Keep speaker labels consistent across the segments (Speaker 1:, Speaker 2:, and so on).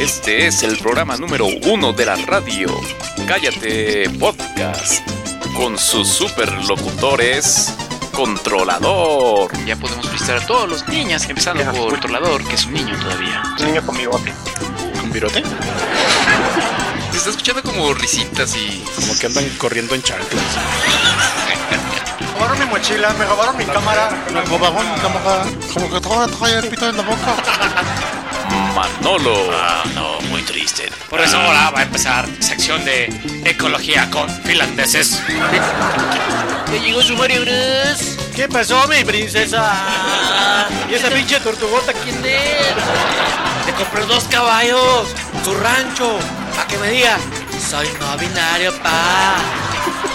Speaker 1: Este es el programa número uno de la radio, Cállate Podcast, con sus superlocutores, Controlador.
Speaker 2: Ya podemos visitar a todos los niñas, empezando por Controlador, que es un niño todavía.
Speaker 3: Un niño con bigote.
Speaker 4: ¿Un virote?
Speaker 2: Se está escuchando como risitas y...
Speaker 4: Como que andan corriendo en chanclas.
Speaker 3: Me robaron mi mochila, me robaron mi cámara.
Speaker 5: Me robaron la cámara. Como que trae, trae el pito en la boca.
Speaker 1: Manolo.
Speaker 6: Ah, no, muy triste. Por eso ahora va a empezar sección de ecología con finlandeses.
Speaker 7: ¡Ya llegó su Mario Bros!
Speaker 3: ¿Qué pasó, mi princesa? ¿Y esa pinche tortugota
Speaker 7: ¿Quién es? Le compré dos caballos, su rancho, para que me diga, soy no binario, pa.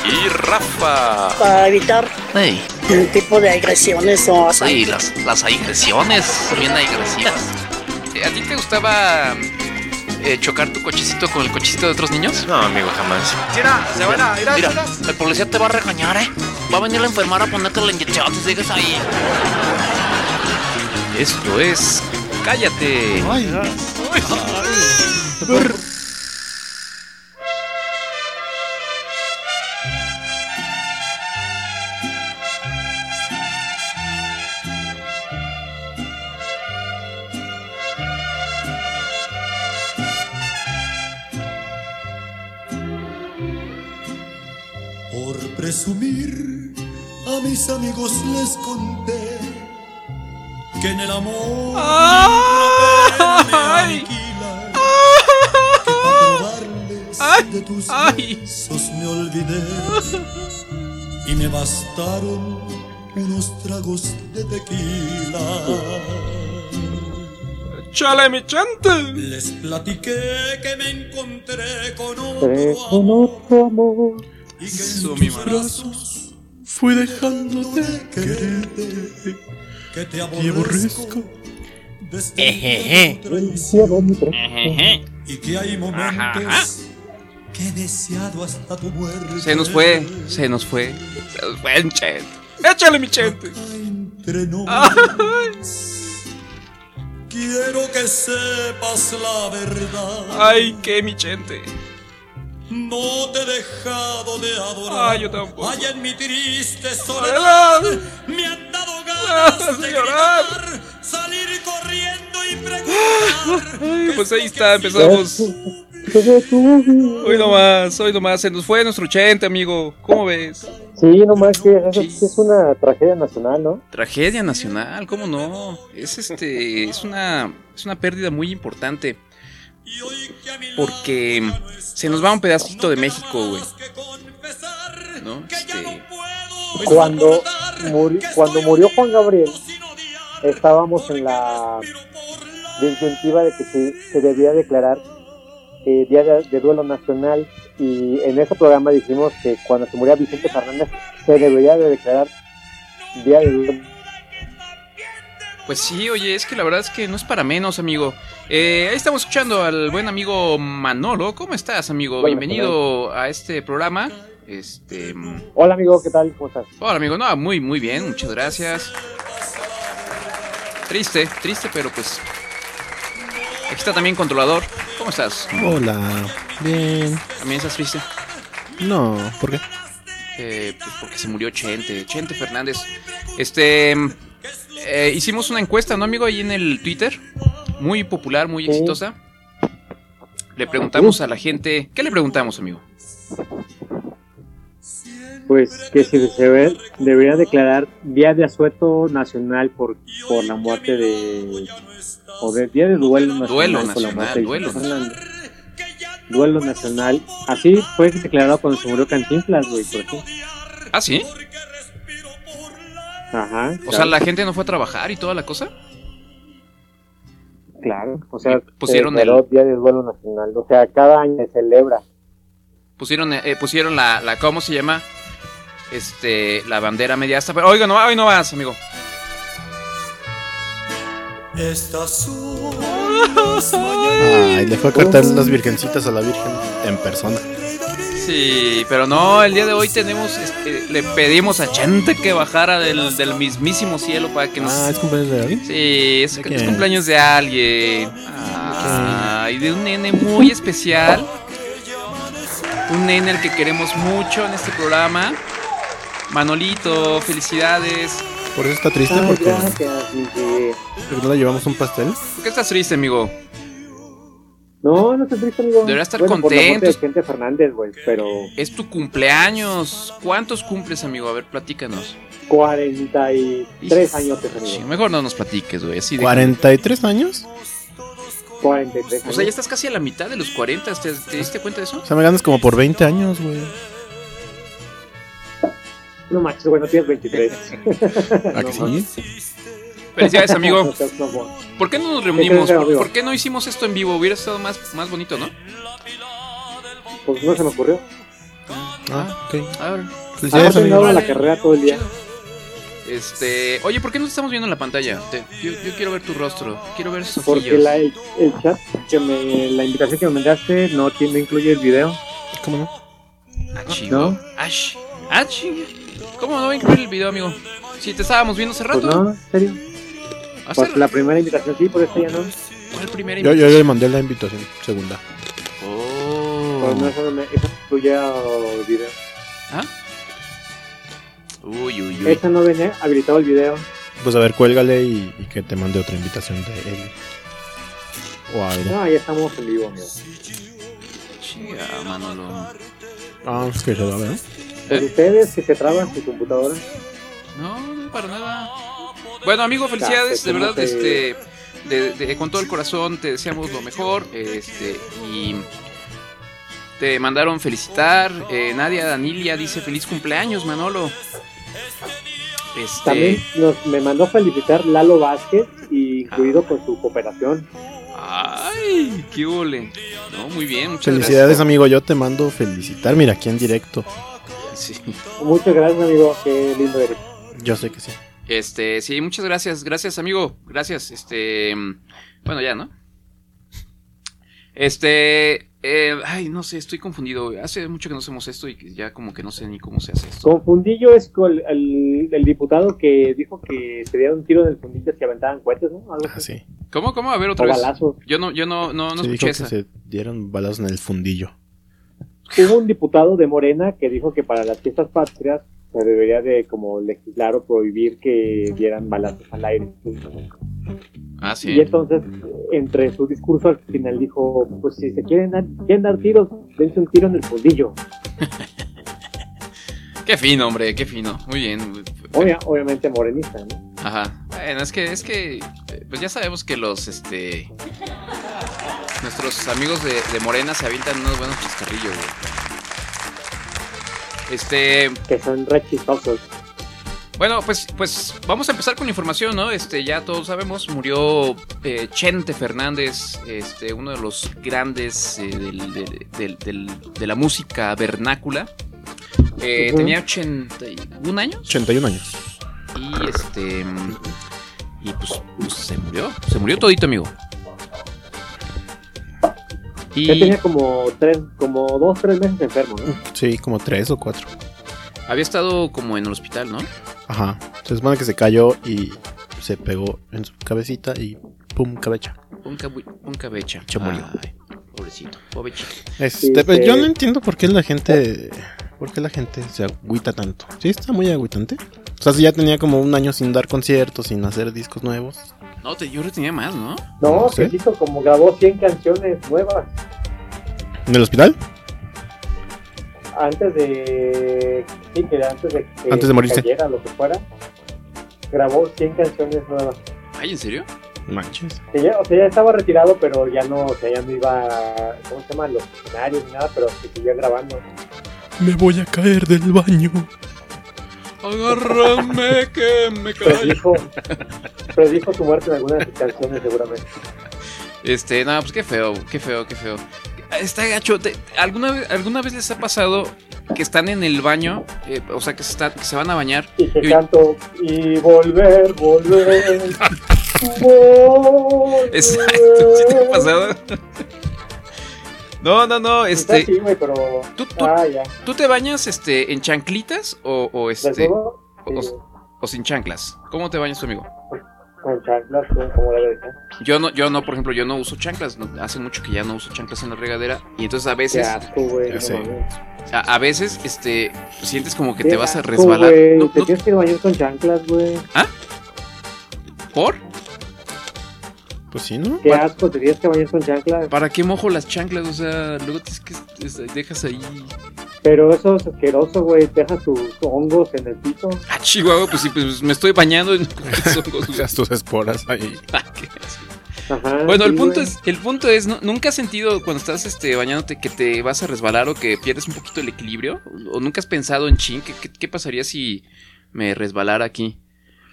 Speaker 1: Y Rafa.
Speaker 8: para evitar
Speaker 2: Ey,
Speaker 8: un tipo de agresiones o así.
Speaker 2: sí, las, las agresiones, bien agresivas. Eh, ¿A ti te gustaba eh, chocar tu cochecito con el cochecito de otros niños?
Speaker 4: No, amigo, jamás.
Speaker 3: Mira, se van a ir a
Speaker 7: Mira, el policía te va a regañar, ¿eh? Va a venir la enfermera a ponerte la inyección si sigues ahí.
Speaker 1: Esto es Cállate.
Speaker 9: Por presumir, a mis amigos les conté que en el amor una pena me aniquila, que pa' probarles de tus besos me olvidé y me bastaron unos tragos de tequila.
Speaker 4: ¡Chale, mi chante!
Speaker 9: Les platiqué que me encontré con otro amor y que en tus brazos
Speaker 5: Fui
Speaker 9: dejándote quererte, que te aborrezco desde
Speaker 6: Ejeje.
Speaker 9: el y que hay momentos que he deseado hasta tu muerte.
Speaker 1: Se nos fue, se nos fue. Se nos fue, Chet.
Speaker 4: ¡Échale, mi chante!
Speaker 9: Entre nos. Quiero que sepas la verdad.
Speaker 4: ¡Ay, qué mi chente!
Speaker 9: No te he dejado de adorar.
Speaker 4: Ah, yo tampoco.
Speaker 9: Allá en mi triste soledad me han dado ganas de
Speaker 4: llorar.
Speaker 9: llorar. Salir corriendo y preguntar.
Speaker 4: Ay, pues ahí está, empezamos. Hoy nomás, hoy nomás, se nos fue nuestro chente, amigo. ¿Cómo ves?
Speaker 10: Sí, nomás que eso sí es una tragedia nacional, ¿no?
Speaker 1: Tragedia nacional, ¿cómo no? Es este, es una, es una pérdida muy importante
Speaker 9: Y hoy que a mi lado
Speaker 1: porque
Speaker 9: ya no estás,
Speaker 1: se nos va un pedacito de
Speaker 9: no
Speaker 1: México,
Speaker 9: tengo
Speaker 1: güey.
Speaker 9: más que confesar
Speaker 1: ¿No?
Speaker 9: que ya no
Speaker 1: Este,
Speaker 9: puedo
Speaker 10: pues, Cuando,
Speaker 9: soportar
Speaker 10: muri-
Speaker 9: que
Speaker 10: cuando
Speaker 9: estoy
Speaker 10: murió Juan Gabriel,
Speaker 9: sin odiar,
Speaker 10: estábamos
Speaker 9: porque
Speaker 10: en la
Speaker 9: respiro por la
Speaker 10: disyuntiva de que se, se debía declarar eh, Día de, de Duelo Nacional y en ese programa dijimos que cuando se muriera Vicente Fernández se debería de declarar Día de Duelo.
Speaker 1: Pues sí, oye, es que la verdad es que no es para menos, amigo. Eh, ahí estamos escuchando al buen amigo Manolo. ¿Cómo estás, amigo?
Speaker 10: Buenas,
Speaker 1: Bienvenido a este programa. Este, mm,
Speaker 10: Hola amigo, ¿qué tal? ¿Cómo estás?
Speaker 1: hola, amigo. No, muy, muy bien. Muchas gracias. Triste, triste, pero pues. Aquí está también controlador. ¿Cómo estás?
Speaker 5: Hola. Bien.
Speaker 1: También estás triste.
Speaker 5: No, ¿por qué?
Speaker 1: Eh, pues porque se murió Chente, Chente Fernández. Este, eh, hicimos una encuesta, ¿no, amigo? Ahí en el Twitter, muy popular, muy
Speaker 10: Sí.
Speaker 1: exitosa. Le
Speaker 5: Uh.
Speaker 1: preguntamos a la gente, ¿qué le preguntamos, amigo?
Speaker 10: Pues que si se ve- debería declarar Día de Asueto Nacional por, por la muerte de... O de Día de Duelo Nacional.
Speaker 1: Duelo
Speaker 10: por la
Speaker 1: nacional,
Speaker 10: muerte de
Speaker 1: duelo
Speaker 10: Vicente Fernández. Duelo Nacional. Así fue declarado cuando se murió Cantinflas, güey, por ejemplo.
Speaker 1: Ah, sí.
Speaker 10: Ajá.
Speaker 1: O sea, la gente no fue a trabajar y toda la cosa.
Speaker 10: Claro, o sea,
Speaker 1: pusieron
Speaker 10: se declaró Día del Duelo Nacional, o sea, cada año se celebra.
Speaker 1: Pusieron, eh, pusieron la, la, ¿cómo se llama? Este, la bandera media asta. Pero, oiga, no, hoy no vas, amigo.
Speaker 9: Estas son las mañanas
Speaker 5: Ay, le fue a cantar las virgencitas a la virgen en persona.
Speaker 9: del rey David.
Speaker 1: Sí, pero no, el día de hoy tenemos, este, le pedimos a Chente que bajara del, del mismísimo cielo para que nos
Speaker 5: Ah, ¿es cumpleaños Ah, de alguien?
Speaker 1: Sí, es,
Speaker 5: ¿De
Speaker 1: es
Speaker 5: quién?
Speaker 1: cumpleaños de alguien. Ay, de un nene muy especial. Un nene al que queremos mucho en este programa. Manolito, felicidades.
Speaker 5: Por eso está triste,
Speaker 1: Ay,
Speaker 5: porque.
Speaker 1: gracias,
Speaker 5: porque no le llevamos un pastel.
Speaker 1: ¿Por qué estás triste, amigo?
Speaker 10: No, no estoy triste, amigo.
Speaker 1: Debería estar
Speaker 10: Bueno, por la muerte
Speaker 1: contento.
Speaker 10: de Vicente Fernández, güey, pero
Speaker 1: Es tu cumpleaños. ¿Cuántos cumples, amigo? A ver, platícanos.
Speaker 10: 43 años te
Speaker 1: Sí,
Speaker 10: amigo.
Speaker 1: mejor no nos platiques, güey. Así de.
Speaker 5: ¿43 años?
Speaker 10: 43
Speaker 1: O
Speaker 10: años.
Speaker 1: sea, ya estás casi a la mitad de los 40. ¿Te, te diste cuenta de eso?
Speaker 5: O sea, me ganas como por 20 años, güey.
Speaker 10: No manches, güey, no tienes 23.
Speaker 5: ¿A Ah, que sí?
Speaker 1: Felicidades, amigo.
Speaker 10: ¿Por
Speaker 1: ¿Por qué no nos reunimos?
Speaker 10: ¿Qué crees,
Speaker 1: ¿Por,
Speaker 10: amigo?
Speaker 1: por qué no hicimos esto en vivo? Hubiera estado más, más bonito, ¿no?
Speaker 10: Pues no se me ocurrió.
Speaker 5: Ah, ok.
Speaker 1: A ver.
Speaker 5: Felicidades,
Speaker 10: Aparte,
Speaker 5: amigo.
Speaker 10: no, la carrera todo el día.
Speaker 1: Este, oye, ¿por qué no te estamos viendo en la pantalla? Te- yo, yo quiero ver tu rostro, quiero ver esos
Speaker 10: Porque
Speaker 1: ojillos.
Speaker 10: la, el, el chat, que me, la invitación que me mandaste no tiene incluye el video.
Speaker 5: ¿Cómo no?
Speaker 1: Ah, chido.
Speaker 10: ¿No?
Speaker 1: Ash, Ash, ¿cómo no va a incluir el video, amigo? Si te estábamos viendo hace rato.
Speaker 10: Pues no, en serio.
Speaker 1: Hasta
Speaker 10: Pues la primera invitación sí, por esta ya no.
Speaker 1: ¿Cuál primera
Speaker 5: Yo, yo le mandé la invitación, segunda.
Speaker 10: Pues no,
Speaker 1: Oh.
Speaker 10: eso no me- eso no incluye el video.
Speaker 1: ¿Ah? Uy, uy, uy.
Speaker 10: Esa no viene habilitado el video.
Speaker 5: Pues a ver, cuélgale y, y que te mande otra invitación de él. O algo.
Speaker 10: No, Ah, ya estamos en vivo, amigo.
Speaker 1: Chinga, Manolo.
Speaker 5: Ah, es que se va a ver.
Speaker 10: Pues ustedes que se traban su computadora.
Speaker 1: No, no, para nada. Bueno, amigo, felicidades, de
Speaker 10: ¿cómo
Speaker 1: verdad,
Speaker 10: te-
Speaker 1: este, de- de- con todo el corazón te deseamos lo mejor, este, y te mandaron felicitar, eh, Nadia Danilia dice feliz cumpleaños, Manolo.
Speaker 10: También
Speaker 1: Este,
Speaker 10: nos, me mandó felicitar Lalo Vázquez, y incluido con su cooperación.
Speaker 1: ay, qué ole. No, muy bien, muchas
Speaker 5: Felicidades, amigo. Yo te mando felicitar. Mira, aquí en directo.
Speaker 1: gracias. Sí.
Speaker 10: Muchas gracias, amigo. Qué lindo eres.
Speaker 5: Yo sé que sí.
Speaker 1: Este, sí, muchas gracias, gracias amigo, gracias, este, mm, bueno ya, ¿no? Este, eh, ay, no sé, estoy confundido, hace mucho que no hacemos esto y que ya como que no sé ni cómo se hace esto.
Speaker 10: Confundillo es con el, el- el diputado que dijo que se dieron un tiro en el fundillo si aventaban cohetes, ¿no? Algo
Speaker 5: Ah,
Speaker 10: así.
Speaker 5: sí.
Speaker 1: ¿Cómo, cómo? A ver
Speaker 10: O
Speaker 1: otra vez.
Speaker 10: balazos.
Speaker 1: Yo no, yo no, no, no
Speaker 5: se
Speaker 1: escuché
Speaker 5: dijo que
Speaker 1: esa.
Speaker 5: se dieron balas en el fundillo.
Speaker 10: Hubo un diputado de Morena que dijo que para las fiestas patrias se debería de como legislar o prohibir que dieran balazos al aire.
Speaker 1: Ah, sí.
Speaker 10: Y entonces, entre su discurso al final dijo, pues si se quieren dar, quieren dar tiros, dense un tiro en el fundillo.
Speaker 1: Qué fino, hombre, qué fino. Muy bien.
Speaker 10: Obvia- obviamente morenista, ¿no?
Speaker 1: Ajá. Bueno, es que, es que, eh, pues ya sabemos que los, este, nuestros amigos de, de Morena se avientan unos buenos chascarrillos, güey. Este,
Speaker 10: Que son re chistosos.
Speaker 1: Bueno, pues, pues vamos a empezar con la información, ¿no? Este, ya todos sabemos, murió eh, Chente Fernández, este, uno de los grandes eh, del- del- del- del- de la música vernácula. Eh,
Speaker 5: Ujú.
Speaker 1: Tenía 81 años
Speaker 5: 81 años.
Speaker 1: y este. mm, Y pues, pues, se murió. Se murió todito, amigo.
Speaker 10: Ya
Speaker 1: Y
Speaker 10: tenía como tres, como dos, tres meses enfermo, ¿no?
Speaker 5: Sí, como tres o cuatro.
Speaker 1: había estado como en el hospital, ¿no?
Speaker 5: Ajá. Se supone que se cayó y se pegó en su cabecita y pum, cabeza.
Speaker 1: Un, cabu- un cabecha.
Speaker 5: Se murió.
Speaker 1: Ay, pobrecito, pobrecito.
Speaker 5: Este, pues,
Speaker 10: Sí,
Speaker 5: yo
Speaker 10: sí.
Speaker 5: no entiendo por qué la gente. ¿Por qué la gente se agüita tanto? Sí, está muy agüitante. O sea, si ya tenía como un año sin dar conciertos, sin hacer discos nuevos.
Speaker 1: No, te, yo creo que tenía más, ¿no?
Speaker 10: No,
Speaker 5: No sé.
Speaker 10: que hizo como grabó 100 canciones nuevas
Speaker 5: ¿En el hospital?
Speaker 10: antes de. Sí, que antes de que
Speaker 5: Antes de morirse.
Speaker 10: cayera, lo que fuera. Grabó 100 canciones nuevas.
Speaker 1: Ay, ¿en serio?
Speaker 5: Manches.
Speaker 10: Que ya- o sea, ya estaba retirado, pero ya no, o sea, ya no iba. a- ¿Cómo se llama? Los escenarios ni nada, pero que seguía grabando.
Speaker 5: Me voy a caer del baño.
Speaker 1: Agárrame que me
Speaker 10: Predijo, predijo su muerte en alguna de sus canciones, seguramente.
Speaker 1: Este, no, pues qué feo, qué feo, qué feo. Está gacho. te- ¿alguna, vez, ¿Alguna vez les ha pasado que están en el baño? eh, o sea, que se, está- que se van a bañar.
Speaker 10: Y que
Speaker 1: Uy.
Speaker 10: canto. Y volver, volver. volver.
Speaker 1: Exacto, ¿sí te ha pasado? No, no, no,
Speaker 10: Este...
Speaker 1: este.
Speaker 10: Sí, güey, pero.
Speaker 1: ¿Tú, tú,
Speaker 10: Ah, ya.
Speaker 1: tú te bañas este, en chanclitas o, o, este,
Speaker 10: Desnudo,
Speaker 1: o,
Speaker 10: sí.
Speaker 1: o sin chanclas? ¿Cómo te bañas tu amigo?
Speaker 10: con chanclas, como debe de ser.
Speaker 1: Yo no, yo no, por ejemplo, yo no uso chanclas. no- hace mucho que ya no uso chanclas en la regadera. Y entonces a veces.
Speaker 10: Qué asco, güey,
Speaker 1: Ya
Speaker 10: no
Speaker 1: sé.
Speaker 10: mames.
Speaker 1: a, a veces, este, sientes como que
Speaker 10: Qué
Speaker 1: te vas a
Speaker 10: asco,
Speaker 1: resbalar.
Speaker 10: güey,
Speaker 1: No,
Speaker 10: Te
Speaker 1: no-
Speaker 10: tienes que bañar con chanclas, güey.
Speaker 1: ¿Por?
Speaker 5: Pues sí, ¿no?
Speaker 10: Qué asco, te tienes que bañar con chanclas.
Speaker 1: ¿Para qué mojo las chanclas? O sea, luego tienes que es- dejas ahí.
Speaker 10: Pero eso es asqueroso, güey. Dejas tus hongos en el piso.
Speaker 1: Ah, Chihuahua, pues sí, pues me estoy bañando en
Speaker 5: Dejas tus esporas ahí.
Speaker 10: Ajá,
Speaker 1: Bueno, el
Speaker 10: sí,
Speaker 1: punto
Speaker 10: güey.
Speaker 1: es, el punto es, ¿nu- ¿nunca has sentido cuando estás este, bañándote que te vas a resbalar o que pierdes un poquito el equilibrio? ¿O- ¿O nunca has pensado en chin? ¿Qué, qué- qué pasaría si me resbalara aquí?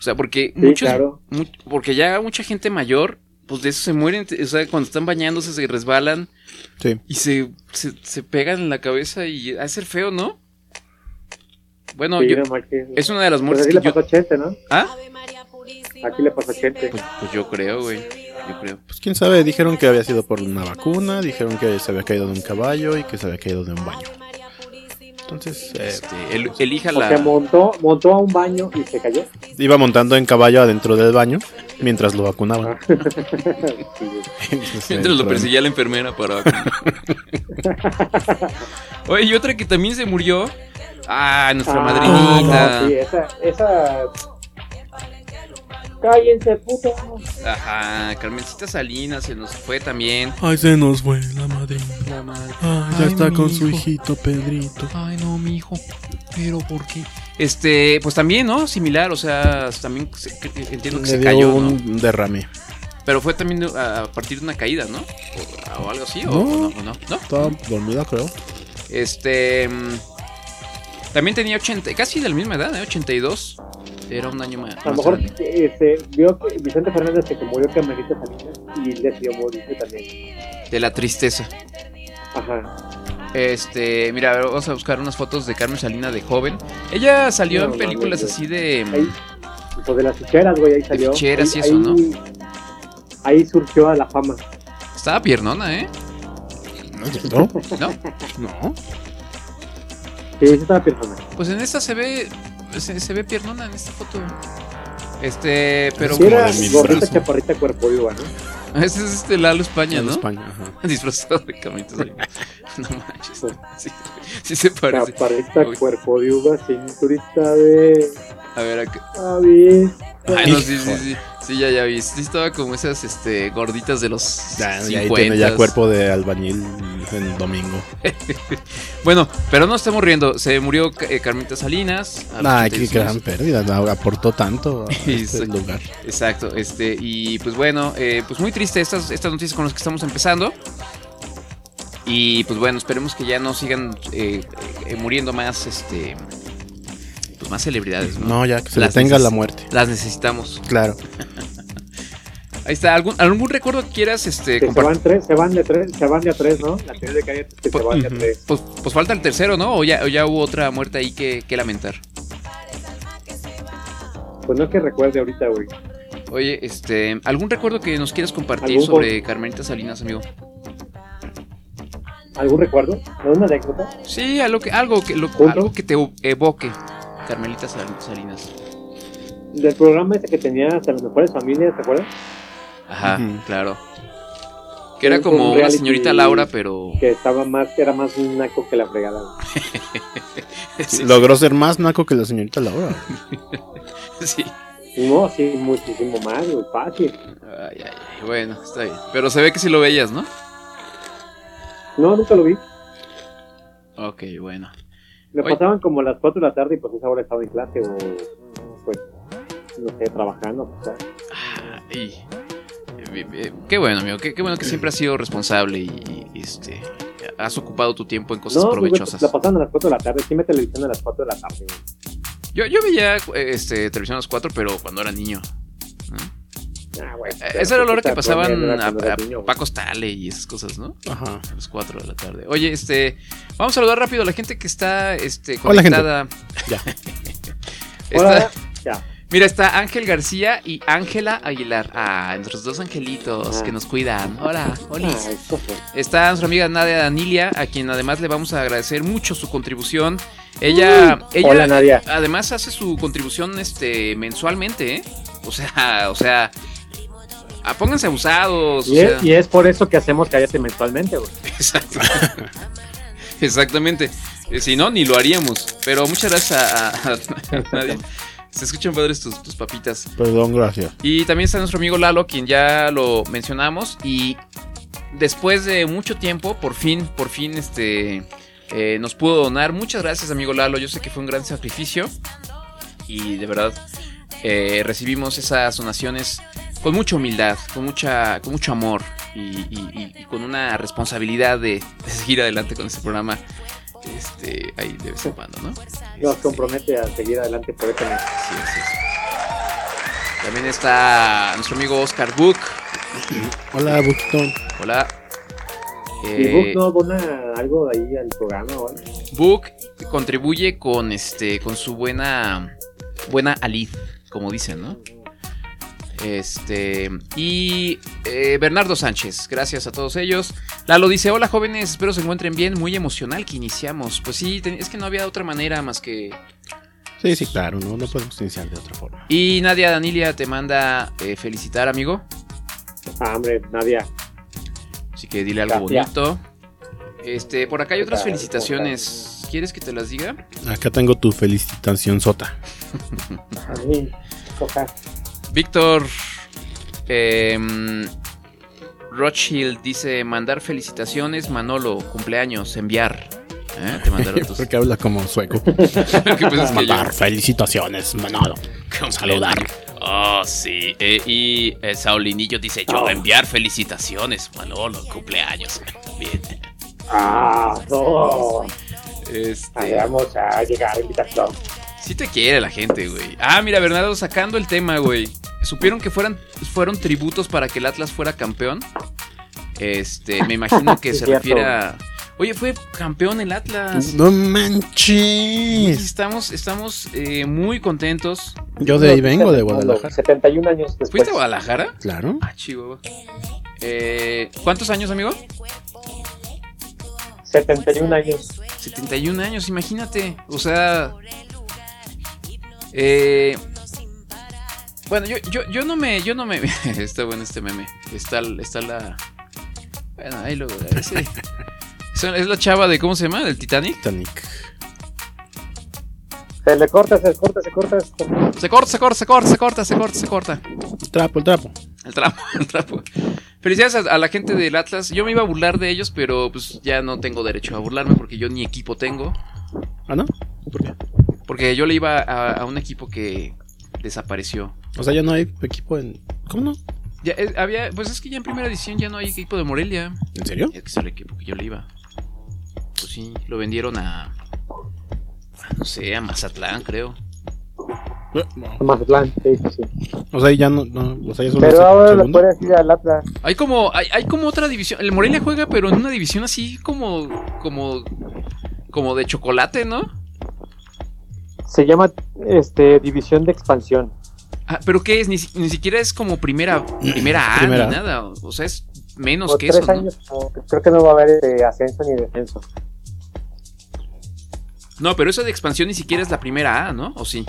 Speaker 1: O sea, porque
Speaker 10: Sí,
Speaker 1: muchos,
Speaker 10: claro.
Speaker 1: mu- porque ya mucha gente mayor, pues de eso se mueren, o sea, cuando están bañándose se resbalan
Speaker 5: Sí.
Speaker 1: y se, se, se pegan en la cabeza y ha ser feo, ¿no? Bueno,
Speaker 10: Sí,
Speaker 1: yo,
Speaker 10: no manches.
Speaker 1: es una de las
Speaker 10: Pues
Speaker 1: muertes
Speaker 10: así
Speaker 1: que
Speaker 10: le
Speaker 1: yo...
Speaker 10: pasó a Chente, ¿no?
Speaker 1: ¿Ah?
Speaker 10: Aquí le pasó a Chente.
Speaker 1: Pues yo creo, güey, yo creo.
Speaker 5: Pues quién sabe, dijeron que había sido por una vacuna, dijeron que se había caído de un caballo y que se había caído de un baño. Entonces, eh,
Speaker 1: Este, el- elija
Speaker 10: O sea,
Speaker 1: la...
Speaker 10: montó, montó a un baño y se cayó.
Speaker 5: iba montando en caballo adentro del baño mientras lo vacunaban.
Speaker 10: Sí, güey.
Speaker 5: Entonces,
Speaker 1: Mientras lo
Speaker 5: entró-
Speaker 1: perseguía la enfermera para. Oye, y otra que también se murió. Ah, nuestra
Speaker 10: Ah,
Speaker 1: madrinita.
Speaker 10: no, sí, esa, esa... Cállense, puto.
Speaker 1: Ajá, Carmencita Salinas se nos fue también.
Speaker 5: Ay, se nos fue la madre.
Speaker 1: La madre.
Speaker 5: Ah, ya
Speaker 1: Ay,
Speaker 5: está
Speaker 1: mi
Speaker 5: con su
Speaker 1: hijo.
Speaker 5: hijito Pedrito.
Speaker 1: Ay, no, mi hijo. Pero ¿por qué? Este, pues también, ¿no? Similar, o sea, también se- que- entiendo que
Speaker 5: Le
Speaker 1: se
Speaker 5: dio
Speaker 1: cayó, ¿no?
Speaker 5: un derrame.
Speaker 1: Pero fue también de- a a partir de una caída, ¿no? O, o algo así, o-
Speaker 5: No.
Speaker 1: o no, o no, ¿no?
Speaker 5: Estaba dormida, creo.
Speaker 1: Este. mm, También tenía 80, casi de la misma edad, ¿eh? 82. Era un año ma- más.
Speaker 10: A lo mejor
Speaker 1: grande.
Speaker 10: este, vio que Vicente Fernández se que murió Carmelita Salinas y decidió morirse también.
Speaker 1: De la tristeza.
Speaker 10: Ajá.
Speaker 1: Este, mira, a ver, vamos a buscar unas fotos de Carmen Salina de joven. Ella salió
Speaker 10: No,
Speaker 1: en
Speaker 10: no,
Speaker 1: películas
Speaker 10: no, no.
Speaker 1: así de.
Speaker 10: Ahí, pues de las ficheras, güey, ahí salió.
Speaker 1: Mm. ficheras y
Speaker 10: Ahí-
Speaker 1: eso, ¿no?
Speaker 10: ahí- Ahí surgió a la fama.
Speaker 1: Estaba piernona, ¿eh?
Speaker 5: ¿No es cierto?
Speaker 1: ¿No?
Speaker 5: No.
Speaker 10: Sí, sí estaba persona.
Speaker 1: Pues en esta se ve. Se, se ve piernona en esta foto. Este, pero.
Speaker 10: Sí, era
Speaker 5: de mil
Speaker 10: gordita,
Speaker 5: brazos.
Speaker 10: chaparrita, cuerpo viva, ¿no?
Speaker 1: Ese es este Lalo España,
Speaker 5: En
Speaker 1: ¿no?
Speaker 5: España, ajá.
Speaker 1: Disfrazado de Carmen Salinas. No manches. Sí, sí se parece.
Speaker 10: Chaparrita,
Speaker 1: Uy.
Speaker 10: cuerpo de uva, cinturita de
Speaker 1: A ver, acá.
Speaker 10: avis.
Speaker 1: Ay, Ah, no, sí, sí, sí. Sí, ya, ya vi. Sí, estaba como esas este, gorditas de los.
Speaker 5: Ya, y
Speaker 1: 50.
Speaker 5: ahí tiene ya cuerpo de albañil el domingo.
Speaker 1: Bueno, pero no estamos riendo. Se murió eh, Carmita Salinas. a los
Speaker 5: Ay, qué
Speaker 1: 86.
Speaker 5: gran pérdida. no, Aportó tanto a este
Speaker 1: Exacto.
Speaker 5: lugar.
Speaker 1: Exacto. Este, y pues bueno, eh, pues muy triste estas, estas noticias con las que estamos empezando. Y pues bueno, esperemos que ya no sigan eh, eh, muriendo más este. Pues más celebridades, ¿no?
Speaker 5: No, ya que se
Speaker 1: Las
Speaker 5: detenga
Speaker 1: neces-
Speaker 5: la muerte.
Speaker 1: Las necesitamos.
Speaker 5: Claro.
Speaker 1: Ahí está. ¿Algún, algún recuerdo que quieras este,
Speaker 10: Que se
Speaker 1: compartir?
Speaker 10: van tres, se van de tres, se van de a tres, ¿no? La teoría de Cállate es que se van de a tres.
Speaker 1: Pues, pues falta el tercero, ¿no? O ya, o ya hubo otra muerte ahí que, que lamentar.
Speaker 10: Pues no es que recuerde ahorita, güey.
Speaker 1: Oye, este, ¿algún recuerdo que nos quieras compartir
Speaker 10: ¿Algún
Speaker 1: sobre Carmenita Salinas, amigo?
Speaker 10: ¿Algún recuerdo? ¿Alguna anécdota?
Speaker 1: Sí, algo que, algo que, lo-
Speaker 10: ¿Punto?
Speaker 1: algo que te evoque, Carmelita Sal- Salinas.
Speaker 10: Del programa ese que tenía hasta las mejores familias, ¿te acuerdas?
Speaker 1: Ajá,
Speaker 5: Ujú.
Speaker 1: claro. Que era
Speaker 10: Es
Speaker 1: como
Speaker 10: un
Speaker 1: una
Speaker 10: reality-
Speaker 1: señorita Laura, pero...
Speaker 10: Que estaba más, que era más un naco que la fregada. güey.
Speaker 1: sí,
Speaker 5: Logró ser más naco que la señorita Laura.
Speaker 1: sí.
Speaker 10: No, sí, muchísimo más, güey, fácil.
Speaker 1: Ay, ay, ay, bueno, está bien. Pero se ve que sí lo veías, ¿no?
Speaker 10: No, nunca lo vi.
Speaker 1: Ok, bueno.
Speaker 10: Me
Speaker 1: Oye.
Speaker 10: pasaban como las 4 de la tarde y pues a esa hora estaba en clase o pues no sé, trabajando. pues, o sea.
Speaker 1: Ay, eh, eh, qué bueno, amigo. Qué, qué bueno que siempre has sido responsable y, y, este, has ocupado tu tiempo en cosas
Speaker 10: No, pues, güey,
Speaker 1: provechosas.
Speaker 10: la pasaban a las 4 de la tarde, sí me televisión a las 4 de la tarde. güey.
Speaker 1: Yo, yo veía eh, este, televisión a las 4, pero cuando era niño.
Speaker 10: Ah, güey,
Speaker 1: Eh,
Speaker 10: pero
Speaker 1: Esa era la hora
Speaker 10: puta,
Speaker 1: que pasaban
Speaker 10: ponía,
Speaker 1: a,
Speaker 10: era cuando era
Speaker 1: a
Speaker 10: niño, güey.
Speaker 1: Paco Stale y esas cosas, ¿no?
Speaker 5: Ajá.
Speaker 1: A las 4 de la tarde. Oye, este, vamos a saludar rápido a la gente que está este,
Speaker 5: Hola, gente.
Speaker 1: conectada.
Speaker 5: Ya.
Speaker 1: Está-
Speaker 10: Hola, ya.
Speaker 1: mira, está Ángel García y Ángela Aguilar. Ah, nuestros dos angelitos
Speaker 10: Ah.
Speaker 1: que nos cuidan. Hola, hola.
Speaker 10: Ah, esto fue.
Speaker 1: Está nuestra amiga Nadia Danilia, a quien además le vamos a agradecer mucho su contribución. Ella, ella
Speaker 10: Hola, Nadia.
Speaker 1: además hace su contribución este mensualmente, ¿eh? O sea, o sea, ah, pónganse abusados. o
Speaker 10: Y
Speaker 1: sea.
Speaker 10: es, y es por eso que hacemos cállate mensualmente, güey.
Speaker 1: Exacto. Exactamente. Eh, Si no, ni lo haríamos. Pero muchas gracias a, a- a nadie. Se escuchan padres tus, tus papitas.
Speaker 5: Perdón, gracias.
Speaker 1: Y también está nuestro amigo Lalo, quien ya lo mencionamos. Y después de mucho tiempo, por fin, por fin, este. eh, nos pudo donar. Muchas gracias, amigo Lalo. Yo sé que fue un gran sacrificio. Y de verdad, eh, recibimos esas donaciones con mucha humildad, con mucha, con mucho amor y, y- y- y con una responsabilidad de, de seguir adelante con este programa. Este, ahí de vez en cuando, ¿no?
Speaker 10: Nos compromete a seguir adelante por este mes.
Speaker 1: También está nuestro amigo Oscar Book.
Speaker 5: Hola, Buquito.
Speaker 1: Hola.
Speaker 10: ¿Y
Speaker 1: Eh,
Speaker 10: Book no dona algo ahí al programa o algo?
Speaker 1: Book contribuye con este con su buena buena alid, como dicen, ¿no? Este y eh, Bernardo Sánchez, gracias a todos ellos. Lalo dice, "Hola jóvenes, espero se encuentren bien, muy emocional que iniciamos." Pues sí, ten- es que no había otra manera más que
Speaker 5: Sí, sí, claro, no, no podemos iniciar de otra forma.
Speaker 1: Y Nadia Danilia te manda eh, felicitar, amigo.
Speaker 10: Ah, hombre, Nadia.
Speaker 1: Así que dile algo
Speaker 10: Gracias.
Speaker 1: bonito. Este, por acá hay otras
Speaker 10: ¿Qué tal?
Speaker 1: felicitaciones. ¿Quieres que te las diga?
Speaker 5: Acá tengo tu felicitación sota.
Speaker 10: Ay, coja.
Speaker 1: Víctor eh, Rothschild dice: mandar felicitaciones, Manolo, cumpleaños, enviar. ¿Eh? Te mandaron tus-
Speaker 5: Porque habla como sueco.
Speaker 1: Porque, pues, es que
Speaker 5: Mandar
Speaker 1: yo-
Speaker 5: felicitaciones, Manolo. Saludar.
Speaker 11: Oh, sí. Eh, y eh, Saulinillo dice: Yo
Speaker 5: Oh.
Speaker 11: voy a enviar felicitaciones, Manolo, cumpleaños. Bien.
Speaker 10: Ah, no.
Speaker 1: Este-
Speaker 10: Ahí vamos a llegar, invitación.
Speaker 1: Sí te quiere la gente, güey. Ah, mira, Bernardo, sacando el tema, güey. ¿Supieron que fueran, fueron tributos para que el Atlas fuera campeón? Este, me imagino que
Speaker 5: Sí,
Speaker 1: se
Speaker 5: cierto.
Speaker 1: refiere a... Oye, fue campeón el Atlas.
Speaker 5: No manches.
Speaker 1: Estamos, estamos eh, muy contentos.
Speaker 5: Yo de ahí vengo, de Guadalajara.
Speaker 10: 71 años después.
Speaker 5: Pues-
Speaker 1: ¿Fuiste a Guadalajara?
Speaker 5: Claro.
Speaker 1: Ah, chihuahua. Eh, ¿Cuántos años, amigo?
Speaker 10: 71 años.
Speaker 1: 71 años, imagínate. O sea. eh, bueno, yo, yo, yo no me. Yo no me. está bueno este meme. Está, está la. Bueno, ahí luego. ahí sí. Son- Es la chava de. ¿Cómo se llama? ¿Del Titanic?
Speaker 5: Titanic.
Speaker 10: Se le corta, se le corta, se corta. se corta.
Speaker 1: Se corta, se corta, se corta, se corta, se corta, se corta.
Speaker 5: Trapo, el trapo.
Speaker 1: El trapo, el trapo. Felicidades a, a la gente del Atlas. Yo me iba a burlar de ellos, pero pues ya no tengo derecho a burlarme porque yo ni equipo tengo.
Speaker 5: ¿Ah, no?
Speaker 1: Porque yo le iba a, a un equipo que desapareció.
Speaker 5: O sea, ya no hay equipo en. ¿Cómo no?
Speaker 1: Ya, eh, había, pues es que ya en primera edición ya no hay equipo de Morelia.
Speaker 5: ¿En serio?
Speaker 1: Es que es el equipo que yo le iba. Pues sí, lo vendieron a. a, No sé, a Mazatlán, creo.
Speaker 10: Mazatlán, sí, sí, sí.
Speaker 5: O sea, ya no. no o sea, ya solo es
Speaker 10: Pero
Speaker 5: el
Speaker 10: ahora lo
Speaker 5: segundo.
Speaker 10: puedes ir al Atlas.
Speaker 1: Hay como, hay, hay como otra división. El Morelia juega, pero en una división así como. como. como de chocolate, ¿no?
Speaker 10: Se llama este, División de Expansión.
Speaker 1: Ah, pero ¿qué es? Ni, si- ni siquiera es como primera, primera A
Speaker 10: Primera.
Speaker 1: ni nada. O sea, es menos
Speaker 10: Por
Speaker 1: que eso,
Speaker 10: tres
Speaker 1: ¿no?
Speaker 10: años como que creo que no va a haber este, ascenso ni descenso.
Speaker 1: No, pero eso de expansión ni siquiera es la primera A, ¿no? ¿O sí?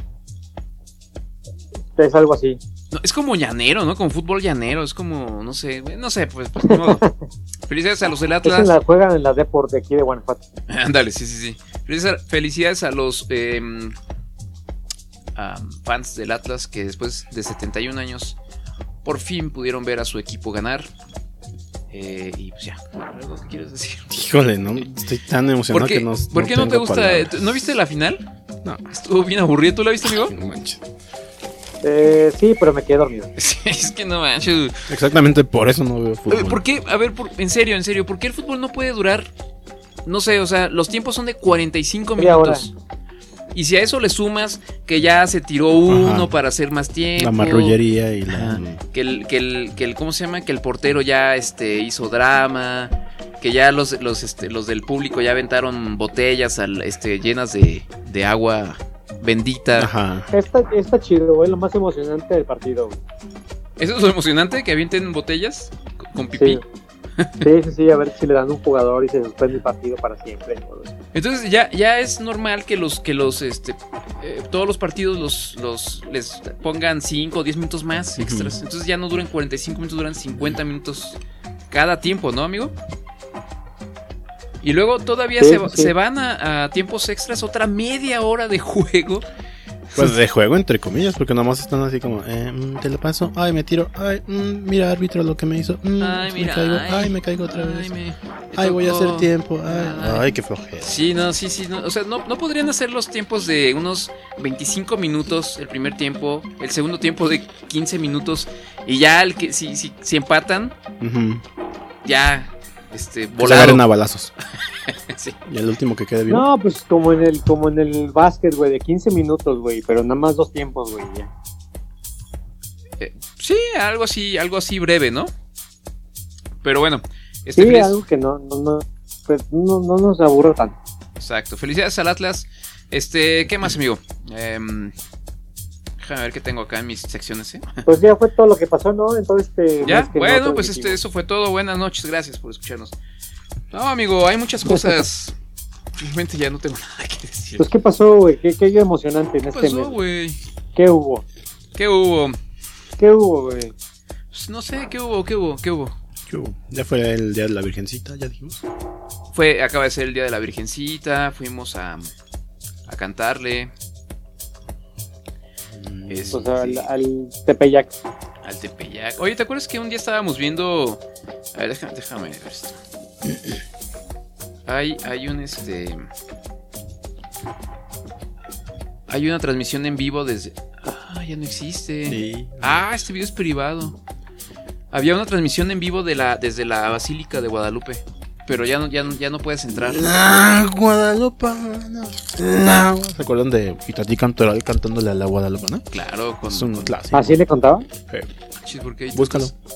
Speaker 10: Es algo así.
Speaker 1: No, es como llanero, ¿no? Como fútbol llanero, es como, no sé, güey, no sé, pues, pues ni modo. Felicidades a los del
Speaker 10: Es en
Speaker 1: Atlas.
Speaker 10: la, juegan en la Deport de aquí de Guanajuato.
Speaker 1: Ándale, sí, sí, sí. Felicidades a- Felicidades a los em, am, fans del Atlas que después de 71 años por fin pudieron ver a su equipo ganar. Eh, y pues ya, ¿algo que quieres decir?
Speaker 5: Híjole, no. Estoy tan emocionado
Speaker 1: ¿Por qué,
Speaker 5: que no.
Speaker 1: por qué no, te
Speaker 5: tengo
Speaker 1: gusta?
Speaker 5: palabras.
Speaker 1: ¿No viste la final? No. Estuvo bien aburrido. ¿Tú la viste, amigo?
Speaker 5: No manches.
Speaker 10: Eh, sí, pero me quedé dormido.
Speaker 1: es que no manches.
Speaker 5: Exactamente por eso no veo
Speaker 1: Eh,
Speaker 5: fútbol.
Speaker 1: ¿Por qué? A ver, por- en serio, en serio, ¿por qué el fútbol no puede durar? No sé, o sea, los tiempos son de 45
Speaker 10: Media
Speaker 1: minutos. Y si a eso le sumas que ya se tiró uno
Speaker 5: Ajá.
Speaker 1: para hacer más tiempo.
Speaker 5: La marrullería y la. mm,
Speaker 1: Que el, que el, que el, ¿cómo se llama? Que el portero ya este, hizo drama. Que ya los, los, este, los del público ya aventaron botellas al, este, llenas de, de agua bendita.
Speaker 5: Ajá.
Speaker 10: Está, está chido, güey, lo más emocionante del partido. güey.
Speaker 1: ¿Eso es lo emocionante? ¿Que avienten botellas con- con pipí?
Speaker 10: Sí, sí, sí, a ver si le dan un jugador y se suspende el partido para siempre. güey.
Speaker 1: Entonces ya, ya es normal que los, que los este, eh, todos los partidos los, los les pongan 5 o 10 minutos más extras.
Speaker 5: Ujú.
Speaker 1: Entonces ya no duran 45 minutos, duran 50 minutos cada tiempo, ¿no, amigo? Y luego todavía
Speaker 5: Sí,
Speaker 1: se, va-
Speaker 5: sí.
Speaker 1: se van a, a tiempos extras otra media hora de juego.
Speaker 5: Pues de juego, entre comillas, porque nomás están así como, eh, mm, te lo paso, ay, me tiro, ay, mm, mira, árbitro, lo que me hizo, mm,
Speaker 1: Ay,
Speaker 5: me
Speaker 1: mira,
Speaker 5: caigo,
Speaker 1: ay.
Speaker 5: ay, me caigo otra vez,
Speaker 1: me-
Speaker 5: ay, voy a
Speaker 1: tocó.
Speaker 5: hacer tiempo, ay,
Speaker 1: Ay.
Speaker 5: ay, qué flojera.
Speaker 1: Sí, no, sí, sí. no, O sea, no, no podrían hacer los tiempos de unos 25 minutos el primer tiempo, el segundo tiempo de 15 minutos y ya el que si, si, si empatan,
Speaker 5: Ujú.
Speaker 1: ya este,
Speaker 5: Que se
Speaker 1: volado.
Speaker 5: agarren a balazos.
Speaker 1: Sí.
Speaker 5: Y el último que quede vivo.
Speaker 10: No, pues como en el como en el básquet, güey, de 15 minutos, güey, pero nada más dos tiempos, güey, ya.
Speaker 1: Sí, algo así, algo así breve, ¿no? Pero bueno, este
Speaker 10: Sí,
Speaker 1: feliz-
Speaker 10: algo que no, no, no, pues no, no nos aburra tanto.
Speaker 1: Exacto. Felicidades al Atlas. Este, ¿qué más, amigo? Em, déjame ver qué tengo acá en mis secciones, ¿eh?
Speaker 10: Pues ya fue todo lo que pasó, ¿no? Entonces, este,
Speaker 1: Ya,
Speaker 10: más que
Speaker 1: bueno,
Speaker 10: no
Speaker 1: pues este, eso fue todo. Buenas noches, gracias por escucharnos. No, amigo, hay muchas cosas. Realmente ya no tengo nada que decir.
Speaker 10: Pues, ¿qué pasó, güey? ¿Qué, qué emocionante en
Speaker 1: ¿Qué
Speaker 10: este
Speaker 1: pasó,
Speaker 10: mes?
Speaker 1: güey?
Speaker 10: ¿Qué hubo?
Speaker 1: ¿Qué hubo?
Speaker 10: ¿Qué hubo, güey?
Speaker 1: Pues, no sé, ¿qué hubo? ¿Qué hubo? ¿Qué hubo?
Speaker 5: Yo- Ya fue el día de la Virgencita, ya dijimos.
Speaker 1: Fue, acaba de ser el día de la Virgencita, fuimos a, a cantarle. Es-
Speaker 10: Pues al, al Tepeyac.
Speaker 1: Al Tepeyac. Oye, ¿te acuerdas que un día estábamos viendo. A ver, déjame, déjame ver esto. Hay, hay un este. Hay una transmisión en vivo desde. Ah, ya no existe. Ah, este video es privado. Había una transmisión en vivo de la, desde la Basílica de Guadalupe. Pero ya no, ya no, ya no puedes entrar.
Speaker 5: La Guadalupe. La- ¿Se acuerdan de Itatí Cantoral cantándole a la Guadalupe, no?
Speaker 1: Claro, con-
Speaker 5: Es un clásico.
Speaker 10: ¿Así le contaba?
Speaker 5: Eh,
Speaker 1: Chis, ¿por qué hay
Speaker 5: Búscalo.
Speaker 1: tantos?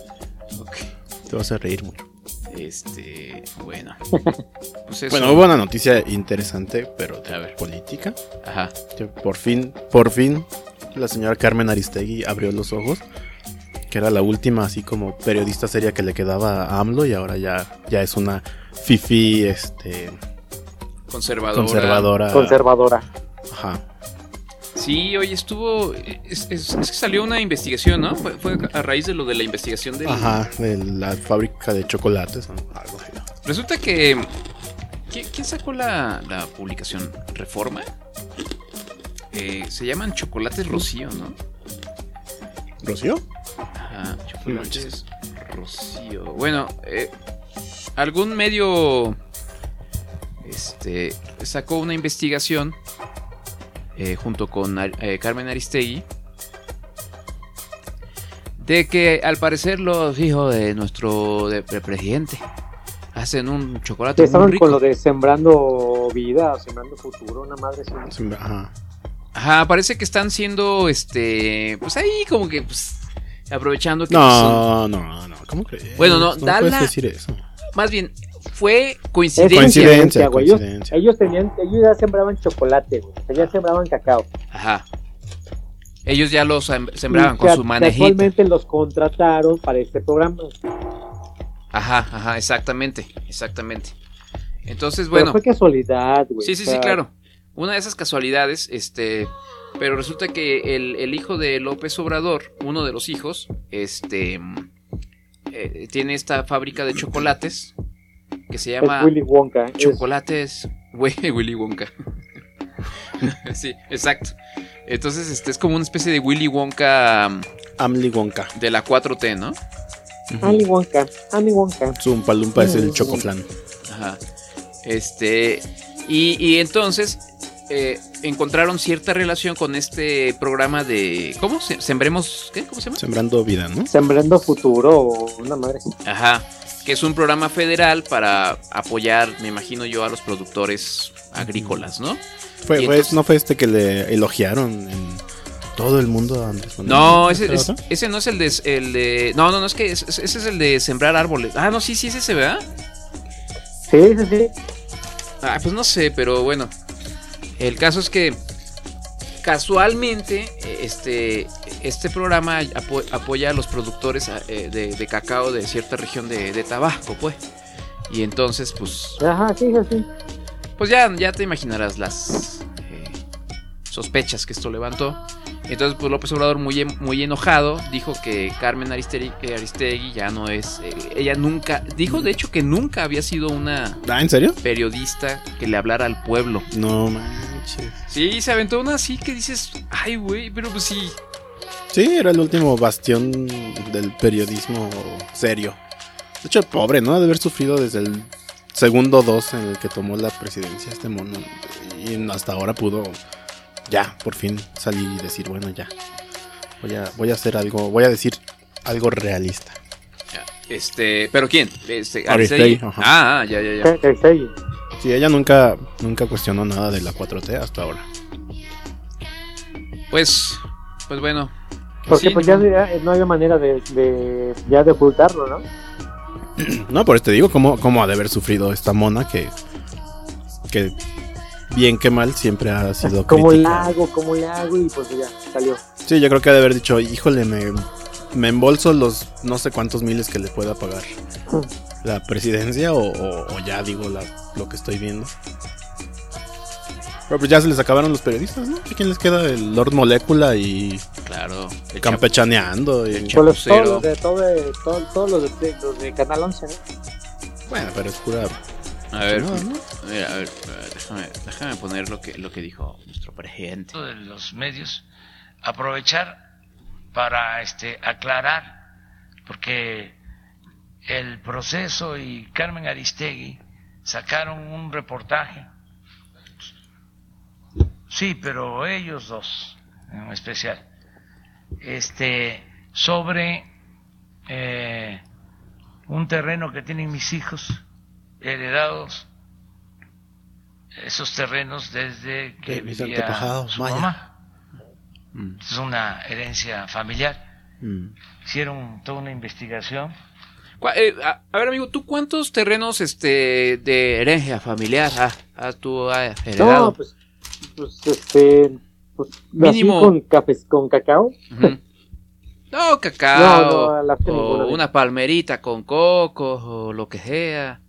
Speaker 1: Ok.
Speaker 5: Te vas a reír mucho.
Speaker 1: Este. Bueno. Pues eso.
Speaker 5: Bueno, hubo una noticia interesante, pero de política.
Speaker 1: Ajá.
Speaker 5: Que por fin, por fin, la señora Carmen Aristegui abrió los ojos. Que era la última, así como periodista seria que le quedaba a AMLO. Y ahora ya, ya es una fifi, este.
Speaker 1: Conservadora. Ah.
Speaker 5: Conservadora.
Speaker 10: Conservadora.
Speaker 5: Ajá.
Speaker 1: Sí, hoy estuvo. Es, es- es que salió una investigación, ¿no? Fue, fue a raíz de lo de la investigación del.
Speaker 5: Ajá, de la fábrica de chocolates. ¿no? Algo así.
Speaker 1: Resulta que. ¿Qui- ¿Quién sacó la, la publicación? ¿Reforma? Eh, se llaman chocolates Rocío, ¿no?
Speaker 5: ¿Rocío?
Speaker 1: Ajá, chocolates Ah, Rocío. Bueno, eh, algún medio. Este. Sacó una investigación. eh, junto con Ar- eh, Carmen Aristegui. De que al parecer los hijos de nuestro de- de presidente hacen un chocolate muy
Speaker 10: Estaban
Speaker 1: rico.
Speaker 10: con lo de sembrando vida, sembrando futuro, una madre. sin-
Speaker 5: Ajá.
Speaker 1: Ajá, parece que están siendo, este, pues ahí como que, pues, aprovechando que pues, son-
Speaker 5: No, no, no. ¿Cómo crees?
Speaker 1: Bueno, no,
Speaker 5: no
Speaker 1: da
Speaker 5: puedes
Speaker 1: la-
Speaker 5: decir eso.
Speaker 1: más bien fue coincidencia.
Speaker 5: Coincidencia,
Speaker 10: güey. Ellos,
Speaker 5: coincidencia.
Speaker 10: ellos tenían, ellos ya sembraban chocolate, güey. O sea, ya sembraban cacao.
Speaker 1: Ajá. Ellos ya los sem- sembraban
Speaker 10: Y
Speaker 1: con
Speaker 10: que
Speaker 1: su
Speaker 10: a-
Speaker 1: manejita.
Speaker 10: Actualmente los contrataron para este programa.
Speaker 1: Ajá, ajá, exactamente, exactamente. Entonces,
Speaker 10: Bueno.
Speaker 1: bueno,
Speaker 10: Pero pues, fue casualidad, güey.
Speaker 1: sí, sí,
Speaker 10: O
Speaker 1: sí,
Speaker 10: sea,
Speaker 1: claro. Una de esas casualidades, este, pero resulta que el, el hijo de López Obrador, uno de los hijos, este, mm, eh, tiene esta fábrica de chocolates que se
Speaker 10: Es
Speaker 1: llama...
Speaker 10: Willy Wonka. es-
Speaker 1: Chocolates, güey, Willy Wonka. sí, exacto. Entonces, este es como una especie de Willy Wonka um,
Speaker 5: Amli Wonka.
Speaker 1: de la 4T, ¿no?
Speaker 10: Willy Wonka. Willy Wonka.
Speaker 5: Zumpa Lumpa es el chocoflan.
Speaker 1: Ajá. Este. Y, y entonces eh, encontraron cierta relación con este programa de. ¿Cómo? Se- Sembremos. ¿Qué? ¿Cómo se llama?
Speaker 5: Sembrando vida, ¿no?
Speaker 10: Sembrando futuro o una madre.
Speaker 1: Ajá. Que es un programa federal para apoyar, me imagino yo, a los productores agrícolas, ¿no?
Speaker 5: Fue,
Speaker 1: Y
Speaker 5: fue- ¿No fue este que le elogiaron en todo el mundo a Andrés Manuel?
Speaker 1: No, ese,
Speaker 5: ¿Este
Speaker 1: es-
Speaker 5: otro?
Speaker 1: ese no es el de, el de- No, no, no, es que es- es- ese es el de sembrar árboles. Ah, no, sí, sí, es ese, ¿verdad?
Speaker 10: Sí, sí, sí.
Speaker 1: Ah, pues no sé, pero bueno. El caso es que casualmente eh, este, este programa apo- apoya a los productores ah, eh, de, de cacao de cierta región de, de Tabasco, pues. Y entonces, pues,
Speaker 10: Ajá, sí, sí, sí.
Speaker 1: pues ya, ya te imaginarás las, eh, sospechas que esto levantó. Entonces, pues López Obrador, muy, en- muy enojado, dijo que Carmen Aristegui, eh, Aristegui ya no es. eh, ella nunca. Dijo, de hecho, que nunca había sido una
Speaker 5: Ah, ¿en serio?
Speaker 1: periodista que le hablara al pueblo.
Speaker 5: No manches.
Speaker 1: Sí, se aventó una así que dices, ay, güey, pero pues sí.
Speaker 5: Sí, era el último bastión del periodismo serio. De hecho, pobre, ¿no? Ha De haber sufrido desde el segundo dos en el que tomó la presidencia este mono. Y hasta ahora pudo ya, por fin, salir y decir, bueno, ya. Voy a, voy a hacer algo, voy a decir algo realista.
Speaker 1: Este, ¿pero quién? Este,
Speaker 5: Aristegui, ajá.
Speaker 1: Ah, ah, ya, ya, ya.
Speaker 5: Sí, ella nunca, nunca cuestionó nada de la 4T hasta ahora.
Speaker 1: Pues, pues bueno.
Speaker 10: Porque
Speaker 1: Sí,
Speaker 10: pues ya, ya no había manera de, de- ya de ocultarlo, ¿no?
Speaker 5: No, por eso te digo cómo, cómo ha de haber sufrido esta mona que, que bien que mal siempre ha sido
Speaker 10: ¿Cómo le
Speaker 5: crítica.
Speaker 10: hago? ¿Cómo le hago? Y pues ya, salió.
Speaker 5: Sí, yo creo que ha de haber dicho, híjole, me, me embolso los no sé cuántos miles que le pueda pagar la presidencia o, o- o ya digo la- lo que estoy viendo. Pero pues ya se les acabaron los periodistas, ¿no? ¿A quién les queda? El Lord Molécula y...
Speaker 12: Claro.
Speaker 5: Campechaneando. Y...
Speaker 10: Pues los- todos los de, todo de- todo- todos los de, los de Canal 11, ¿no?
Speaker 5: Bueno, pero es pura...
Speaker 12: A ver,
Speaker 5: cochinada, ¿no?
Speaker 1: pues,
Speaker 12: a ver, a ver, a ver, déjame, déjame poner lo que, lo que dijo nuestro presidente.
Speaker 9: de los medios aprovechar para este aclarar porque el proceso y Carmen Aristegui sacaron un reportaje sí pero ellos dos en especial este sobre eh, un terreno que tienen mis hijos heredados esos terrenos desde que
Speaker 5: De mis
Speaker 9: vivía
Speaker 5: antepasados,
Speaker 9: su
Speaker 5: maya. Mm.
Speaker 9: mamá. Es una herencia familiar. Hicieron toda una investigación.
Speaker 1: Cua- eh, a, a ver, amigo, ¿tú cuántos terrenos este de herencia familiar ah, ah, tú has heredado?
Speaker 10: No, pues, pues este. Pues, nací
Speaker 1: Mínimo.
Speaker 10: con, café- con cacao.
Speaker 1: No, cacao.
Speaker 10: No, no, la que ninguna
Speaker 1: o
Speaker 10: vez.
Speaker 1: una palmerita con coco o lo que sea.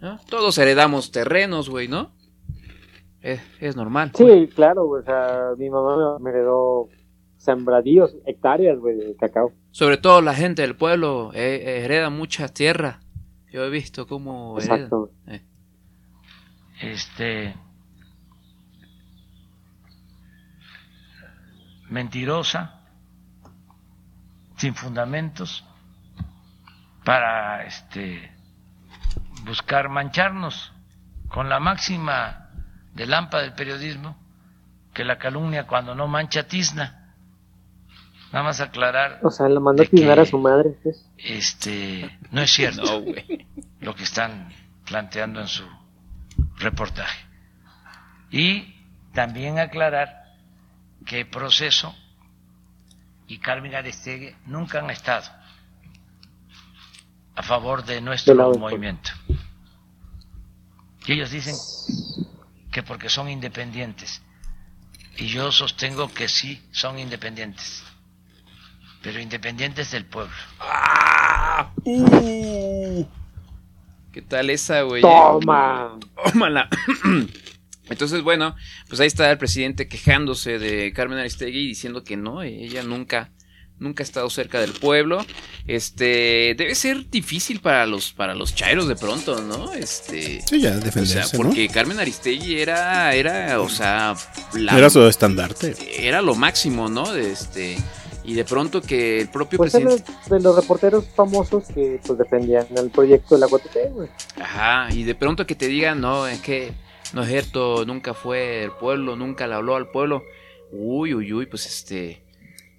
Speaker 1: ¿no? Todos heredamos terrenos, güey, ¿no? Es, es normal.
Speaker 10: Sí, claro, güey, o sea, mi mamá me heredó sembradíos, hectáreas, güey, de cacao.
Speaker 1: Sobre todo la gente del pueblo eh, eh, hereda muchas tierras. Yo he visto cómo heredan.
Speaker 10: Exacto.
Speaker 1: Eh.
Speaker 9: Este. Mentirosa. Sin fundamentos. Para este. Buscar mancharnos con la máxima de lampa del periodismo que la calumnia cuando no mancha tizna. Nada más aclarar
Speaker 10: O sea, la mandó a tinar a su madre. pues.
Speaker 9: este no es cierto lo que están planteando en su reportaje y también aclarar que proceso y Carmen Aristegui nunca han estado a favor de nuestro
Speaker 10: Del lado del
Speaker 9: movimiento y ellos dicen que porque son independientes y yo sostengo que sí son independientes pero independientes del pueblo
Speaker 1: ¿Qué tal esa, güey?
Speaker 10: Toma.
Speaker 1: Tómala. Entonces, bueno, pues ahí está el presidente quejándose de Carmen Aristegui y diciendo que no, ella nunca, nunca ha estado cerca del pueblo. Este, debe ser difícil para los, para los chairos de pronto, ¿no? Este.
Speaker 5: Sí, ya,
Speaker 1: O
Speaker 5: defenderse,
Speaker 1: sea,
Speaker 5: ¿no?
Speaker 1: porque Carmen Aristegui era, era, o sea, la-
Speaker 5: Era su estandarte.
Speaker 1: era lo máximo, ¿no? De este, y de pronto que el propio
Speaker 10: Pues era
Speaker 1: presidente.
Speaker 10: de los reporteros famosos que pues defendían el proyecto de la 4T, güey.
Speaker 1: Ajá, y de pronto que te digan, no, es que no es cierto, nunca fue el pueblo, nunca le habló al pueblo. Uy, uy, uy, pues este,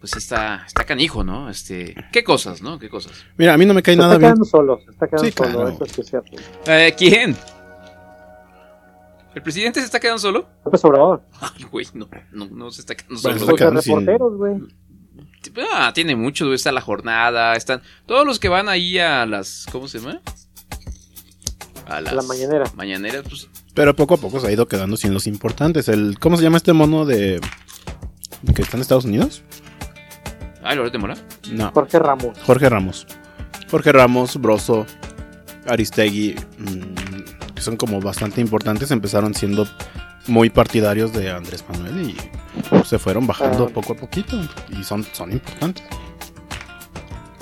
Speaker 1: pues está, está canijo, ¿no? Este, qué cosas, ¿no? Qué cosas.
Speaker 5: Mira, a mí no me cae
Speaker 10: Se
Speaker 5: nada
Speaker 10: Pues está
Speaker 5: bien.
Speaker 10: quedando solo, se está quedando
Speaker 5: Sí,
Speaker 10: solo,
Speaker 5: claro.
Speaker 10: eso es que es cierto.
Speaker 1: Eh, ¿Quién? ¿El presidente se está quedando solo?
Speaker 10: López Obrador.
Speaker 1: Ay, güey, no, no, no se está quedando solo.
Speaker 5: Bueno, se
Speaker 10: Pues de
Speaker 5: quedando sin-
Speaker 10: reporteros, güey.
Speaker 1: Ah, tiene mucho, güey, está la jornada, están todos los que van ahí a las, ¿cómo se llama? A las
Speaker 10: la mañanera.
Speaker 1: mañaneras, pues,
Speaker 5: Pero poco a poco se ha ido quedando sin los importantes. El, ¿Cómo se llama este mono de... que está en Estados Unidos?
Speaker 1: ay, Loret de Mola.
Speaker 5: No.
Speaker 10: Jorge Ramos.
Speaker 5: Jorge Ramos. Jorge Ramos, Broso, Aristegui, mm, que son como bastante importantes, empezaron siendo muy partidarios de Andrés Manuel y se fueron bajando poco a poquito y son, son importantes.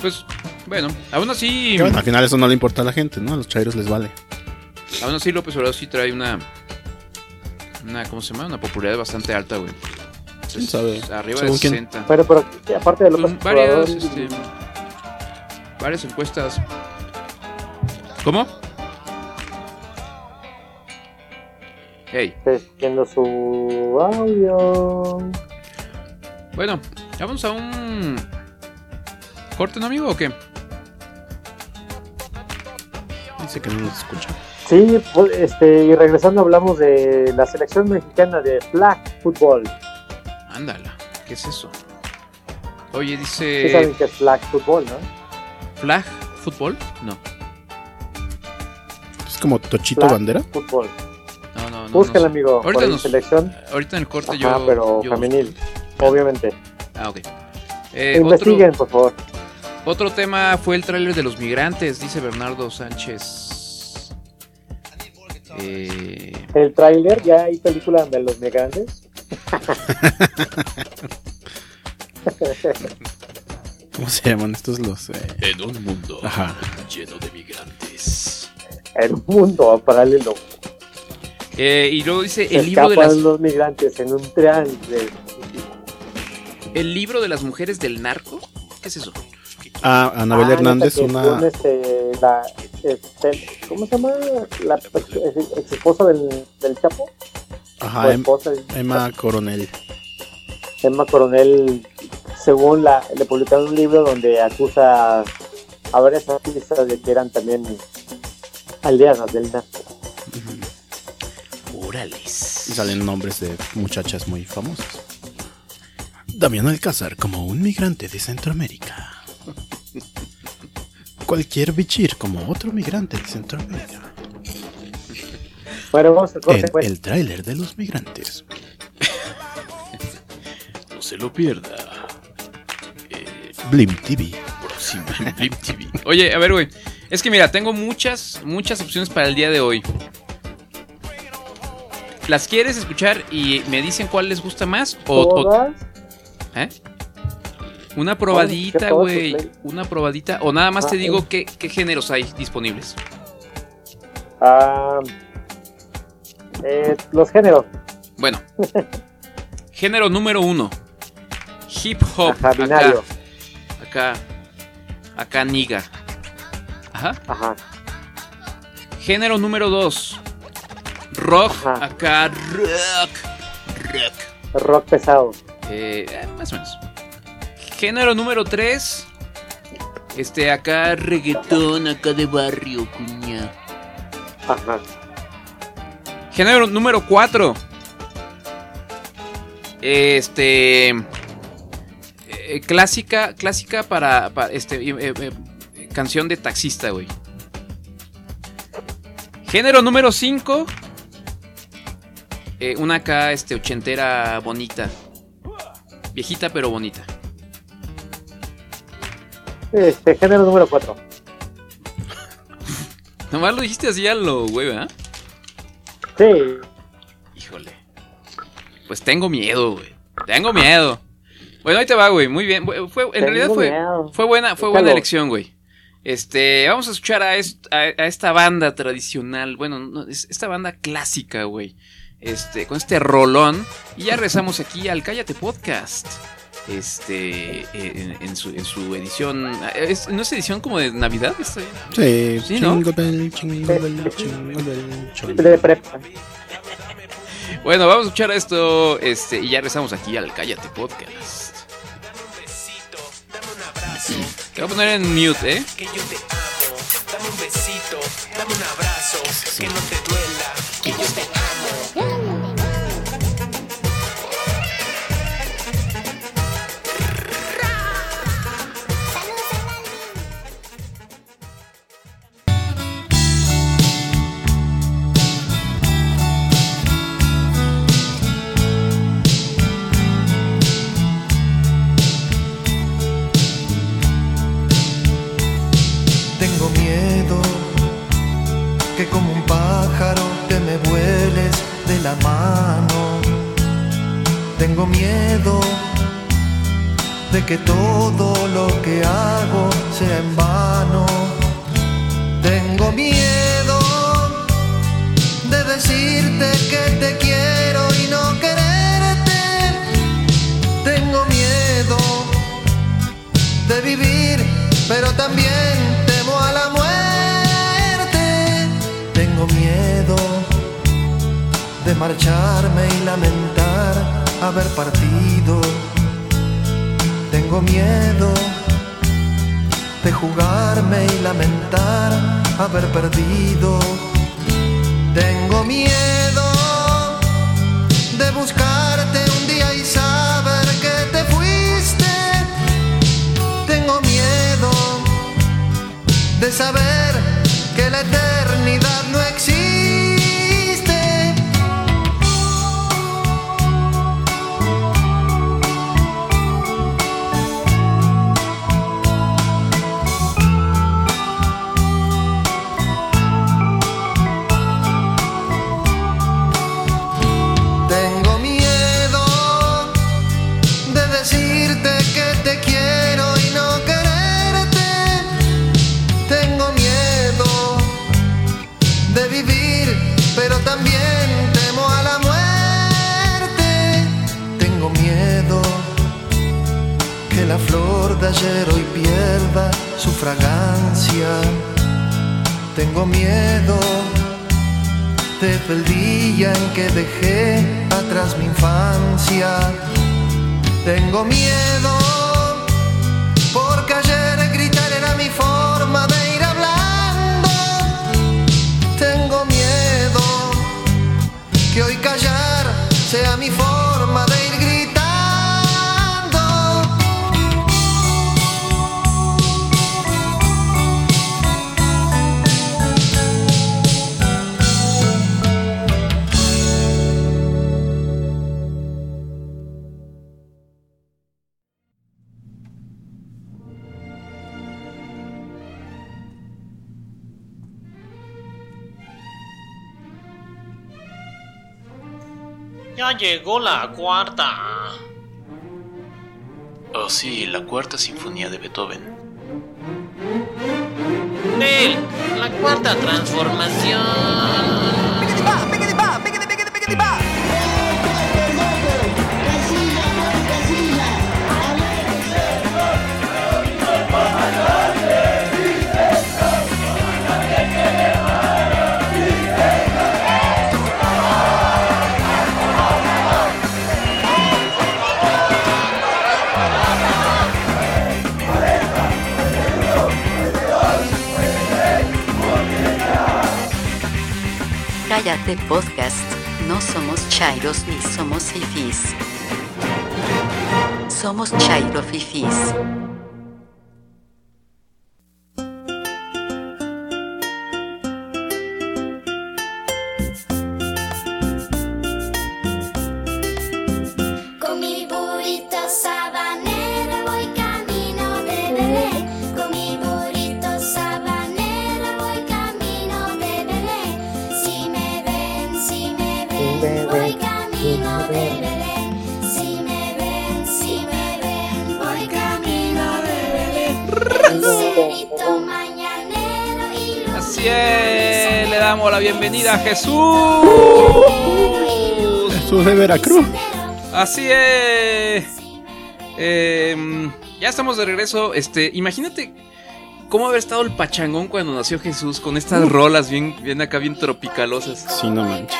Speaker 1: Pues, bueno, aún así.
Speaker 5: Que bueno, al final eso no le importa a la gente, ¿no? A los chairos les vale.
Speaker 1: Aún así, López Obrador Ah, sí trae una. una ¿Cómo se llama? Una popularidad bastante alta, güey.
Speaker 5: ¿Quién sabe?
Speaker 1: Arriba
Speaker 5: Según
Speaker 1: de
Speaker 5: quién.
Speaker 1: 60.
Speaker 10: Bueno, pero aparte de López
Speaker 1: Pues, varias,
Speaker 10: Obrador,
Speaker 1: este, varias encuestas. ¿Cómo? Hey.
Speaker 10: Viendo su audio.
Speaker 1: Bueno, ya vamos a un. ¿Corte, no, amigo, o qué?
Speaker 5: Dice que no nos escucha.
Speaker 10: Sí, pues, este, y regresando hablamos de la selección mexicana de flag football.
Speaker 1: Ándala, ¿qué es eso? Oye,
Speaker 10: Sí saben
Speaker 1: dice.
Speaker 10: que es flag football, ¿no?
Speaker 1: ¿Flag? ¿Fútbol? No.
Speaker 5: Es como Tochito
Speaker 10: Flag
Speaker 5: Bandera.
Speaker 10: Fútbol.
Speaker 1: No, no, no.
Speaker 10: Búscala,
Speaker 1: no sé.
Speaker 10: amigo, por
Speaker 1: Ahorita,
Speaker 10: ahí
Speaker 1: nos-
Speaker 10: selección.
Speaker 1: ahorita en el corte
Speaker 10: Ajá,
Speaker 1: yo.
Speaker 10: pero
Speaker 1: yo-
Speaker 10: femenil, obviamente.
Speaker 1: Ah, ok. Eh, otro,
Speaker 10: Investiguen, por favor.
Speaker 1: otro tema fue el tráiler de los migrantes, dice Bernardo Sánchez. Eh,
Speaker 10: El tráiler, ya hay película de los migrantes.
Speaker 5: ¿Cómo se llaman estos los? eh?
Speaker 2: En un mundo
Speaker 5: Ajá.
Speaker 2: lleno de migrantes.
Speaker 10: El mundo paralelo.
Speaker 1: eh, y luego dice
Speaker 10: Se
Speaker 1: el libro de
Speaker 10: escapan
Speaker 1: las
Speaker 10: los migrantes en un tráiler.
Speaker 1: el libro de las mujeres del narco. ¿Qué es eso?
Speaker 5: Ah, Anabel
Speaker 10: Ah,
Speaker 5: Hernández,
Speaker 10: neta, que
Speaker 5: una.
Speaker 10: un, este, la, este, ¿Cómo se llama? La ex ex esposa del, del Chapo.
Speaker 5: Ajá,
Speaker 10: o
Speaker 5: Em-
Speaker 10: esposa del-
Speaker 5: Emma Coronel.
Speaker 10: Emma Coronel, según la, le publicaron un libro donde acusa a varias artistas de que eran también aldeanas del narco.
Speaker 5: Y salen nombres de muchachas muy famosas. Damián Alcázar como un migrante de Centroamérica. Cualquier bichir como otro migrante de Centroamérica.
Speaker 10: Bueno, vamos al corte,
Speaker 5: El,
Speaker 10: pues.
Speaker 5: el tráiler de los migrantes.
Speaker 2: No se lo pierda. Eh,
Speaker 5: Blim TV.
Speaker 2: próximo en Blim TV.
Speaker 1: Oye, a ver, güey. Es que mira, tengo muchas, muchas opciones para el día de hoy. ¿Las quieres escuchar y me dicen cuál les gusta más? O, o-
Speaker 10: ¿Todas?
Speaker 1: ¿Eh? Una probadita,
Speaker 10: Oye, ¿qué
Speaker 1: güey.
Speaker 10: todas tus
Speaker 1: Una probadita. O nada más
Speaker 10: Ah,
Speaker 1: te digo
Speaker 10: sí.
Speaker 1: qué, qué géneros hay disponibles.
Speaker 10: Ah, eh, los géneros.
Speaker 1: Bueno. Género número uno. Hip hop.
Speaker 10: Ajá, binario.
Speaker 1: Acá. Acá. Acá niga. Ajá.
Speaker 10: Ajá.
Speaker 1: Género número 2. Rock. Acá rock. Rock.
Speaker 10: Rock pesado.
Speaker 1: Eh, eh, más o menos. Género número 3. Este acá reggaetón, acá de barrio, cuña.
Speaker 10: Ajá.
Speaker 1: Género número 4. Este. eh, clásica, clásica para. para, este, eh, eh, eh, canción de taxista, güey. Género número 5. una acá, este, ochentera bonita. Viejita pero bonita.
Speaker 10: Este, género número 4.
Speaker 1: Nomás lo dijiste así a lo, güey, ¿verdad?
Speaker 10: Sí.
Speaker 1: Híjole. Pues tengo miedo, güey. Tengo miedo. Bueno, ahí te va, güey. Muy bien. Bu- Fue, en
Speaker 11: Tengo
Speaker 1: realidad fue,
Speaker 11: miedo.
Speaker 1: fue buena, fue
Speaker 11: Déjalo.
Speaker 1: buena elección, güey. Este, vamos a escuchar a, est- a, a esta banda tradicional. Bueno, no, es- esta banda clásica, güey. Este, con este rolón. Y ya regresamos aquí al Cállate Podcast. Este, eh, en, en su, en su edición. eh, es- ¿No es edición como de Navidad? Esta?
Speaker 5: Sí,
Speaker 1: Sí, ¿no?
Speaker 5: Jingle bell, jingle bell, jingle bell, jingle
Speaker 10: De
Speaker 5: bell.
Speaker 10: prepa.
Speaker 1: Bueno, vamos a escuchar esto. Este, y ya regresamos aquí al Cállate Podcast. Te voy a poner en mute, ¿eh?
Speaker 13: Que yo te amo, dame un besito, dame un abrazo, que no te duela, que yo te amo.
Speaker 14: Tengo miedo que como un pájaro te me vueles
Speaker 9: de la mano. Tengo miedo de que todo lo que hago sea en vano. Tengo miedo de decirte que te quiero y no quererte. Tengo miedo de vivir, pero también temo a la muerte. Tengo miedo de marcharme y lamentar haber partido. Tengo miedo de jugarme y lamentar haber perdido. Tengo miedo de buscarte un día y saber que te fuiste. Tengo miedo de saber que la eternidad no existe. Tengo miedo de decirte que te quiero y no quererte. Tengo miedo de vivir, pero también temo a la muerte. Tengo miedo que la flor de ayer hoy pierda su fragancia. Tengo miedo desde el día en que dejé atrás mi infancia. Tengo miedo, porque ayer gritar era mi forma de ir hablando. Tengo miedo, que hoy callar sea mi forma de ir gritando.
Speaker 7: Ya llegó la cuarta.
Speaker 15: Oh, sí, la cuarta sinfonía de Beethoven.
Speaker 7: Nel, la cuarta transformación.
Speaker 8: Cállate Podcast, no somos chairos ni somos fifis. Somos chairo fifis.
Speaker 16: Con mi burrito sabanero voy camino de Belén. Con mi burrito sabanero voy camino de Belén. Si me ven, si me ven, voy camino de Belén. Si me ven, si me ven, voy camino de Belén. El cerito mañanero y luz.
Speaker 1: Así es, le damos la bienvenida a Jesús.
Speaker 5: Jesús de Veracruz.
Speaker 1: Así es. Em, ya estamos de regreso. Este, imagínate cómo haber estado el pachangón cuando nació Jesús con estas
Speaker 5: Uh.
Speaker 1: rolas bien, bien acá, bien tropicalosas.
Speaker 5: Sí, no manches.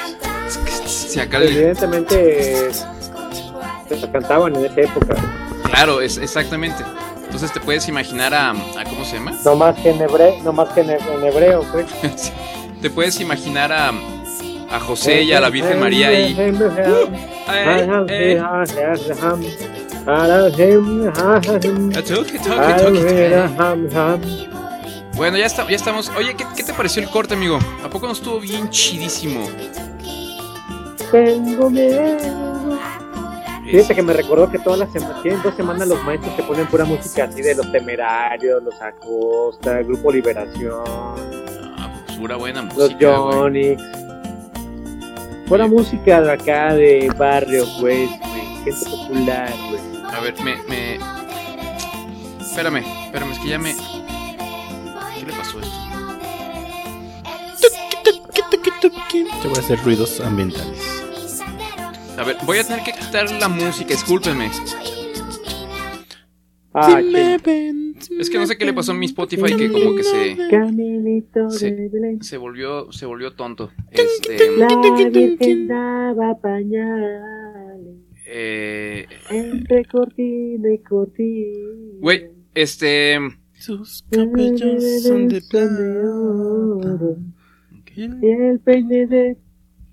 Speaker 1: Se acá el-
Speaker 10: Evidentemente, se cantaban en esa época.
Speaker 1: Claro, es, exactamente. Entonces te puedes imaginar a, a cómo se llama.
Speaker 10: No más que en hebreo, no más que en, he- en hebreo, creo.
Speaker 1: Te puedes imaginar a, a José y a la Virgen María y bueno, ya está, ya estamos. Oye, ¿qué, qué te pareció el corte, amigo? ¿A poco no estuvo bien chidísimo?
Speaker 10: Tengo miedo. Fíjate que me recordó que todas las semanas, tienen dos semanas los maestros te ponen pura música así de los temerarios, los Acosta, Grupo Liberación,
Speaker 1: Ah, Pues pura buena música.
Speaker 10: los
Speaker 1: güey.
Speaker 10: Johnny. Fuera música de acá, de barrio, pues, güey. Gente popular, güey.
Speaker 1: A ver, me, me. Espérame, espérame, es que ya me. ¿Qué le pasó a esto?
Speaker 5: Yo voy a hacer ruidos ambientales.
Speaker 1: A ver, voy a tener que quitar la música, discúlpenme.
Speaker 10: Ah,
Speaker 1: Es que no sé qué le pasó a mi Spotify que como que se.
Speaker 10: Caminito
Speaker 1: Sí.
Speaker 10: de Belén.
Speaker 1: Se volvió, se volvió tonto. Este,
Speaker 10: La Virgen daba pañales
Speaker 1: eh,
Speaker 10: entre cortina y cortina.
Speaker 1: güey, este,
Speaker 10: Sus cabellos son de oro y el peine de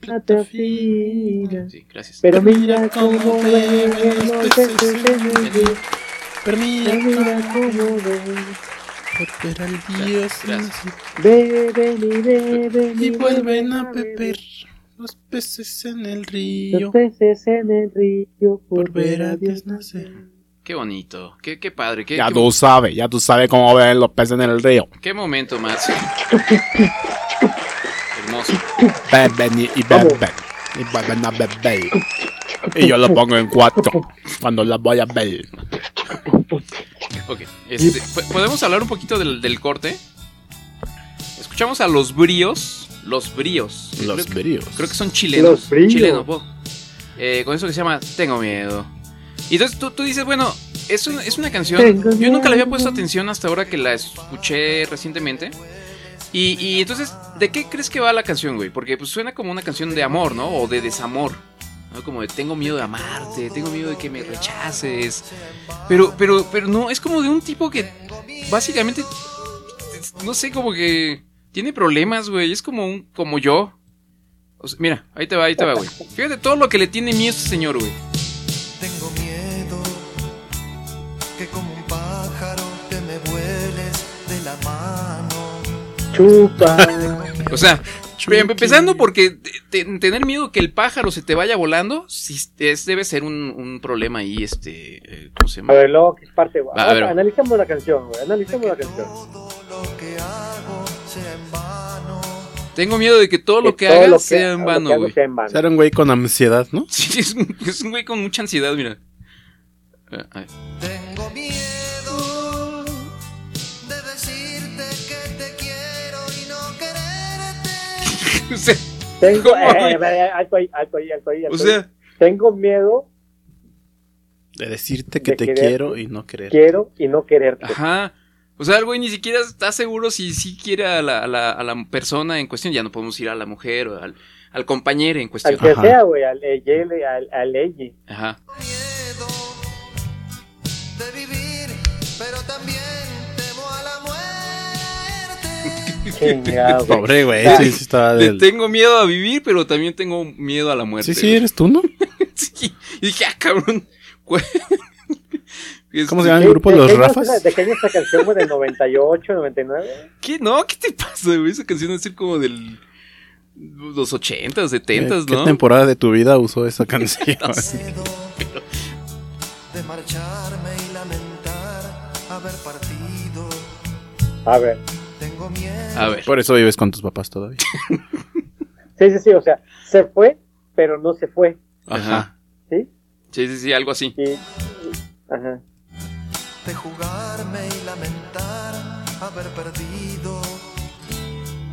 Speaker 10: plata fina.
Speaker 1: gracias.
Speaker 10: Pero mira cómo pues, beben los peces de Medellín.
Speaker 5: Pero
Speaker 10: mira cómo beben.
Speaker 5: Pero al Dios
Speaker 10: Beben y beben
Speaker 5: y
Speaker 10: y
Speaker 5: vuelven
Speaker 10: beben
Speaker 5: a beber los peces en el río
Speaker 10: los peces en el río por ver a Dios
Speaker 5: nacer.
Speaker 1: qué bonito, qué, qué padre, qué,
Speaker 5: Ya
Speaker 1: qué-
Speaker 5: tú sabes, ya tú sabes cómo ven los peces en el río.
Speaker 1: qué momento más hermoso.
Speaker 5: Beben y y beben. Y vuelven a beber. Y yo lo pongo en cuatro cuando las voy a ver.
Speaker 1: Ok, este, ¿po- ¿podemos hablar un poquito del, del corte? Escuchamos a los bríos, los bríos.
Speaker 5: Los
Speaker 1: Creo-
Speaker 5: bríos.
Speaker 1: Creo que son chilenos.
Speaker 5: Los Bríos.
Speaker 1: Chilenos, po. Eh, con eso que se llama Tengo Miedo. Y entonces tú, tú dices, bueno, es, un- es una canción.
Speaker 10: Tengo
Speaker 1: yo nunca le había
Speaker 10: miedo.
Speaker 1: puesto atención hasta ahora que la escuché recientemente. Y, y entonces, ¿de qué crees que va la canción, güey? Porque pues suena como una canción de amor, ¿no? O de desamor. ¿no? Como de tengo miedo de amarte, tengo miedo de que me rechaces. Pero, pero, pero no, es como de un tipo que básicamente, no sé, como que tiene problemas, güey. Es como un, como yo. O sea, mira, ahí te va, ahí te va, güey. Fíjate todo lo que le tiene miedo a este señor, güey.
Speaker 14: Tengo miedo que como un pájaro te me vueles de la mano.
Speaker 10: Chupa.
Speaker 1: O sea, em- empezando porque te- te- tener miedo que el pájaro se te vaya volando, sí, es- debe ser un, un problema ahí, este, eh, ¿cómo se llama?
Speaker 10: A ver, luego, ¿qué parte?
Speaker 1: Va, a
Speaker 10: Ahora,
Speaker 1: ver.
Speaker 10: analicemos la canción, güey. Analicemos la canción.
Speaker 1: Tengo miedo de que todo lo que
Speaker 10: todo
Speaker 1: haga
Speaker 10: lo que-
Speaker 1: sea en
Speaker 10: lo
Speaker 1: vano,
Speaker 10: que hago
Speaker 1: güey.
Speaker 10: sea en vano.
Speaker 5: Era un güey con ansiedad, ¿no?
Speaker 1: Sí, es un, es un güey con mucha ansiedad, mira. Ah, ah.
Speaker 14: Tengo miedo de decirte que te quiero y no quererte.
Speaker 1: O sea,
Speaker 10: Tengo,
Speaker 1: ¿Cómo,
Speaker 10: eh,
Speaker 1: güey?
Speaker 10: eh, eh, alto ahí, alto ahí, alto ahí. alto
Speaker 1: O sea-
Speaker 10: ahí. tengo miedo,
Speaker 5: De decirte que
Speaker 10: De
Speaker 5: te
Speaker 10: querer-
Speaker 5: quiero y no querer.
Speaker 10: quiero y no
Speaker 5: Pues
Speaker 10: quererte.
Speaker 1: Ajá. O sea, el güey ni siquiera está seguro si sí quiere a la, a la- a la persona en cuestión. Ya no podemos ir a la mujer o al, al compañero en cuestión.
Speaker 10: Al que sea, güey, al eh, Yele, al, al Eiji.
Speaker 1: Ajá.
Speaker 14: De vivir, pero también temo a la muerte.
Speaker 10: Chingado, güey.
Speaker 5: Pobre güey, sí, sí estaba
Speaker 1: Le
Speaker 5: del-
Speaker 1: tengo miedo a vivir, pero también tengo miedo a la muerte.
Speaker 5: Sí, sí, eres tú, ¿no?
Speaker 1: sí. Y dije, ah, cabrón. güey. Este,
Speaker 5: ¿Cómo se llama el grupo?
Speaker 10: ¿De- de
Speaker 5: Los
Speaker 10: qué año es
Speaker 5: Rafas.
Speaker 10: esa- ¿De qué año es esta canción, güey? ¿De 98, 99?
Speaker 1: ¿Qué? No, ¿qué te pasa, güey? Esa canción es ser como del. Los 80, 70,
Speaker 5: Eh, ¿Qué,
Speaker 1: ¿no?
Speaker 5: qué temporada de tu vida usó esa canción?
Speaker 1: No sé.
Speaker 14: De marcharme y lamentar haber partido.
Speaker 10: A ver.
Speaker 14: Tengo miedo.
Speaker 1: A ver.
Speaker 5: Por eso vives con tus papás todavía.
Speaker 10: Sí, sí, sí, o sea, se fue, pero no se fue.
Speaker 1: Ajá.
Speaker 10: ¿Sí?
Speaker 1: Sí, sí, sí, algo así.
Speaker 10: Ajá.
Speaker 14: de jugarme y lamentar haber perdido.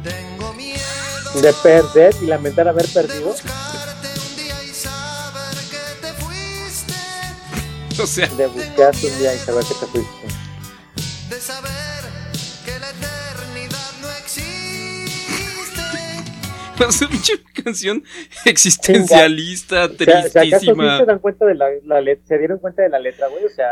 Speaker 14: Tengo miedo
Speaker 10: De perder y lamentar haber perdido.
Speaker 14: que te fuiste,
Speaker 1: O sea.
Speaker 10: De buscarte un día y saber que te fuiste.
Speaker 14: de saber que la eternidad no existe.
Speaker 1: O sea, pinche canción existencialista, tristísima.
Speaker 10: ¿acaso sí se, dan cuenta de la, la let- se dieron cuenta de la letra, güey? O sea,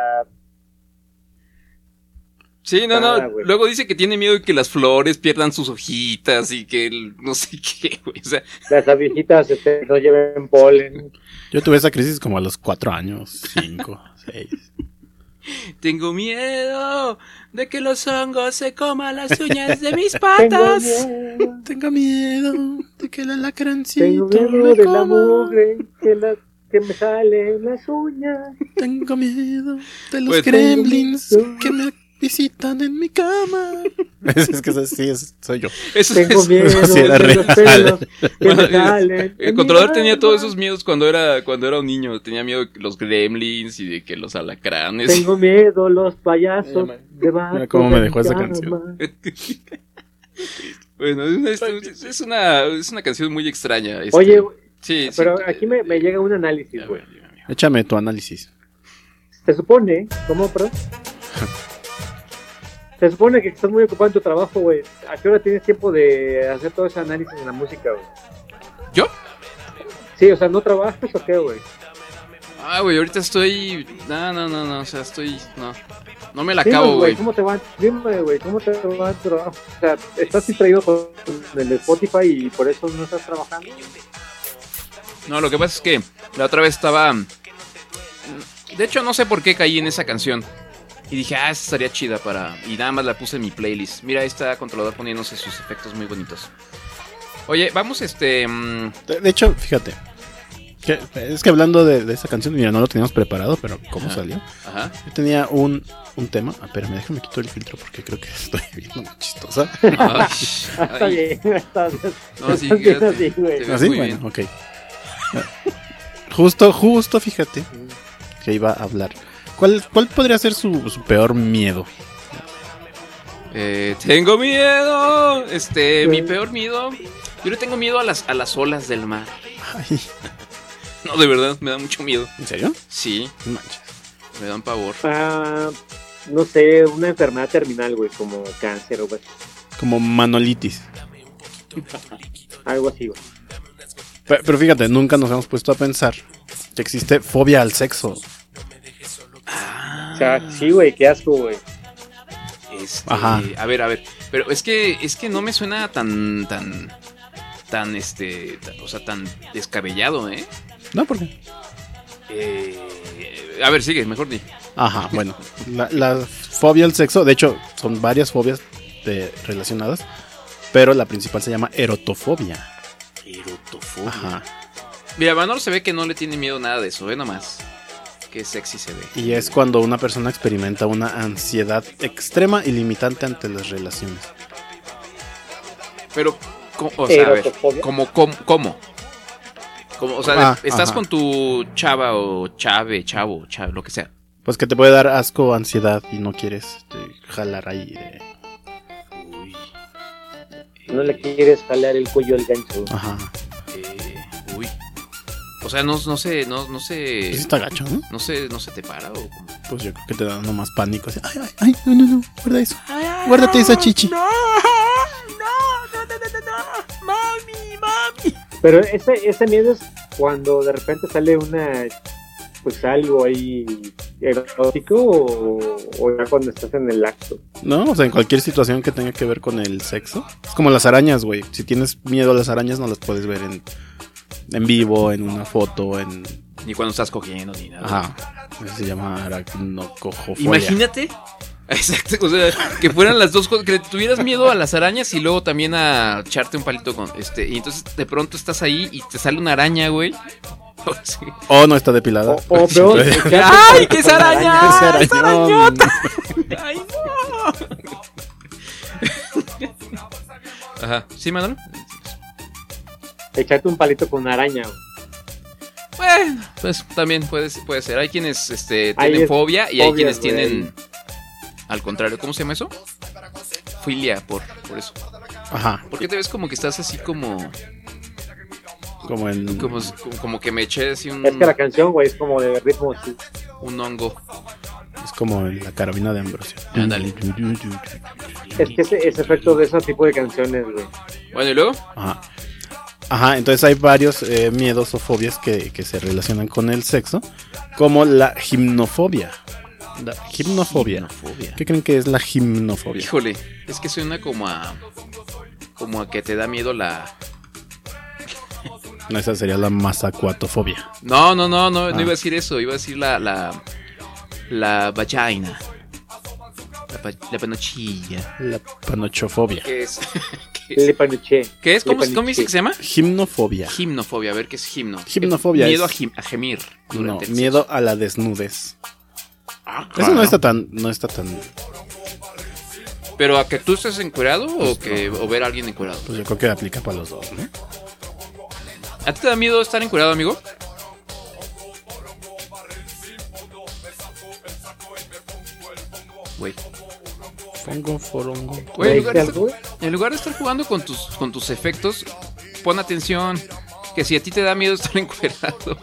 Speaker 1: Sí, no, no.
Speaker 10: Ah, güey.
Speaker 1: Luego dice que tiene miedo de que las flores pierdan sus hojitas y que el- no sé qué, güey. O sea,
Speaker 10: las abejitas este, no lleven polen.
Speaker 5: Yo tuve esa crisis como a los cuatro años, cinco, seis.
Speaker 1: tengo miedo de que los hongos se coman las uñas de mis
Speaker 10: Tengo
Speaker 1: patas.
Speaker 10: miedo,
Speaker 5: Tengo miedo de que la lacrancita
Speaker 10: tengo miedo de la mugre que, la, que me sale en las uñas.
Speaker 5: Tengo miedo de los
Speaker 1: Pues-
Speaker 5: gremlins que me visitan en mi cama. es, es que eso sí, es, soy yo.
Speaker 1: Eso
Speaker 5: Tengo
Speaker 1: es- miedo
Speaker 5: sí era
Speaker 1: de los
Speaker 5: real.
Speaker 1: pelos que me salen. El controlador tenía todos esos miedos cuando era, cuando era un niño. Tenía miedo de los gremlins y de que los alacranes.
Speaker 10: Tengo miedo, los payasos.
Speaker 5: Mira cómo me dejó esa
Speaker 1: Bueno, es una, es- es una, es una canción muy extraña. este.
Speaker 10: Oye, güey,
Speaker 1: sí,
Speaker 10: pero
Speaker 1: sí,
Speaker 10: aquí me, me llega un análisis, güey.
Speaker 5: Échame tu análisis.
Speaker 10: Se supone, ¿cómo, perdón? Se supone que estás muy ocupado en tu trabajo, güey. ¿A qué hora tienes tiempo de hacer todo ese análisis en la música, güey?
Speaker 1: ¿Yo?
Speaker 10: Sí, o sea, ¿no trabajas o qué, güey?
Speaker 1: Ah, güey, ahorita estoy. No, no, no, no. O sea, estoy. No. No me la
Speaker 10: Dinos,
Speaker 1: acabo, güey.
Speaker 10: ¿Cómo te va? Dime, güey, ¿cómo te va tu trabajo? O sea, ¿estás distraído con el Spotify y por eso no estás trabajando?
Speaker 1: No, lo que pasa es que la otra vez estaba. De hecho, no sé por qué caí en esa canción. Y dije, ah, esta estaría chida para. Y nada más la puse en mi playlist. Mira, ahí está controlador poniéndose sus efectos muy bonitos. Oye, vamos, este. mm,
Speaker 5: De, de hecho, fíjate. que- es que hablando de, de esa canción, mira, no lo teníamos preparado, pero ¿cómo
Speaker 1: Ajá.
Speaker 5: salió?
Speaker 1: Ajá.
Speaker 5: Yo tenía un, un tema. Ah, espérame, déjame quito el filtro porque creo que estoy viendo muy chistosa.
Speaker 1: Ay,
Speaker 10: Está
Speaker 1: ay.
Speaker 10: bien, está bien.
Speaker 1: No, sí,
Speaker 10: Estás bien
Speaker 1: quédate.
Speaker 10: así, güey.
Speaker 1: Te ves
Speaker 5: ¿Así?
Speaker 1: muy
Speaker 5: ¿Ah, Bueno, ok. Justo, justo, fíjate que iba a hablar. ¿Cuál, cuál podría ser su, su peor miedo?
Speaker 1: Eh, tengo miedo. Este, mi peor miedo. Yo le tengo miedo a las, a las olas del mar. No, de verdad, me da mucho miedo.
Speaker 5: ¿En serio?
Speaker 1: Sí. Me dan pavor.
Speaker 10: Ah, no sé, una enfermedad terminal, güey, como cáncer o algo así.
Speaker 5: Como manolitis.
Speaker 10: Algo así, güey.
Speaker 5: Pe- Pero, fíjate, nunca nos hemos puesto a pensar que existe fobia al sexo.
Speaker 10: O sea, sí, güey, qué asco, güey.
Speaker 1: Este,
Speaker 5: Ajá.
Speaker 1: A ver, a ver. Pero es que es que no me suena tan tan tan este, tan- o sea, tan descabellado, ¿eh?
Speaker 5: No, porque.
Speaker 1: Eh, a ver, sigue, mejor di.
Speaker 5: Ajá, bueno. La, la fobia al sexo, de hecho, son varias fobias de- relacionadas, pero la principal se llama erotofobia. Erotofobia. Ajá.
Speaker 1: Mira, Vanor se ve que no le tiene miedo a nada de eso, ve nomás. Qué sexy se ve.
Speaker 5: Y es cuando una persona experimenta una ansiedad extrema y limitante ante las relaciones.
Speaker 1: Pero co- o sea, a ver,
Speaker 11: Erotofobia.
Speaker 1: como cómo cómo? Como, o sea, de-
Speaker 5: Ah,
Speaker 1: estás
Speaker 5: ajá.
Speaker 1: con tu chava o chave, chavo, chave, lo que sea.
Speaker 5: Pues que te puede dar asco, ansiedad y no quieres este, jalar ahí. de-
Speaker 10: No le quieres jalar el cuello al gancho.
Speaker 5: Ajá. pues
Speaker 1: Uy. O sea, no, no sé, no, no sé.
Speaker 5: Pues está gacho, ¿no?
Speaker 1: No sé, no se te para o cómo.
Speaker 5: Pues yo creo que te da nomás pánico. así, ay, ay, ay, no, no, no, guarda eso. Guárdate esa chichi.
Speaker 10: Pero ese, ese miedo es cuando de repente sale una, pues algo ahí erótico o, o ya cuando estás en el acto.
Speaker 5: No, o sea, en cualquier situación que tenga que ver con el sexo. Es como las arañas, güey. Si tienes miedo a las arañas, no las puedes ver en, en vivo, en una foto, en...
Speaker 1: Ni cuando estás cogiendo ni nada.
Speaker 5: Ajá. Eso se llama aracnocojofobia.
Speaker 1: Imagínate. Exacto, o sea, que fueran las dos cosas, que le tuvieras miedo a las arañas y luego también a echarte un palito con este, y entonces de pronto estás ahí y te sale una araña, güey. O sea,
Speaker 5: O Oh, no está depilada.
Speaker 10: o peor,
Speaker 5: Siempre-
Speaker 1: ¡Ay, que es araña!
Speaker 5: Ese
Speaker 1: ¡Es
Speaker 5: arañón.
Speaker 1: arañota! ¡Ay, Ajá, ¿sí, Manuel?
Speaker 10: Echarte un palito con una araña. güey.
Speaker 1: Bueno, pues también puede, ser- puede ser. Hay quienes este,
Speaker 10: Ahí
Speaker 1: tienen
Speaker 10: es
Speaker 1: fobia y hay
Speaker 10: fobia,
Speaker 1: quienes
Speaker 10: güey.
Speaker 1: tienen, al contrario, ¿cómo se llama eso? Filia, por, por eso.
Speaker 5: Ajá.
Speaker 1: ¿Por qué te ves como que estás así como...
Speaker 5: Como en...
Speaker 1: Como, como que me eché así un,
Speaker 10: Es que la canción, güey, es como de ritmo. sí.
Speaker 1: un hongo.
Speaker 5: Es como en la carabina de Ambrosio.
Speaker 1: Ándale.
Speaker 10: Es que ese, ese efecto de ese tipo de canciones, güey.
Speaker 1: Bueno, ¿y luego?
Speaker 5: Ajá. Ajá, entonces hay varios eh, miedos o fobias que, que se relacionan con el sexo, como la gimnofobia. La gimnofobia.
Speaker 1: Gimnofobia.
Speaker 5: ¿Qué creen que es la gimnofobia?
Speaker 1: Híjole, es que suena como a... Como a que te da miedo la...
Speaker 5: No, esa sería la masacuatofobia.
Speaker 1: No, no, no, no, no
Speaker 5: Ah.
Speaker 1: iba a decir eso, iba a decir la... La, la vagina. La, pa- la panochilla.
Speaker 5: La panochofobia.
Speaker 1: ¿Qué es? ¿Qué es?
Speaker 10: Le panoché.
Speaker 1: ¿Qué es? ¿Cómo, cómo dice que se llama?
Speaker 5: Gimnofobia.
Speaker 1: Gimnofobia, a ver qué es gimno.
Speaker 5: Gimnofobia
Speaker 1: Miedo
Speaker 5: es-
Speaker 1: a, gim- a gemir.
Speaker 5: No,
Speaker 1: durante el Ah,
Speaker 5: miedo a la desnudez. Eso
Speaker 1: claro.
Speaker 5: no está tan, no está tan
Speaker 1: ¿Pero a que tú estés encuerado o, que, o ver a alguien encuerado?
Speaker 5: Pues yo creo que aplica para los dos, ¿no?
Speaker 1: ¿A ti te da miedo estar encuerado, amigo? Güey.
Speaker 5: Fongo, forongo.
Speaker 1: Güey, en lugar, de estar, en lugar de estar jugando con tus, con tus efectos, pon atención. Que si a ti te da miedo estar encuerado.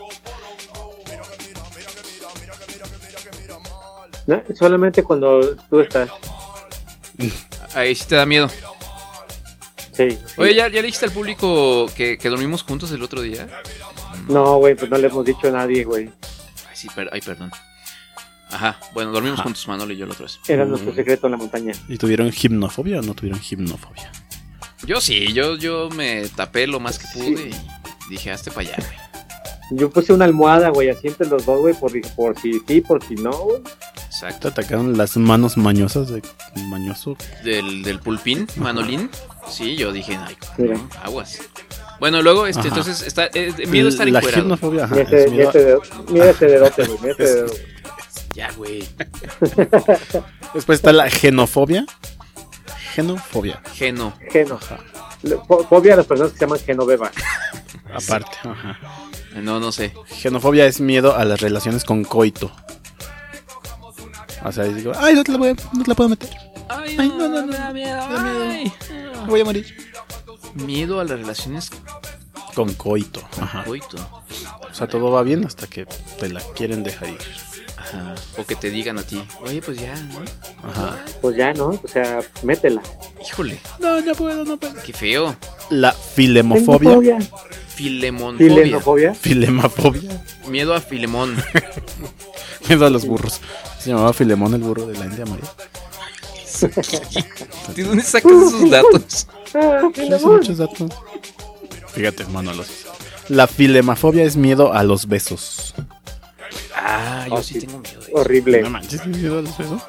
Speaker 10: No, solamente cuando tú estás.
Speaker 1: Ahí sí te da miedo.
Speaker 10: Sí.
Speaker 1: Oye, ¿ya, ya le dijiste al público que, que dormimos juntos el otro día?
Speaker 10: No, güey, pues no le hemos dicho a nadie, güey.
Speaker 1: Ay, sí, per- ay, perdón. Ajá, bueno, dormimos juntos Manolo y yo la otra vez.
Speaker 10: Era nuestro secreto en la montaña.
Speaker 5: ¿Y tuvieron gimnofobia o no tuvieron gimnofobia?
Speaker 1: Yo sí, yo, yo me tapé lo más que pude y dije, hazte para allá. güey".
Speaker 10: Yo puse una almohada, güey, así entre los dos, güey, por, por si sí, por si no, güey.
Speaker 5: Te atacaron las manos mañosas de mañoso.
Speaker 1: Del, del pulpín, Manolín. Sí, yo dije, ay,
Speaker 5: Mira.
Speaker 1: no, aguas. Bueno, luego, este,
Speaker 5: Ajá.
Speaker 1: entonces, está, eh, miedo a estar
Speaker 5: La
Speaker 1: encuerado.
Speaker 5: gimnofobia, ajá,
Speaker 10: Mira
Speaker 5: es
Speaker 10: ese-
Speaker 5: miedo a-
Speaker 10: mira ese dedo- mira ese dedote, güey, mira ese dedo.
Speaker 1: Ya, güey.
Speaker 5: Después está la genofobia. Genofobia.
Speaker 1: Geno.
Speaker 10: Geno. Le- fo- Fobia a las personas que se llaman Genoveva.
Speaker 5: Aparte, ajá.
Speaker 1: No, no sé.
Speaker 5: Genofobia es miedo a las relaciones con coito. O sea, digo, ay, no te la, voy a- no te la puedo meter.
Speaker 1: Ay,
Speaker 5: no, no, no.
Speaker 1: da miedo,
Speaker 5: ay.
Speaker 1: Ah.
Speaker 5: Voy a morir.
Speaker 1: Miedo a las relaciones
Speaker 5: Con coito. Ajá.
Speaker 1: coito.
Speaker 5: O sea, todo va bien hasta que te la quieren dejar ir.
Speaker 1: Ajá. O que te digan a ti, oye, pues ya, ¿no?
Speaker 5: Ajá.
Speaker 10: Pues ya, ¿no? O sea, métela.
Speaker 1: Híjole,
Speaker 5: No, no puedo, no puedo.
Speaker 1: qué feo.
Speaker 5: La filemofobia.
Speaker 1: Filemonfobia.
Speaker 10: Filenofobia.
Speaker 5: Filemafobia.
Speaker 1: Miedo a Filemón.
Speaker 5: Miedo a los burros. Se llamaba Filemón el burro de la India María.
Speaker 1: ¿De dónde sacas esos datos?
Speaker 10: Ah,
Speaker 5: Sí, son muchos datos. Fíjate, hermano. los- La filemafobia es miedo a los besos.
Speaker 1: Ah, yo sí tengo miedo. de eso.
Speaker 10: Horrible.
Speaker 5: No manches, ¿tienes miedo a los besos.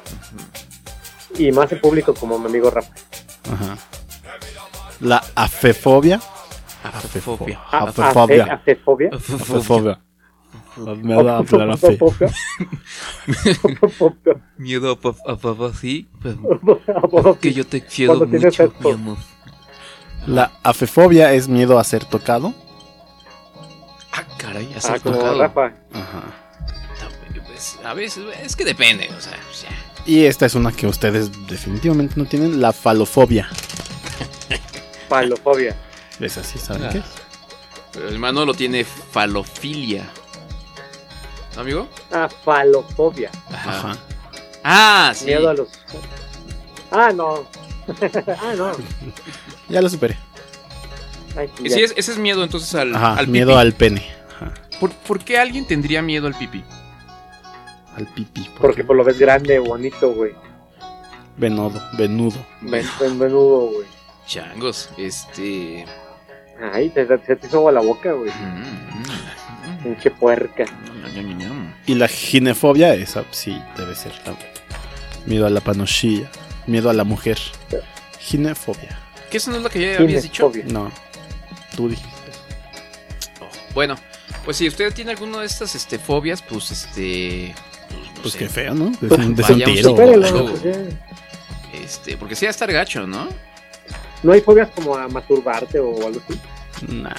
Speaker 10: Y más en público como mi amigo Rafa.
Speaker 5: Ajá. La afefobia.
Speaker 1: Afefobia.
Speaker 10: Afe-
Speaker 5: Afefobia.
Speaker 10: afefobia.
Speaker 5: Afefobia. Me da a hablar afe.
Speaker 10: Afofobia. Afofobia.
Speaker 1: Miedo a papá, a papá sí. pero-
Speaker 10: Afofobia.
Speaker 1: que yo te quiero
Speaker 10: Cuando tienes
Speaker 1: mucho, mi
Speaker 10: sexo.
Speaker 1: amor.
Speaker 5: La afefobia es miedo a ser tocado.
Speaker 1: Ah, caray, a
Speaker 10: Ah,
Speaker 1: ser
Speaker 10: como
Speaker 1: tocado.
Speaker 10: Rafa.
Speaker 5: Ajá.
Speaker 1: Pues, a veces, es que depende, o sea, o sea,
Speaker 5: Y esta es una que ustedes definitivamente no tienen, la falofobia.
Speaker 10: Palofobia.
Speaker 5: Es así, ¿saben
Speaker 1: Ah.
Speaker 5: qué?
Speaker 1: pero el Manolo tiene falofilia. ¿No, amigo?
Speaker 10: Ah, falofobia.
Speaker 1: Ajá.
Speaker 5: Ajá.
Speaker 1: Ah, sí.
Speaker 10: Miedo a los. Ah, no. ah, no.
Speaker 5: Ya lo superé.
Speaker 10: Ay,
Speaker 1: Y
Speaker 10: ya.
Speaker 1: sí, es- ese es miedo entonces al,
Speaker 5: Ajá,
Speaker 1: al
Speaker 5: miedo
Speaker 1: pipí.
Speaker 5: al pene. Ajá,
Speaker 1: ¿Por, por qué alguien tendría miedo al pipí?
Speaker 5: al pipí.
Speaker 10: Porque pues lo ves grande, bonito, güey.
Speaker 5: Venodo, venudo.
Speaker 10: Ven, ven, venudo, güey.
Speaker 1: Changos, este...
Speaker 10: Ay, se, se te hizo agua la boca, güey.
Speaker 1: mm,
Speaker 10: Pinche puerca.
Speaker 5: Y la ginefobia, esa sí debe ser la- Miedo a la panochilla. Miedo a la mujer. Ginefobia.
Speaker 1: ¿Qué eso no es lo que ya habías dicho?
Speaker 10: Ginefobia.
Speaker 5: No, tú dijiste.
Speaker 1: Bueno, pues si usted tiene alguna de estas este, fobias, pues este... Pues, no
Speaker 5: Pues
Speaker 1: sé,
Speaker 5: qué feo, ¿no? Es un, es un
Speaker 1: Vaya, un
Speaker 5: tiro.
Speaker 1: psicólogo.
Speaker 10: Espéralo, pues, ya.
Speaker 1: Este, porque sí va a estar gacho, ¿no?
Speaker 10: No hay fobias como a masturbarte o algo así.
Speaker 5: Nah,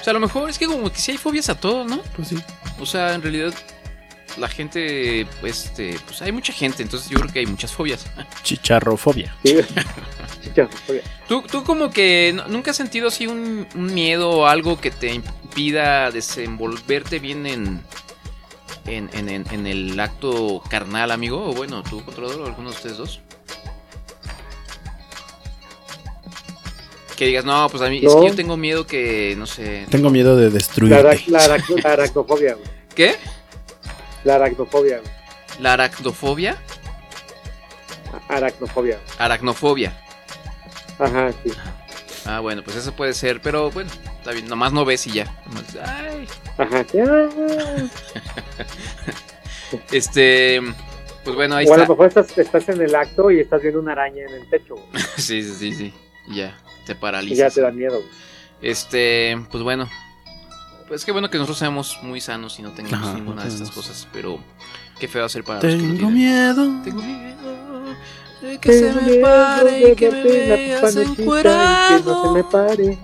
Speaker 1: O sea, a lo mejor es que como que sí hay fobias a todo, ¿no?
Speaker 5: pues sí.
Speaker 1: O sea, en realidad la gente, pues, este, pues hay mucha gente, entonces yo creo que hay muchas fobias.
Speaker 5: Chicharrofobia.
Speaker 10: Sí, chicharrofobia.
Speaker 1: ¿Tú, tú como que no- nunca has sentido así un, un miedo o algo que te impida desenvolverte bien en, en, en- en- en el acto carnal, amigo? O bueno, tu controlador o alguno de ustedes dos. Que digas, no, pues a mí es
Speaker 10: No.
Speaker 1: que yo tengo miedo que, no sé...
Speaker 5: Tengo miedo de
Speaker 10: La, ara-
Speaker 5: destruirte.
Speaker 10: la, arac- la aracnofobia, güey.
Speaker 1: ¿Qué?
Speaker 10: La aracnofobia, güey.
Speaker 1: ¿La aracnofobia?
Speaker 10: Aracnofobia. güey.
Speaker 1: Aracnofobia.
Speaker 10: Ajá, sí.
Speaker 1: Ah, bueno, pues eso puede ser, pero bueno, está bien, nomás no ves y ya. Nomás, ay.
Speaker 10: Ajá, sí. Ah.
Speaker 1: Este, pues bueno, ahí
Speaker 10: O a
Speaker 1: está.
Speaker 10: lo mejor estás, estás en el acto y estás viendo una araña en el techo, güey.
Speaker 1: Sí, sí, sí, sí. y Ya, te
Speaker 10: Y ya
Speaker 1: paralizas.
Speaker 10: te da miedo, güey.
Speaker 1: Este, pues bueno. Pues qué bueno que nosotros seamos muy sanos y no tengamos
Speaker 5: Ajá,
Speaker 1: ninguna
Speaker 5: no
Speaker 1: de estas
Speaker 5: tenemos.
Speaker 1: cosas, pero qué feo hacer para los que lo
Speaker 5: Tengo
Speaker 1: tienen.
Speaker 5: miedo.
Speaker 1: Tengo miedo
Speaker 13: Que se me pare y que me veas
Speaker 10: encuerado. Que no se me pare.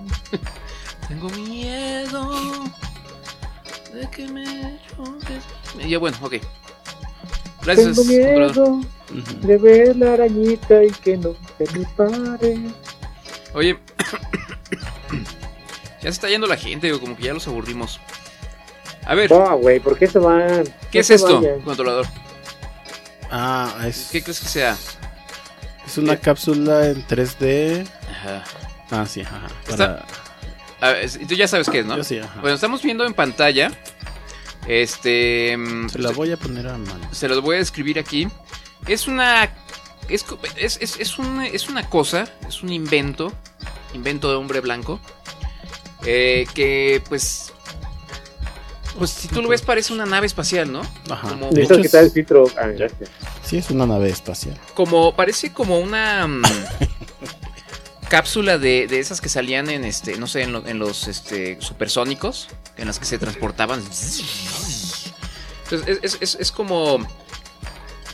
Speaker 1: Tengo miedo de que me choques. Ya bueno, ok. Gracias,
Speaker 10: Tengo
Speaker 1: comprador.
Speaker 10: miedo de ver la arañita y que no se me pare.
Speaker 1: Oye, ya se está yendo la gente, güey, como que ya los aburrimos. A ver,
Speaker 10: No, güey, ¿por qué se van?
Speaker 1: ¿qué
Speaker 10: No
Speaker 1: es
Speaker 10: se
Speaker 1: esto,
Speaker 10: vayan.
Speaker 1: controlador?
Speaker 5: Ah, es.
Speaker 1: ¿Qué crees que sea?
Speaker 5: Es una cápsula en 3D.
Speaker 1: Ajá.
Speaker 5: Ah, sí, ajá.
Speaker 1: Está- A ver, es- tú ya sabes qué es, ¿no?
Speaker 5: Yo sí, ajá.
Speaker 1: Bueno, estamos viendo en pantalla. Este. mm,
Speaker 5: Se la voy a poner a mano.
Speaker 1: se los voy a escribir aquí. Es una. Es, co- es, es, es un- es una cosa, es un invento, invento de hombre blanco, eh, que pues. Pues si tú lo ves, parece una nave espacial, ¿no?
Speaker 5: Ajá.
Speaker 1: Como,
Speaker 5: De
Speaker 10: Necesito
Speaker 5: hecho,
Speaker 10: quitar
Speaker 5: es-
Speaker 10: el filtro. Ah, gracias.
Speaker 5: Sí, es una nave espacial.
Speaker 1: como- parece como una. mm, cápsula de, de esas que salían en este, no sé, en, lo- en los este, supersónicos, en las que se transportaban. Entonces, es, es- es- es como,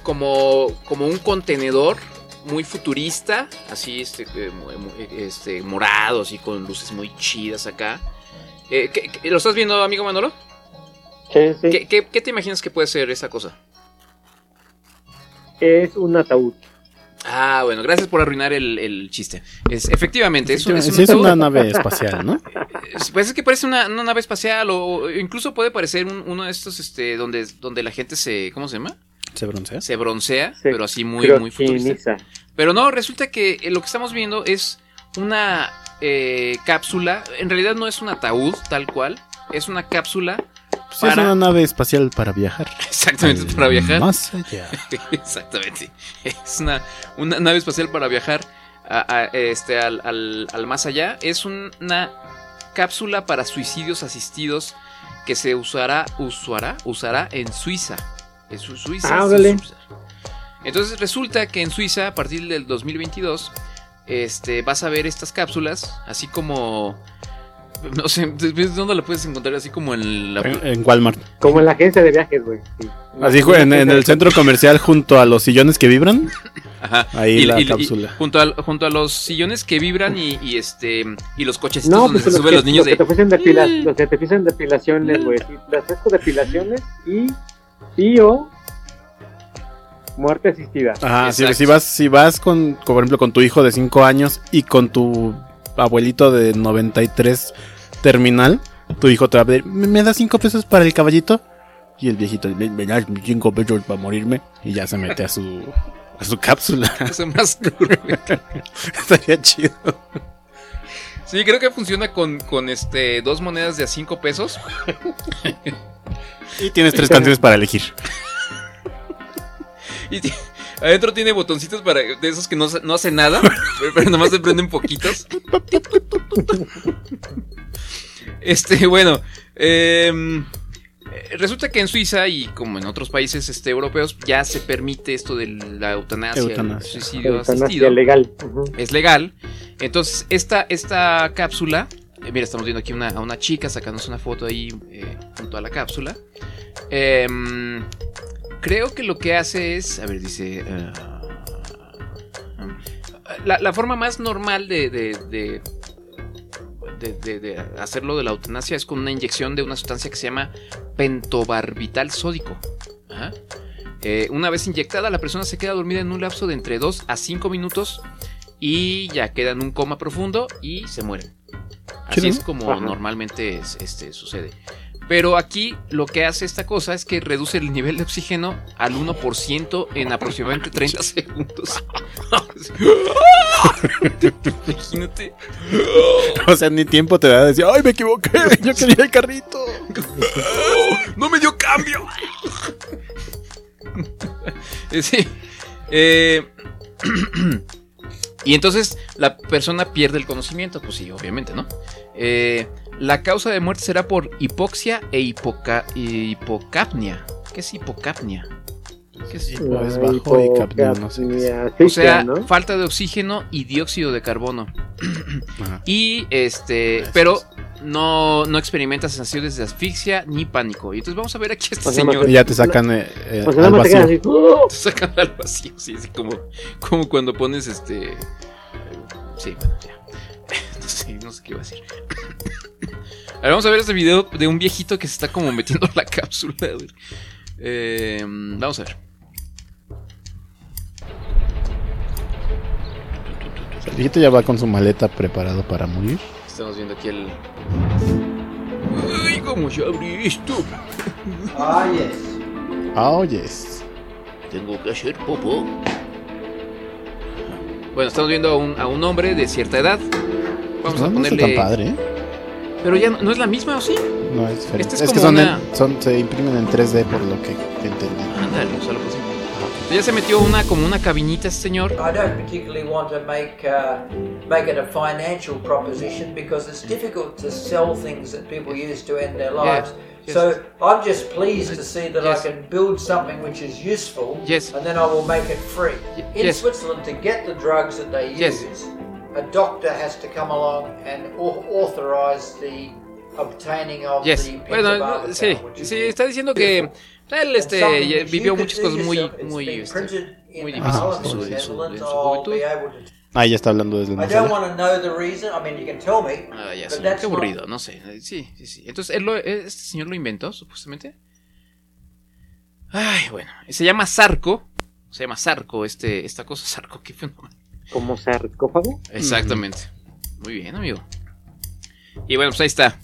Speaker 1: como, como un contenedor muy futurista, así este, eh, mu- mu- este, morado, así con luces muy chidas acá. Eh, ¿qué- qué- lo estás viendo, amigo Manolo? ¿Qué, qué- qué te imaginas que puede ser esa cosa?
Speaker 10: Es un ataúd.
Speaker 1: Ah, bueno, gracias por arruinar el, el chiste. Es, efectivamente, es, un-
Speaker 5: Sí,
Speaker 1: un
Speaker 5: es una
Speaker 1: ataúd.
Speaker 5: nave espacial, ¿no?
Speaker 1: Es- Pues es que parece una, una nave espacial o, o incluso puede parecer un- uno de estos este donde, donde la gente se ¿cómo se llama?
Speaker 5: Se broncea.
Speaker 1: Se broncea, pero así muy
Speaker 10: Creo
Speaker 1: muy
Speaker 10: que
Speaker 1: futurista.
Speaker 10: inicia.
Speaker 1: Pero no, resulta que eh, lo que estamos viendo es una eh, cápsula, en realidad no es un ataúd tal cual, es una cápsula
Speaker 5: Pues sí,
Speaker 1: para
Speaker 5: es una nave espacial para viajar.
Speaker 1: Exactamente,
Speaker 5: Al
Speaker 1: para viajar.
Speaker 5: Más allá.
Speaker 1: Exactamente. Es una, una nave espacial para viajar a- a, este, al, al- al más allá. Es una cápsula para suicidios asistidos que se usará, usará, usará en Suiza. En Su- Suiza.
Speaker 10: Ah, órale.
Speaker 1: Suiza. Entonces resulta que en Suiza, a partir del 2022, este, vas a ver estas cápsulas, así como... No sé, ¿dónde la puedes encontrar? Así como en la...
Speaker 5: En, en Walmart.
Speaker 10: Como en la agencia de viajes, güey. sí.
Speaker 5: Así fue, en, en el centro comercial junto a los sillones que vibran.
Speaker 1: Ajá.
Speaker 5: Ahí
Speaker 1: Y-
Speaker 5: la
Speaker 1: y- y-
Speaker 5: cápsula.
Speaker 1: junto, al- junto a los sillones que vibran y, y este y los cochecitos
Speaker 10: No,
Speaker 1: donde
Speaker 10: pues
Speaker 1: se
Speaker 10: los
Speaker 1: suben
Speaker 10: que,
Speaker 1: los niños
Speaker 10: los que
Speaker 1: de.
Speaker 10: te ofrecen depila- los que te ofrecen depilaciones,
Speaker 1: Mm.
Speaker 10: güey. sí, Las esas depilaciones y, y o muerte asistida.
Speaker 5: Ajá, si, si vas, si vas con, con, por ejemplo, con tu hijo de 5 años y con tu abuelito de 93 terminal, tu hijo te va a pedir, ¿me, me das 5 pesos para el caballito? Y el viejito, me, me das 5 pesos para morirme. Y ya se mete a su, a su cápsula.
Speaker 1: Eso más cool, güey.
Speaker 5: Estaría chido.
Speaker 1: Sí, creo que funciona con, con este dos monedas de a cinco pesos.
Speaker 5: Y tienes tres canciones para elegir.
Speaker 1: Y ti- adentro tiene botoncitos para de esos que no, sa- no hacen nada, pero, pero nomás se prenden poquitos. Este, bueno, em, eh, resulta que en Suiza y como en otros países este, europeos ya se permite esto de la eutanasia, el
Speaker 5: Eutanasia.
Speaker 1: suicidio
Speaker 10: Eutanasia
Speaker 1: asistido.
Speaker 10: legal. Ujú.
Speaker 1: Es legal. Entonces, esta, esta cápsula, eh, mira, estamos viendo aquí una, a una chica sacándose una foto ahí eh, junto a la cápsula. Em, creo que lo que hace es, a ver, dice... ah, mm, la, la forma más normal de, de, de- de- de- de hacerlo de la eutanasia es con una inyección de una sustancia que se llama pentobarbital sódico. Ajá. Eh, una vez inyectada, la persona se queda dormida en un lapso de entre 2 a 5 minutos y ya queda en un coma profundo y se mueren. Así
Speaker 5: Chido.
Speaker 1: es como
Speaker 5: Ajá.
Speaker 1: normalmente es- este, sucede. Pero aquí lo que hace esta cosa es que reduce el nivel de oxígeno al 1% en aproximadamente 30 segundos. Imagínate.
Speaker 5: O sea, ni tiempo te da de decir, ¡ay, me equivoqué! Yo quería el carrito.
Speaker 1: ¡No me dio cambio! Eh, Sí. Eh, y entonces la persona pierde el conocimiento, pues sí, obviamente, ¿no? Eh, la causa de muerte será por hipoxia e hipoca- hipocapnia. ¿Qué es hipocapnia? ¿Qué es?
Speaker 5: Hipo es bajo y capnia, no sé qué es.
Speaker 10: Ah,
Speaker 1: O sea, falta de oxígeno y dióxido de carbono.
Speaker 5: Ajá.
Speaker 1: Y este, pero no, no experimenta sensaciones de asfixia ni pánico. Y entonces vamos a ver aquí a este
Speaker 5: Pues nada más
Speaker 1: señor.
Speaker 5: te- Ya te sacan, eh, eh,
Speaker 1: Pues nada
Speaker 5: al
Speaker 1: más te quedas
Speaker 5: vacío.
Speaker 1: así.
Speaker 10: ¡uh!
Speaker 1: Te sacan al vacío, sí, sí, como, como cuando pones este. Sí, bueno, ya. No sé, no sé qué iba a decir. A ver, vamos a ver este video de un viejito que se está como metiendo la cápsula. a ver. Eh, vamos a ver.
Speaker 5: El viejito ya va con su maleta preparado para morir.
Speaker 1: Estamos viendo aquí el. ¡Ay, cómo se abre esto!
Speaker 5: Ah, oyes.
Speaker 1: Tengo que hacer popo. Bueno, estamos viendo a un, a un hombre de cierta edad. Vamos
Speaker 5: No,
Speaker 1: a
Speaker 5: no está
Speaker 1: ponerle.
Speaker 5: tan padre, ¿eh?
Speaker 1: Pero ya no, ¿no es la misma, ¿o sí?
Speaker 5: No, es diferente.
Speaker 1: Este es
Speaker 5: es, que
Speaker 1: como
Speaker 5: son,
Speaker 1: una-
Speaker 5: en- son- se imprimen en 3D por lo que entendí.
Speaker 1: Ándale, o sea, lo puse. Ya se metió una como una cabinita este señor.
Speaker 17: I don't particularly want to make uh, make it a financial proposition because it's difficult to sell things that people use to end their lives.
Speaker 1: yes.
Speaker 17: So I'm just pleased to see that
Speaker 1: Yes.
Speaker 17: I can build something which is useful,
Speaker 1: Yes.
Speaker 17: and then I will make it free. In
Speaker 1: yes.
Speaker 17: Switzerland, to get the drugs that they
Speaker 1: Yes.
Speaker 17: use, a doctor has to come along and au- authorise the obtaining of
Speaker 1: Yes.
Speaker 17: the
Speaker 1: Bueno,
Speaker 17: pentabarbitane,
Speaker 1: no, sí,
Speaker 17: which is
Speaker 1: sí, está diciendo que él este
Speaker 17: something
Speaker 1: ya
Speaker 17: that
Speaker 1: vivió
Speaker 17: you could
Speaker 1: muchas
Speaker 17: do
Speaker 1: cosas muy
Speaker 17: yourself. It's
Speaker 1: muy
Speaker 17: been
Speaker 1: este,
Speaker 17: printed in
Speaker 1: muy
Speaker 9: Ah,
Speaker 17: Ireland,
Speaker 1: difíciles en su, en su- en
Speaker 17: Netherlands,
Speaker 1: su
Speaker 17: I'll
Speaker 1: juventud.
Speaker 17: be able to
Speaker 5: Ah, ya está hablando desde
Speaker 17: I
Speaker 5: más
Speaker 17: don't
Speaker 5: allá.
Speaker 17: want to know the reason. I mean, you can tell me.
Speaker 1: Ah, ya,
Speaker 17: but
Speaker 1: señor,
Speaker 17: that's
Speaker 1: qué
Speaker 17: not-
Speaker 1: aburrido, no sé. Eh, Sí, sí, sí. Entonces, él lo- eh, este señor lo inventó, supuestamente. Ay, bueno. Se llama Sarco. Se llama Sarco, este, esta cosa, Sarco, qué fenómeno.
Speaker 10: ¿Como sarcófago?
Speaker 1: Exactamente. Muy bien, amigo. Y bueno, pues ahí está.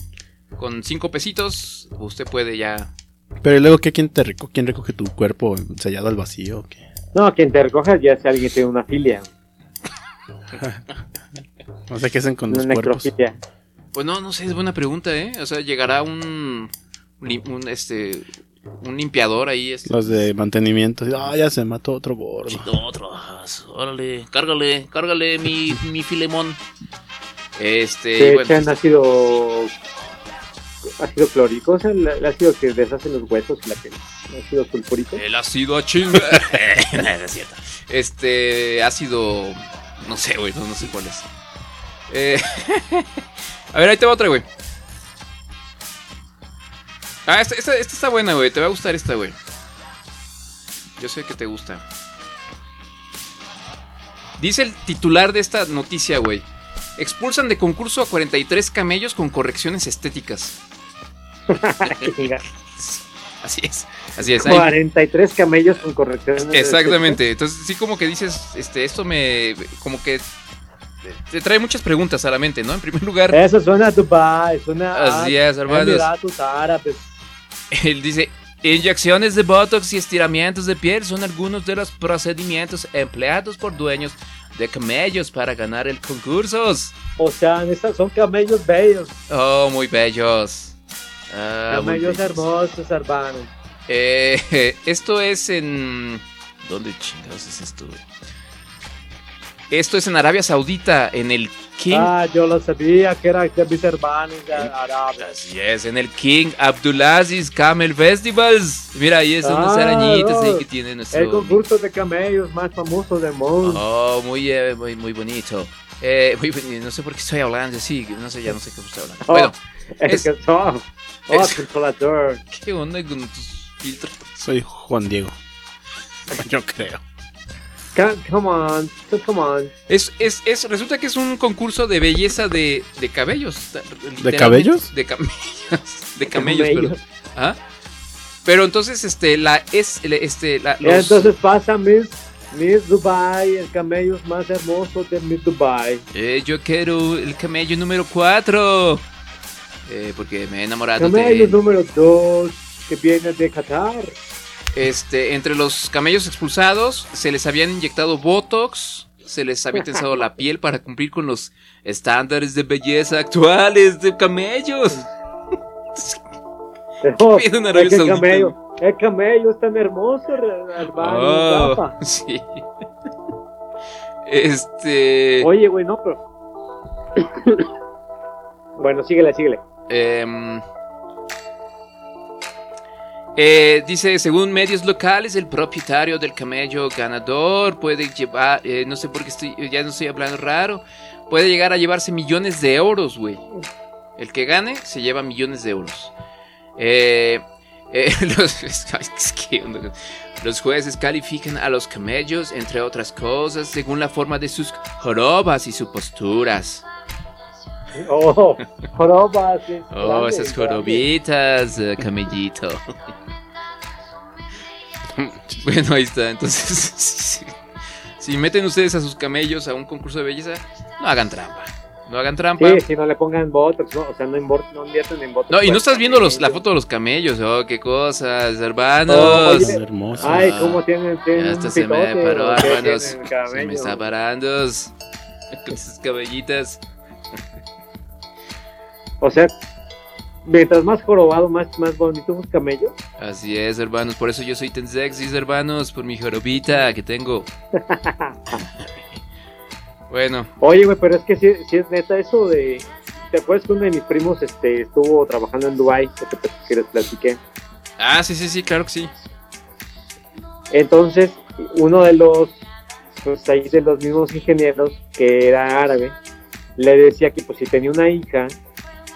Speaker 1: Con cinco pesitos, usted puede ya.
Speaker 5: Pero ¿y luego, qué, quién, te reco- ¿quién recoge tu cuerpo sellado al vacío? o qué?
Speaker 10: No, quien te recoja ya si alguien tiene una filia.
Speaker 5: No sé qué hacen con los
Speaker 10: Una
Speaker 5: cuerpos.
Speaker 10: necrofilia.
Speaker 1: Pues no, no sé, es buena pregunta, ¿eh? O sea, llegará un. Un, lim- un, este. Un limpiador ahí. Este.
Speaker 5: Los de mantenimiento. así, Ah, ya se mató otro gordo.
Speaker 1: Otro. Órale, cárgale, cárgale mi, mi filemón. Este.
Speaker 10: Te
Speaker 1: y bueno,
Speaker 10: echan ácido. ácido clórico, o sea, el, el ácido que deshace los huesos y la piel. Ácido sulfúrico.
Speaker 1: El ácido a chinga. no, no es cierto. Este ácido. No sé, güey. No, no sé cuál es. Eh, a ver, ahí te va otra, güey. Ah, esta, esta- esta está buena, güey. Te va a gustar esta, güey. Yo sé que te gusta. Dice el titular de esta noticia, güey. Expulsan de concurso a 43 camellos con correcciones estéticas. Así es, así es. Ahí-
Speaker 10: 43 camellos con correcciones. de-
Speaker 1: Exactamente. Entonces, sí, como que dices, este, esto me. como que. Te trae muchas preguntas a la mente, ¿no? En primer lugar,
Speaker 10: Eso suena a Dubai, suena a-
Speaker 1: Así es, hermanos.
Speaker 10: Emiratos Árabes.
Speaker 1: él dice. Inyecciones de Botox y estiramientos de piel son algunos de los procedimientos empleados por dueños de camellos para ganar el concurso.
Speaker 10: O sea, estas son camellos bellos,
Speaker 1: Oh, muy bellos. Ah, muy
Speaker 10: camellos
Speaker 1: bellos.
Speaker 10: hermosos, hermano.
Speaker 1: Eh, esto es en. ¿Dónde chingados es esto, güey? Esto es en Arabia Saudita, en el King
Speaker 10: Ah, yo lo sabía que era de mis hermanos de árabes.
Speaker 1: Así es, en el King Abdulaziz Camel Festivals. Mira, ahí son unas
Speaker 10: Claro.
Speaker 1: arañitas ahí que tiene
Speaker 10: El
Speaker 1: nuestro.
Speaker 10: concurso de camellos más famoso del mundo.
Speaker 1: Oh, muy, eh, muy, muy bonito. Eh, muy boni- No sé por qué estoy hablando así, no sé, ya no sé qué estoy hablando.
Speaker 10: Oh,
Speaker 1: Bueno,
Speaker 10: es que son. Oh,
Speaker 1: es-
Speaker 10: controlador.
Speaker 1: ¿qué onda con tus filtros?
Speaker 5: Soy Juan Diego. Yo creo.
Speaker 10: Ca- Come on, so come on.
Speaker 1: Es, es, es, resulta que es un concurso de belleza de, de cabellos. ta- literalmente,
Speaker 5: cabellos?
Speaker 1: De camellos. De camellos,
Speaker 10: camellos.
Speaker 1: perdón. ¿Ah? Pero entonces, este, la es, el- este, la, los-
Speaker 10: Entonces pasa Miss, Miss Dubai, el camello más hermoso de Miss Dubai.
Speaker 1: Eh, yo quiero el camello número 4. porque me he enamorado
Speaker 10: Camello
Speaker 1: de...
Speaker 10: número 2 que viene de Qatar.
Speaker 1: Este, entre los camellos expulsados se les habían inyectado Botox, se les había tensado la piel para cumplir con los estándares de belleza actuales de camellos.
Speaker 10: Oh,
Speaker 1: Viene en Arabia
Speaker 10: es que el
Speaker 1: Saudita.
Speaker 10: camello, el camello es tan hermoso, re- hermano.
Speaker 1: Oh,
Speaker 10: guapa.
Speaker 1: sí. Este...
Speaker 10: Oye, güey, no, pero. bueno, síguele, síguele.
Speaker 1: Em, eh, dice, según medios locales, el propietario del camello ganador puede llevar, eh, no sé por qué estoy, ya no estoy hablando raro, puede llegar a llevarse millones de euros, güey. El que gane se lleva millones de euros. Eh, eh, los, ay, es que onda. Los jueces califican a los camellos, entre otras cosas, según la forma de sus jorobas y sus posturas.
Speaker 10: Oh, jorobas. es
Speaker 1: Oh,
Speaker 10: grande,
Speaker 1: esas
Speaker 10: es grande.
Speaker 1: jorobitas, eh, camellito. bueno, ahí está. Entonces, si- si meten ustedes a sus camellos a un concurso de belleza, no hagan trampa. No hagan trampa.
Speaker 10: Sí, si no le pongan botox, ¿no? o sea, no, invor- no invierten en botox.
Speaker 1: No, y no
Speaker 10: Pues,
Speaker 1: estás viendo los, la foto de los camellos. Oh, qué cosas, hermanos.
Speaker 10: Oh, oye. Son hermosos. Ay, cómo tienen-
Speaker 1: Ah,
Speaker 10: tienen
Speaker 1: Ya hasta
Speaker 10: un
Speaker 1: se me
Speaker 10: pitote,
Speaker 1: paró,
Speaker 10: o qué
Speaker 1: hermanos.
Speaker 10: tienen,
Speaker 1: Se me
Speaker 10: cabello.
Speaker 1: está parando. Con sus cabellitas.
Speaker 10: O sea, mientras más jorobado, más, más bonito un camello.
Speaker 1: Así es, hermanos. Por eso yo soy tan sexy, hermanos. Por mi jorobita que tengo. bueno,
Speaker 10: Oye, güey, pero es que si, es neta eso de... ¿Te acuerdas que uno de mis primos este, estuvo trabajando en Dubai que, te- que les platiqué?
Speaker 1: Ah, sí, sí, sí, claro que sí.
Speaker 10: Entonces, uno de los, pues ahí de los mismos ingenieros, que era árabe, le decía que pues si tenía una hija,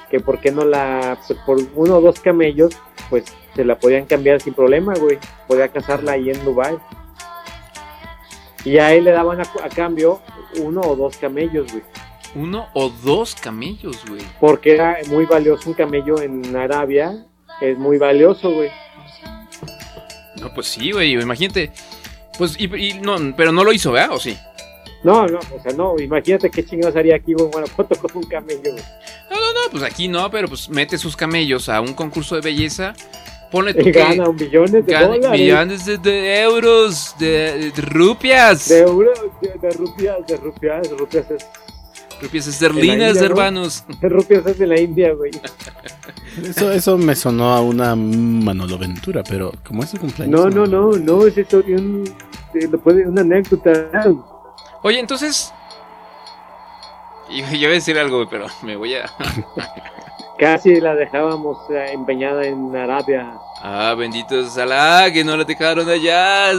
Speaker 10: que por qué no la, pues por uno o dos camellos, pues se la podían cambiar sin problema, güey. Podía casarla ahí en Dubai. Y a él le daban a, a cambio uno o dos camellos, güey.
Speaker 1: uno o dos camellos, güey.
Speaker 10: Porque era muy valioso un camello en Arabia. Es muy valioso, güey.
Speaker 1: No, pues sí, güey. Imagínate. Pues, y, y no, pero no lo hizo, ¿verdad? ¿O sí?
Speaker 10: No, no, o sea, no. Imagínate qué chingados haría aquí, güey, en Guanajuato con un camello, güey.
Speaker 1: No, pues aquí no, pero pues mete sus camellos a un concurso de belleza. Ponle tú que
Speaker 10: Y gana un ¿eh? billones de
Speaker 1: gana
Speaker 10: dólares.
Speaker 1: millones de, de euros, de, de rupias.
Speaker 10: De euros, de, de rupias, de rupias, rupias es.
Speaker 1: Rupias
Speaker 10: en la
Speaker 1: esterlinas,
Speaker 10: India, ¿no?
Speaker 1: hermanos.
Speaker 10: Rupias es de la India, güey.
Speaker 5: Eso, eso me sonó a una Manolo Ventura, pero como es su cumpleaños.
Speaker 10: No, no, no, no, es eso de un. de- lo puede- una anécdota.
Speaker 1: Oye, entonces. Y Yo iba a decir algo, güey, pero me voy a.
Speaker 10: Casi la dejábamos eh, empeñada en Arabia.
Speaker 1: ah, bendito Salah, que no la dejaron allá.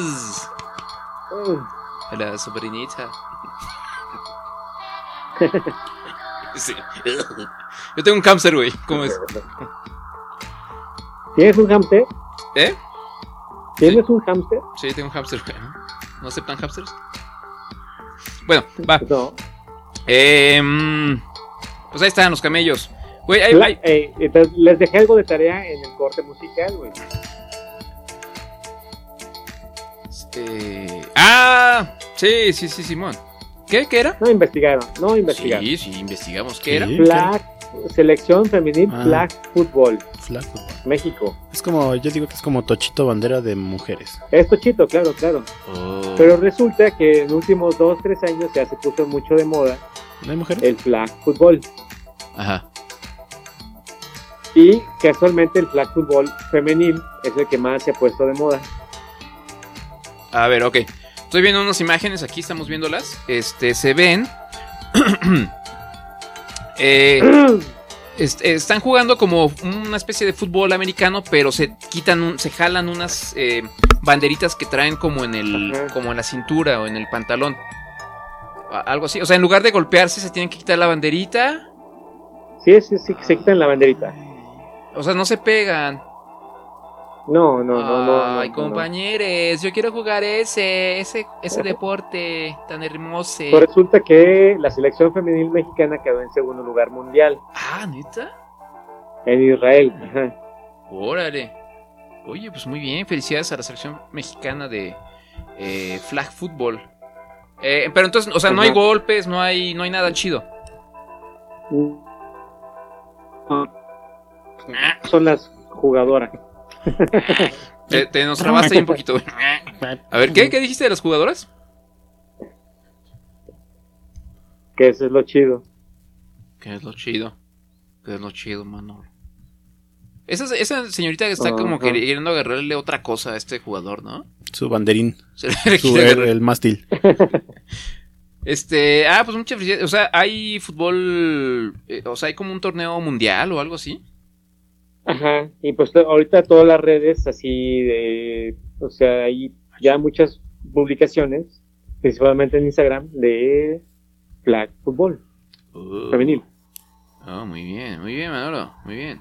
Speaker 10: Mm.
Speaker 1: A la sobrinita. Sí. Yo tengo un cáncer, güey. ¿Cómo es?
Speaker 10: ¿Tienes un hamster?
Speaker 1: ¿Eh?
Speaker 10: ¿Tienes un hamster?
Speaker 1: Sí, tengo un hamster, güey. ¿No aceptan hamsters? Bueno, va. Em, pues ahí están los camellos. Güey, ahí,
Speaker 10: La-
Speaker 1: ahí-
Speaker 10: eh, entonces, les dejé algo de tarea en el corte musical, güey.
Speaker 1: Eh, ah, sí, sí, sí, Simón. ¿Qué? ¿Qué era?
Speaker 10: No investigaron, no investigaron.
Speaker 1: Sí, sí, investigamos. ¿Qué era?
Speaker 10: Flag, selección femenil,
Speaker 5: Ah.
Speaker 10: flag fútbol,
Speaker 5: Flag football.
Speaker 10: México.
Speaker 5: Es como, yo digo que es como Tochito Bandera de mujeres.
Speaker 10: Es Tochito, claro, claro.
Speaker 5: Oh.
Speaker 10: Pero resulta que en los últimos dos, tres años ya se puso mucho de moda el flag fútbol.
Speaker 1: Ajá.
Speaker 10: Y casualmente el flag fútbol femenil es el que más se ha puesto de moda.
Speaker 1: A ver, ok. Estoy viendo unas imágenes aquí, estamos viéndolas. Este, se ven. Eh, est- están jugando como una especie de fútbol americano, pero se quitan, un- se jalan unas eh, banderitas que traen como en el, como en la cintura o en el pantalón, A- algo así. O sea, en lugar de golpearse, se tienen que quitar la banderita.
Speaker 10: Sí, sí, sí, se quitan la banderita.
Speaker 1: O sea, no se pegan.
Speaker 10: No, no, no, no. no,
Speaker 1: Ay,
Speaker 10: no,
Speaker 1: compañeros, yo quiero jugar ese, ese, ese deporte tan hermoso.
Speaker 10: no. Pues resulta que la selección femenil mexicana quedó en segundo lugar mundial
Speaker 1: Ah, neta.
Speaker 10: en Israel. Ajá.
Speaker 1: Órale. Oye, pues muy bien. Felicidades a la selección mexicana de eh, flag football. Eh, pero entonces, o sea, no hay
Speaker 10: Ajá.
Speaker 1: golpes, no hay, no hay nada chido.
Speaker 10: Son las jugadoras.
Speaker 1: Te, te nos trabaste ahí un poquito. güey. A ver, ¿qué, ¿qué dijiste de las jugadoras?
Speaker 10: Que eso es lo chido.
Speaker 1: Que es lo chido. Que es lo chido, mano. Esa, esa señorita que está como
Speaker 5: Ajá.
Speaker 1: queriendo agarrarle otra cosa a este jugador, ¿no?
Speaker 5: Su banderín.
Speaker 1: Se le
Speaker 5: Su-
Speaker 1: gira-
Speaker 5: el, el mástil.
Speaker 1: Este, ah, pues muchas felicidades. O sea, hay fútbol, eh, o sea, hay como un torneo mundial o algo así.
Speaker 10: Ajá, y pues to- ahorita todas las redes así de, o sea, hay ya muchas publicaciones, principalmente en Instagram, de flag fútbol Ah. femenil.
Speaker 1: Oh, muy bien, muy bien, Manolo, muy bien.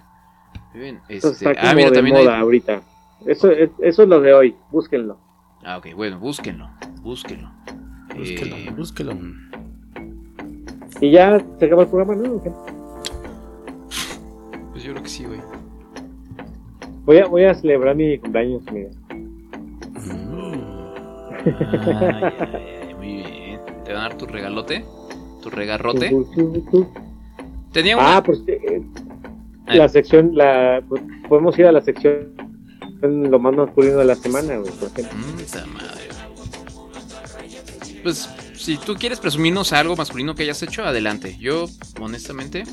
Speaker 1: Muy bien. Este,
Speaker 10: Entonces está
Speaker 1: ah,
Speaker 10: como
Speaker 1: mira,
Speaker 10: de
Speaker 1: también
Speaker 10: moda
Speaker 1: hay...
Speaker 10: ahorita. Eso es, eso es lo de hoy, búsquenlo.
Speaker 1: Ah, ok, bueno, búsquenlo, búsquenlo. Eh, Búsquelo,
Speaker 5: búsquelo.
Speaker 10: Y ya se acaba el programa, ¿no?
Speaker 1: Pues yo creo que sí, güey.
Speaker 10: Voy a, voy a celebrar mi cumpleaños, mira.
Speaker 1: Ah, Ay, ay, ay, muy bien. Te van a dar tu regalote, tu regarrote.
Speaker 10: Pues,
Speaker 1: Tenía una-
Speaker 10: Ah, pues eh, la sección, la pues, podemos ir a la sección en lo más masculino de la semana, güey, por ejemplo.
Speaker 1: Pues si tú quieres presumirnos algo masculino que hayas hecho, adelante. Yo, honestamente,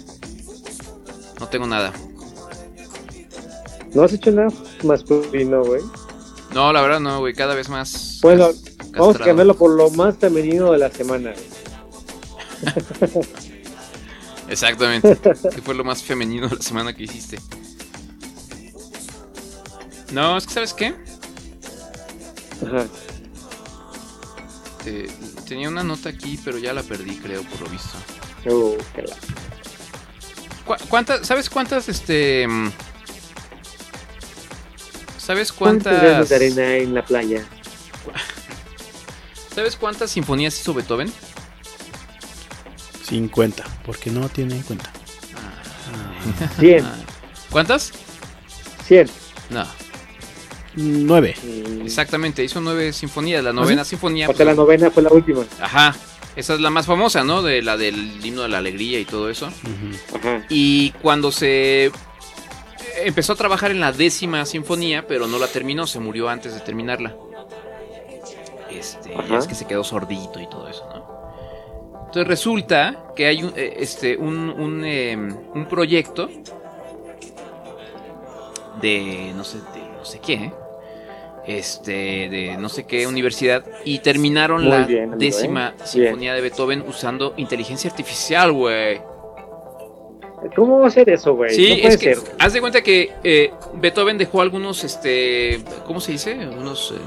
Speaker 1: no tengo nada.
Speaker 10: ¿No has hecho nada masculino, güey?
Speaker 1: No, la verdad no, güey, cada vez más.
Speaker 10: Bueno,
Speaker 1: cas-
Speaker 10: vamos a
Speaker 1: castrado.
Speaker 10: cambiarlo por lo más femenino de la semana, güey.
Speaker 1: Exactamente. ¿Qué fue lo más femenino de la semana que hiciste? No, es que ¿sabes qué? Te- tenía una nota aquí, pero ya la perdí, creo, por lo visto.
Speaker 10: Uh, qué la-
Speaker 1: ¿Cu- cuántas- ¿Sabes cuántas, este... mm, ¿Sabes cuántas...
Speaker 10: granos de arena en la playa?
Speaker 1: ¿Sabes cuántas sinfonías hizo Beethoven?
Speaker 5: 50, porque no tiene en cuenta.
Speaker 10: Cien.
Speaker 1: Ah, ¿Cuántas?
Speaker 10: 100.
Speaker 1: No.
Speaker 5: 9.
Speaker 1: Exactamente, hizo nueve sinfonías. La novena sinfonía...
Speaker 10: O sea, la
Speaker 1: pues,
Speaker 10: novena fue la última.
Speaker 1: Ajá. Esa es la más famosa, ¿no? De la del himno de la alegría y todo eso. Y cuando se empezó a trabajar en la décima sinfonía, pero no la terminó, se murió antes de terminarla. Este,
Speaker 11: Ajá.
Speaker 1: es que se quedó sordito y todo eso, ¿no? Entonces resulta que hay un, eh, este, un, un, eh, un proyecto de no sé, de no sé qué, ¿eh? este, de no sé qué universidad, y terminaron
Speaker 11: Muy
Speaker 1: la
Speaker 11: bien, amigo, ¿eh?
Speaker 1: décima
Speaker 11: Bien.
Speaker 1: sinfonía de Beethoven usando inteligencia artificial, güey.
Speaker 10: ¿Cómo va a ser eso, güey?
Speaker 1: Sí,
Speaker 10: no puede
Speaker 1: es que
Speaker 10: ser.
Speaker 1: haz de cuenta que eh, Beethoven dejó algunos, este, ¿cómo se dice? Unos eh,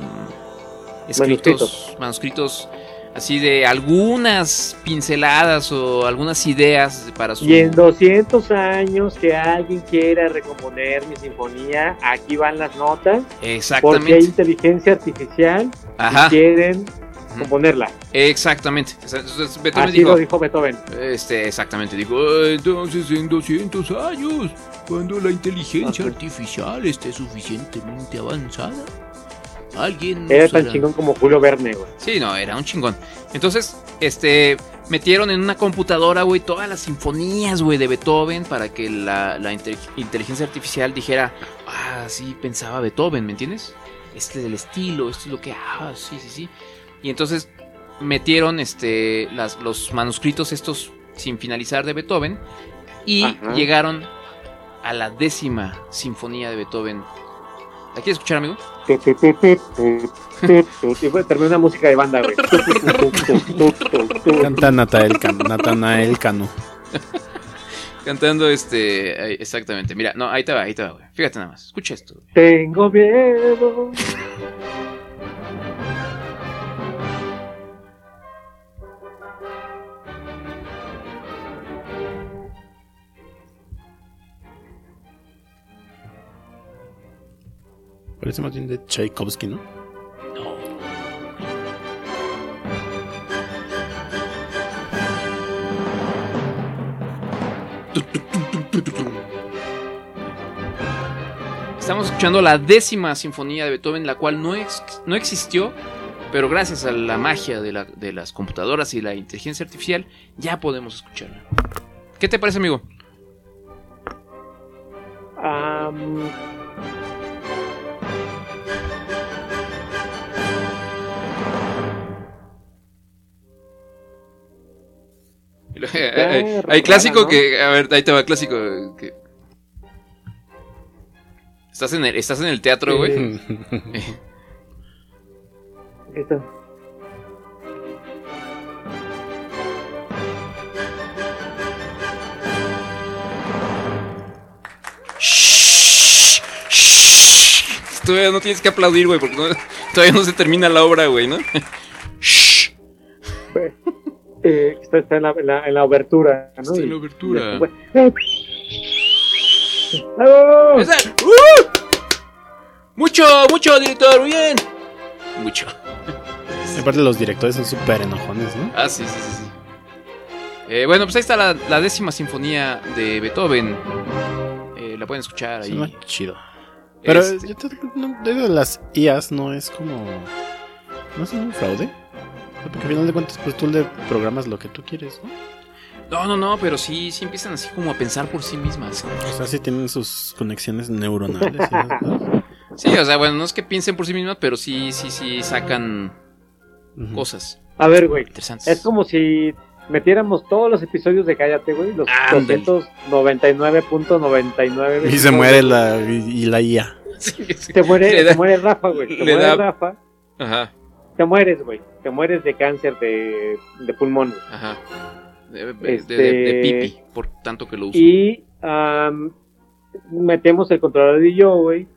Speaker 1: escritos, manuscritos. así de algunas pinceladas o algunas ideas para su.
Speaker 10: Y en 200 años que alguien quiera recomponer mi sinfonía, aquí van las notas. Porque hay
Speaker 1: Exactamente.
Speaker 10: inteligencia artificial
Speaker 1: Ajá.
Speaker 10: y quieren componerla.
Speaker 1: Exactamente. Entonces, Beethoven
Speaker 10: Así lo dijo Beethoven.
Speaker 1: Este, exactamente, dijo, "Ah, entonces en 200 años, cuando la inteligencia artificial esté suficientemente avanzada, alguien...
Speaker 10: Era
Speaker 1: nos
Speaker 10: tan
Speaker 1: hará-".
Speaker 10: chingón como Julio Verne, güey.
Speaker 1: Sí, no, era un chingón. Entonces, este, metieron en una computadora, güey, todas las sinfonías, güey, de Beethoven para que la, la inte- inteligencia artificial dijera, ah, sí, pensaba Beethoven, ¿me entiendes? Este es el estilo, esto es lo que, ah, sí, sí, sí. Y entonces metieron, este, las, los manuscritos estos sin finalizar de Beethoven y
Speaker 11: Ajá.
Speaker 1: llegaron a la décima sinfonía de Beethoven. ¿La quieres escuchar, amigo?
Speaker 10: Tu, tu, tu, tu, tu, tu, tu. Y fue- terminó una música de banda, güey. Tu, tu, tu, tu, tu, tu, tu.
Speaker 5: Canta Natanael Cano. Natanael Cano.
Speaker 1: Cantando este. ahí, Exactamente. Mira, no, ahí te va, ahí te va, güey. Fíjate nada más. Escucha esto.
Speaker 10: Tengo miedo.
Speaker 5: Parece más bien de Tchaikovsky, ¿no?
Speaker 1: Estamos escuchando la décima sinfonía de Beethoven, la cual no, ex- no existió, pero gracias a la magia de, la- de las computadoras y la inteligencia artificial, ya podemos escucharla. ¿Qué te parece, amigo?
Speaker 10: Am,
Speaker 1: hay,
Speaker 11: rara,
Speaker 1: clásico
Speaker 11: ¿no?
Speaker 1: que. A ver, ahí te va, clásico. que- Estás en el, estás en el teatro, güey.
Speaker 10: esto.
Speaker 1: Todavía no tienes que aplaudir, güey, porque no- todavía no se termina la obra, güey, ¿no?
Speaker 10: eh, está, está en, la, en, la, en la obertura, ¿no?
Speaker 1: Está en
Speaker 10: Y-
Speaker 1: la obertura.
Speaker 10: y- bueno, ¡eh! ¡Bravo!
Speaker 1: ¡Uh! Mucho, mucho, director, muy bien. Mucho.
Speaker 5: Aparte los directores son súper enojones, ¿no?
Speaker 1: Ah, sí, sí, sí. sí. Eh, bueno, pues ahí está la, la décima sinfonía de Beethoven. Eh, la pueden escuchar ahí.
Speaker 5: Suena chido. Pero
Speaker 1: Es-
Speaker 5: yo te- no, de de las IAs no es como... ¿No es un fraude? Porque al final de cuentas pues tú le programas lo que tú quieres, ¿no?
Speaker 1: No, no, no, pero sí, sí empiezan así como a pensar por sí mismas.
Speaker 5: O sea, sí tienen sus conexiones neuronales. ¿no?
Speaker 1: Sí, o sea, bueno, no es que piensen por sí mismas, pero sí, sí, sí sacan
Speaker 5: Mm.
Speaker 1: cosas.
Speaker 10: A ver, güey.
Speaker 1: Interesantes.
Speaker 10: Es como si metiéramos todos los episodios de Cállate, güey. Los
Speaker 1: Ah, Ándale.
Speaker 10: 299.99
Speaker 5: Y se muere la, y, y la IA.
Speaker 10: Te muere,
Speaker 1: Le da-
Speaker 10: te muere Rafa, güey. Te
Speaker 1: le
Speaker 10: muere
Speaker 1: da-
Speaker 10: Rafa.
Speaker 1: Ajá,
Speaker 10: Te mueres, güey. Te mueres de cáncer de, de pulmón. güey.
Speaker 1: ajá. De, de-
Speaker 10: Este-
Speaker 1: de- de pipi, por tanto que lo uso.
Speaker 10: Y am, metemos el controlador y yo, güey,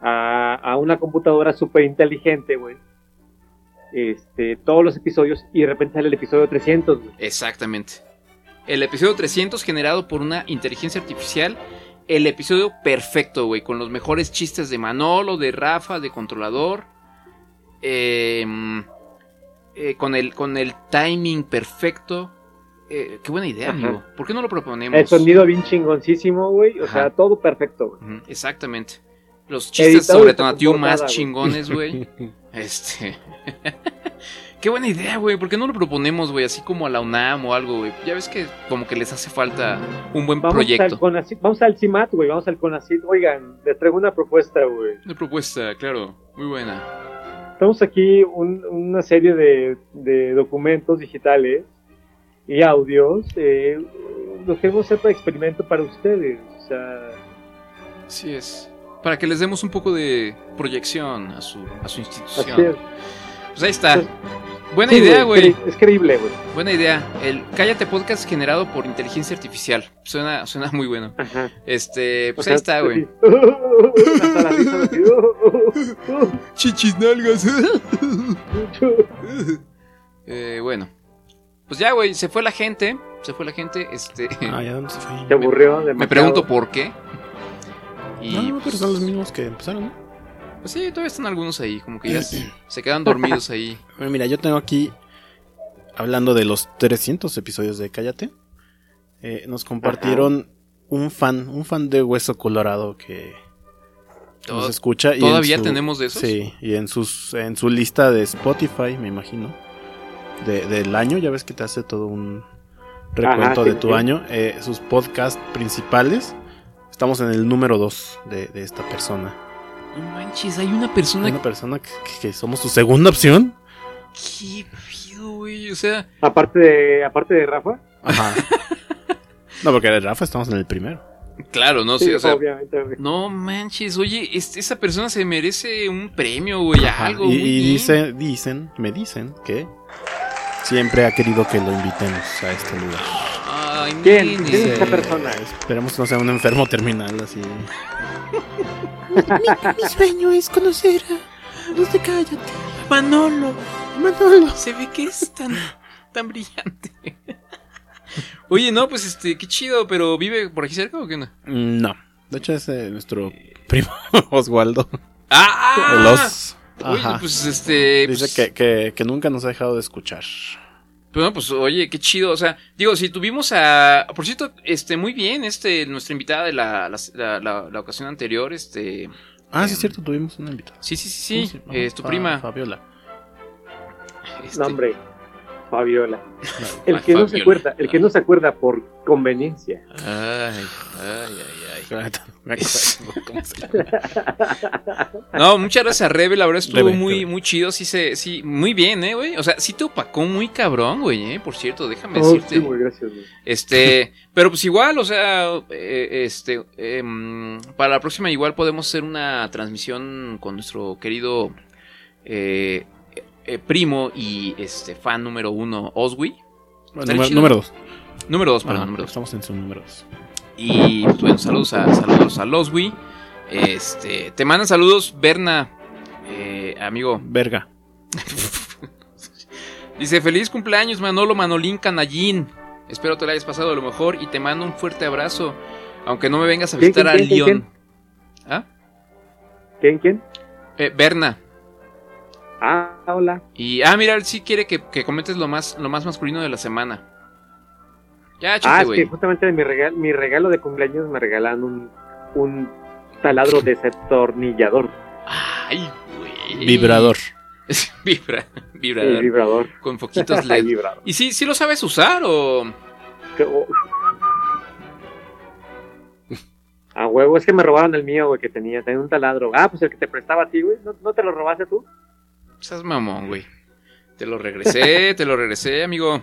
Speaker 10: a, a una computadora súper inteligente, güey. Este, todos los episodios y de repente sale el episodio 300, güey.
Speaker 1: Exactamente. El episodio 300 generado por una inteligencia artificial. El episodio perfecto, güey, con los mejores chistes de Manolo, de Rafa, de Controlador. eh, eh, con, el, con el timing perfecto. Eh, qué buena idea,
Speaker 10: Ajá.
Speaker 1: amigo. ¿Por qué no lo proponemos?
Speaker 10: El sonido bien chingoncísimo, güey. O
Speaker 1: Ajá.
Speaker 10: sea, todo perfecto, güey.
Speaker 1: Ujú, Exactamente. Los chistes
Speaker 10: Editado
Speaker 1: sobre
Speaker 10: y con
Speaker 1: Tonatiuh más
Speaker 10: portada, güey.
Speaker 1: chingones, güey. Este. Qué buena idea, güey. ¿Por qué no lo proponemos, güey? Así como a la UNAM o algo, güey. Ya ves que como que les hace falta un buen
Speaker 10: Vamos al,
Speaker 1: proyecto.
Speaker 10: Conacyt- vamos al CIMAT, güey. Vamos al CONACIT. Oigan, les traigo una propuesta, güey.
Speaker 1: Una propuesta, claro. Muy buena.
Speaker 10: Tenemos aquí un- una serie de, de documentos digitales y audios. Eh, los queremos hacer para experimento para ustedes. O sea,
Speaker 1: Así es. Para que les demos un poco de proyección a su, a su institución.
Speaker 10: Así es.
Speaker 1: Pues ahí está. Buena
Speaker 10: Sí,
Speaker 1: idea,
Speaker 10: güey,
Speaker 1: güey.
Speaker 10: es cre- Es creíble, güey.
Speaker 1: Buena idea. El Cállate Podcast generado por inteligencia artificial. Suena, suena muy bueno. Este, pues
Speaker 10: O sea,
Speaker 1: ahí está, güey.
Speaker 10: Hasta la risa de así, "Oh, oh, oh, oh".
Speaker 1: Chichis nalgas. Eh, bueno. Pues ya, güey, se fue la gente. Se fue la gente. Este.
Speaker 5: Ah, ya se fue.
Speaker 10: Se aburrió demasiado.
Speaker 1: Me pregunto por qué. Y
Speaker 5: No,
Speaker 1: pues,
Speaker 5: pero son los mismos que empezaron, ¿no?
Speaker 1: pues sí, todavía están algunos ahí, como que ya se, se quedan dormidos ahí.
Speaker 5: Bueno, mira, yo tengo aquí, hablando de los 300 episodios de Cállate, eh, nos compartieron un fan, un fan de Hueso Colorado que
Speaker 1: Tod-
Speaker 5: nos escucha. y en
Speaker 1: ¿todavía
Speaker 5: su-
Speaker 1: tenemos de esos?
Speaker 5: Sí, y en, sus, en su lista de Spotify, me imagino, de- del año, ya ves que te hace todo un recuento
Speaker 10: Ajá, sí,
Speaker 5: de tu
Speaker 10: sí.
Speaker 5: año, eh, sus podcasts principales. Estamos en el número 2 de, de esta persona.
Speaker 1: No manches, hay una persona
Speaker 5: Una persona que, que- que somos su segunda opción.
Speaker 1: que. pido, güey? O sea,
Speaker 10: Aparte de, aparte de Rafa.
Speaker 5: Ajá. No, porque Rafa estamos en el primero.
Speaker 1: claro, no sé,
Speaker 10: Sí,
Speaker 1: o sea.
Speaker 10: obviamente, güey.
Speaker 1: No manches, oye, es- esa persona se merece un premio, güey,
Speaker 5: Ajá,
Speaker 1: algo.
Speaker 5: y
Speaker 1: muy
Speaker 5: y
Speaker 1: bien.
Speaker 5: dice, dicen, me dicen que siempre ha querido que lo invitemos a este lugar.
Speaker 1: Ay,
Speaker 10: ¿Quién?
Speaker 1: nene.
Speaker 10: ¿Quién es esta persona?
Speaker 5: Esperemos que no sea un enfermo terminal así.
Speaker 18: Mi sueño es conocer a los de Cállate. Manolo. Manolo.
Speaker 1: Se ve que es tan, tan brillante. Oye, no, pues este, qué chido, pero ¿vive por aquí cerca o qué onda?
Speaker 5: Mm, No. De hecho es eh, nuestro primo Oswaldo.
Speaker 1: ¡Ah!
Speaker 5: El os.
Speaker 1: Oye,
Speaker 5: Ajá.
Speaker 1: pues este.
Speaker 5: Dice
Speaker 1: pues,
Speaker 5: que, que- que nunca nos ha dejado de escuchar.
Speaker 1: Bueno, pues oye, qué chido. O sea, digo, si tuvimos a. Por cierto, este, muy bien, este, nuestra invitada de la, la, la- la- la ocasión anterior, este.
Speaker 5: Ah,
Speaker 10: Em,
Speaker 5: sí es cierto, tuvimos una invitada.
Speaker 1: Sí, sí, sí,
Speaker 5: ¿Cómo se
Speaker 1: sí.
Speaker 5: llama? Ah,
Speaker 1: eh, es tu
Speaker 5: Fa-
Speaker 1: prima.
Speaker 5: Fabiola.
Speaker 1: Este,
Speaker 10: No, hombre. Fabiola.
Speaker 1: Ah,
Speaker 10: El que no se
Speaker 1: Fabiola.
Speaker 10: acuerda, el que no se acuerda por conveniencia.
Speaker 1: Ay, ay, ay, ay.
Speaker 5: Me acuerdo cómo se
Speaker 1: No, muchas gracias a Rebe, la verdad estuvo
Speaker 5: Rebe,
Speaker 1: muy, muy chido, sí se, sí, muy bien, eh, güey. O sea, sí te opacó muy cabrón, güey, eh, por cierto, déjame
Speaker 10: Oh,
Speaker 1: decirte.
Speaker 10: sí, güey, gracias, güey.
Speaker 1: Este, pero pues igual, o sea, eh, este, em, para la próxima igual podemos hacer una transmisión con nuestro querido eh, eh, primo y este fan número uno, Oswi.
Speaker 5: Bueno, número- número dos.
Speaker 1: Número dos, perdón,
Speaker 5: Ajá,
Speaker 1: número dos.
Speaker 5: Estamos en su número dos.
Speaker 1: Y pues, bueno, saludos a, saludos a Loswi. Este, te mandan saludos, Berna, eh, amigo.
Speaker 5: Verga.
Speaker 1: Dice, feliz cumpleaños Manolo Manolín Canallín. Espero te lo hayas pasado a lo mejor y te mando un fuerte abrazo. Aunque no me vengas a
Speaker 10: ¿Quién,
Speaker 1: visitar a
Speaker 10: quién, quién,
Speaker 1: León. ¿Ah?
Speaker 10: ¿Quién, quién?
Speaker 1: Eh, Berna.
Speaker 10: Ah, hola.
Speaker 1: Y, ah, mira, él sí quiere que, que comentes lo más, lo más masculino de la semana. Ya,
Speaker 10: Ah,
Speaker 1: chiste,
Speaker 10: es
Speaker 1: güey.
Speaker 10: que justamente mi regalo, mi regalo de cumpleaños me regalan un, un taladro desatornillador.
Speaker 1: Ay, güey.
Speaker 5: Vibrador.
Speaker 1: Vibra, vibrador.
Speaker 10: Sí, vibrador.
Speaker 1: Con foquitos LED.
Speaker 10: Vibrador.
Speaker 1: ¿Y sí, sí lo sabes usar o...?
Speaker 10: Que- o- A huevo, es que me robaron el mío, güey, que tenía. Tenía un taladro. Ah, pues el que te prestaba a ti, güey. ¿No, no te lo robaste tú?
Speaker 1: Estás mamón, güey. Te lo regresé, te lo regresé, amigo.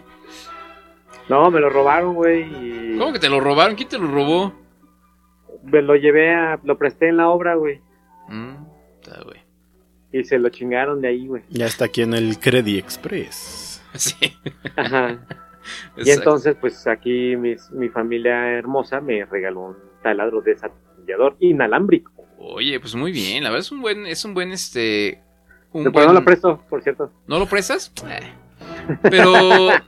Speaker 10: No, me lo robaron, güey.
Speaker 1: ¿Cómo que te lo robaron? ¿Quién te lo robó?
Speaker 10: Me lo llevé a. Lo presté en la obra, güey.
Speaker 1: Mm,
Speaker 10: Y se lo chingaron de ahí, güey.
Speaker 5: Ya está aquí en el Credit Express.
Speaker 1: Sí.
Speaker 10: Ajá. Y
Speaker 5: Exacto.
Speaker 10: entonces, pues aquí mis- mi familia hermosa me regaló un taladro desatornillador inalámbrico.
Speaker 1: Oye, pues muy bien. La verdad es un buen, es un buen, este... Un
Speaker 10: Pero no lo presto, por cierto.
Speaker 1: ¿No lo prestas? Eh. Pero eh,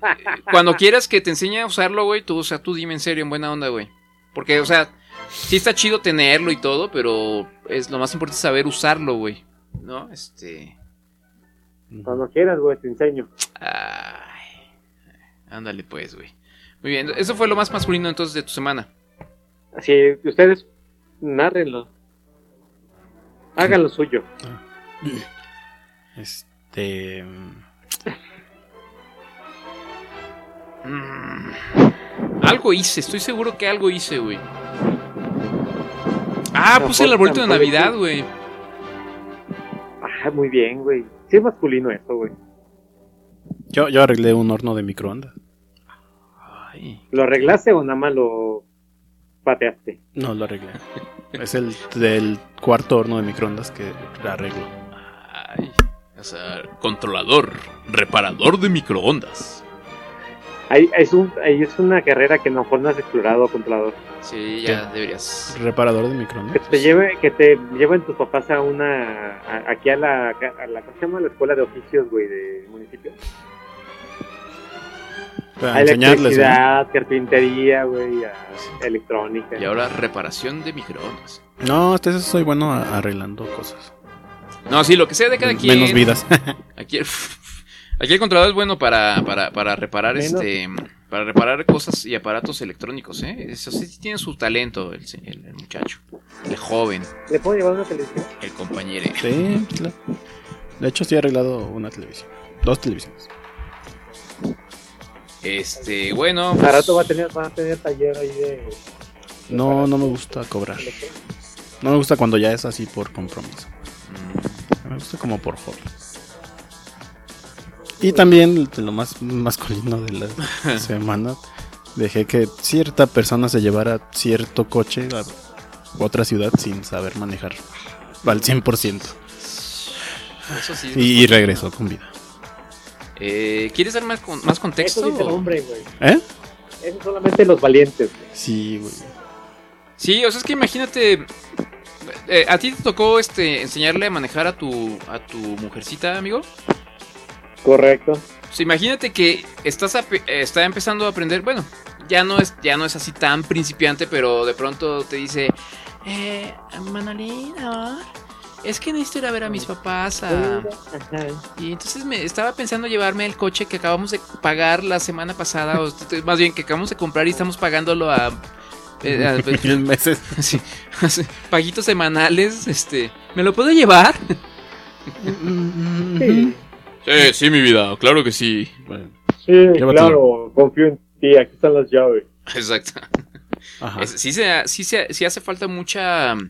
Speaker 1: cuando quieras que te enseñe a usarlo, güey, tú, o sea, tú dime en serio, en buena onda, güey. Porque, o sea, sí está chido tenerlo y todo, pero es lo más importante es saber usarlo, güey. ¿No? Este...
Speaker 10: Cuando quieras, güey, te enseño.
Speaker 1: Ándale, pues, güey. Muy bien, eso fue lo más masculino entonces de tu semana.
Speaker 10: Así, ustedes, nárrenlo. Hagan lo suyo.
Speaker 5: Este. mm,
Speaker 1: Mm, Algo hice, estoy seguro que algo hice, güey. Ah,
Speaker 10: Tampoco-
Speaker 1: puse el arbolito de
Speaker 10: tampoco-
Speaker 1: Navidad, güey.
Speaker 10: Ah, muy bien, güey. Sí es masculino eso, güey.
Speaker 5: Yo, yo arreglé un horno de microondas.
Speaker 10: ¿Lo arreglaste o nada más lo pateaste?
Speaker 5: No, lo arreglé. es el del cuarto horno de microondas que arreglo.
Speaker 2: O sea, controlador, reparador de microondas.
Speaker 10: Ahí es, un, ahí es una carrera que a lo mejor no has explorado, controlador.
Speaker 1: Sí,
Speaker 5: ya
Speaker 1: deberías.
Speaker 5: Reparador de
Speaker 10: Que
Speaker 5: microondas.
Speaker 10: te, lleve, que te lleven tus papás a una. a- aquí a la. A la ¿Cómo se llama la escuela de oficios, güey, del municipio?
Speaker 5: Para
Speaker 10: a
Speaker 1: ¿eh?
Speaker 5: enseñarles. ¿eh? ¿no?
Speaker 10: electricidad, carpintería, güey, a electrónica.
Speaker 1: Y ahora reparación de microondas.
Speaker 5: No, hasta eso soy bueno a- arreglando cosas.
Speaker 1: No, sí, lo que sea de cada
Speaker 5: Men-
Speaker 1: quien.
Speaker 5: menos vidas.
Speaker 1: Aquí, aquí el controlador es bueno para, para, para reparar
Speaker 5: Menos-
Speaker 1: este. Para reparar cosas y aparatos electrónicos, ¿eh? Eso sí tiene su talento el, se- el- el muchacho. El joven,
Speaker 10: ¿Le puedo llevar una televisión?
Speaker 1: el compañero.
Speaker 5: Sí, claro. De hecho, sí he arreglado una televisión. Dos televisiones.
Speaker 1: Este, bueno.
Speaker 10: A rato va a tener, va a tener taller ahí de.
Speaker 5: No, no me gusta cobrar. No me gusta cuando ya es así por compromiso.
Speaker 1: mm,
Speaker 5: Me gusta como por hobby. Y también de lo más masculino de la semana, dejé que cierta persona se llevara cierto coche a otra ciudad sin saber manejar al 100%.
Speaker 1: Eso sí.
Speaker 5: Y, y regresó con vida.
Speaker 1: Eh, ¿Quieres dar más, con- más contexto?
Speaker 10: Eso dice el
Speaker 1: o-
Speaker 10: hombre, güey.
Speaker 5: ¿Eh?
Speaker 10: Eso solamente los valientes, güey.
Speaker 5: Sí, güey.
Speaker 1: Sí, o sea, es que imagínate. eh, ¿A ti te tocó este enseñarle a manejar a tu, a tu mujercita, amigo?
Speaker 10: Correcto.
Speaker 1: O sea, Pues imagínate que estás ape- eh, está empezando a aprender. Bueno, ya no, es, ya no es así tan principiante, pero de pronto te dice: Eh, Manolín, amor, es que necesito ir a ver a mis papás. a- Y entonces me estaba pensando llevarme el coche que acabamos de pagar la semana pasada, o t- t- más bien que acabamos de comprar y estamos pagándolo a. eh, a-
Speaker 5: Mil meses.
Speaker 1: Sí. Paguitos semanales, este. ¿Me lo puedo llevar?
Speaker 2: Sí, sí, mi vida, claro que sí.
Speaker 10: Sí, claro, confío en ti, aquí están las llaves.
Speaker 1: Exacto. Es- sí, se, sí, se- sí hace falta mucha. um,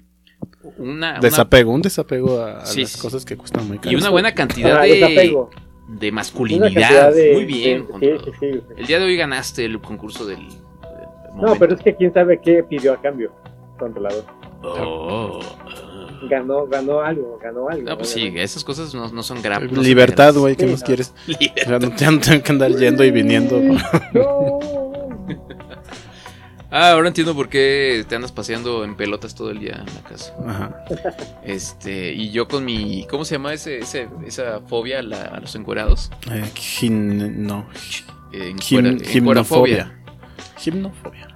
Speaker 1: Una, una-
Speaker 5: Desapego, un desapego a, a
Speaker 1: Sí,
Speaker 5: las
Speaker 1: sí,
Speaker 5: cosas que cuestan muy caro.
Speaker 1: y una buena cantidad
Speaker 10: Ah,
Speaker 1: de,
Speaker 10: desapego.
Speaker 1: de
Speaker 10: Una cantidad
Speaker 1: masculinidad.
Speaker 10: de-
Speaker 1: Muy bien.
Speaker 10: de- sí,
Speaker 1: controlador.
Speaker 10: sí, sí, güey.
Speaker 1: El día de hoy ganaste el concurso del. del
Speaker 10: No,
Speaker 1: momento.
Speaker 10: pero es que quién sabe qué pidió a cambio, controlador.
Speaker 1: Oh.
Speaker 10: Ganó, ganó algo, ganó algo.
Speaker 1: No, pues sí, esas cosas no, Ah, pues, no son graves.
Speaker 5: Libertad, güey, ¿qué más quieres? O sea, no, ya no tengo que andar yendo y viniendo.
Speaker 1: Ah, ahora entiendo por qué te andas paseando en pelotas todo el día en la casa.
Speaker 5: Ajá.
Speaker 1: Este, y yo con mi. ¿Cómo se llama ese, ese- esa fobia a, la- a los encuerados?
Speaker 5: Eh, gin- no.
Speaker 1: Eh,
Speaker 5: Gim-
Speaker 1: encuera- encuerafobia.
Speaker 5: gimnofobia. Gimnofobia.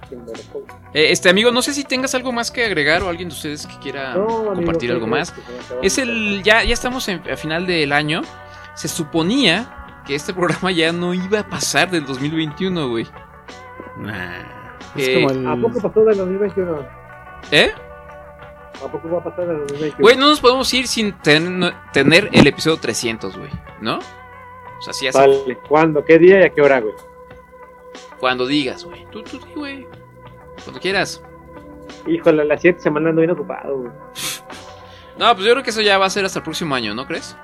Speaker 1: Eh, este, amigo, no sé si tengas algo más que agregar o alguien de ustedes que quiera
Speaker 10: No, amigo,
Speaker 1: compartir
Speaker 10: creo
Speaker 1: algo
Speaker 10: que-
Speaker 1: más.
Speaker 10: que se me acabó
Speaker 1: Es el. Ya, ya estamos en- a final del año. Se suponía que este programa ya no iba a pasar del 2021, güey.
Speaker 5: Es
Speaker 1: Eh,
Speaker 5: como el-
Speaker 10: ¿A poco pasó del 2021?
Speaker 1: ¿Eh?
Speaker 10: ¿A poco va a pasar del 2021?
Speaker 1: Güey, no nos podemos ir sin ten- tener el episodio 300, güey, ¿no? O sea, sí hace
Speaker 10: Vale, ¿cuándo? ¿Qué día y a qué hora, güey?
Speaker 1: cuando digas, güey. Tú, tú, sí, güey. Cuando quieras.
Speaker 10: Híjole, las siete semanas no viene ocupado, güey.
Speaker 1: No, pues yo creo que eso ya va a ser hasta el próximo año, ¿no crees?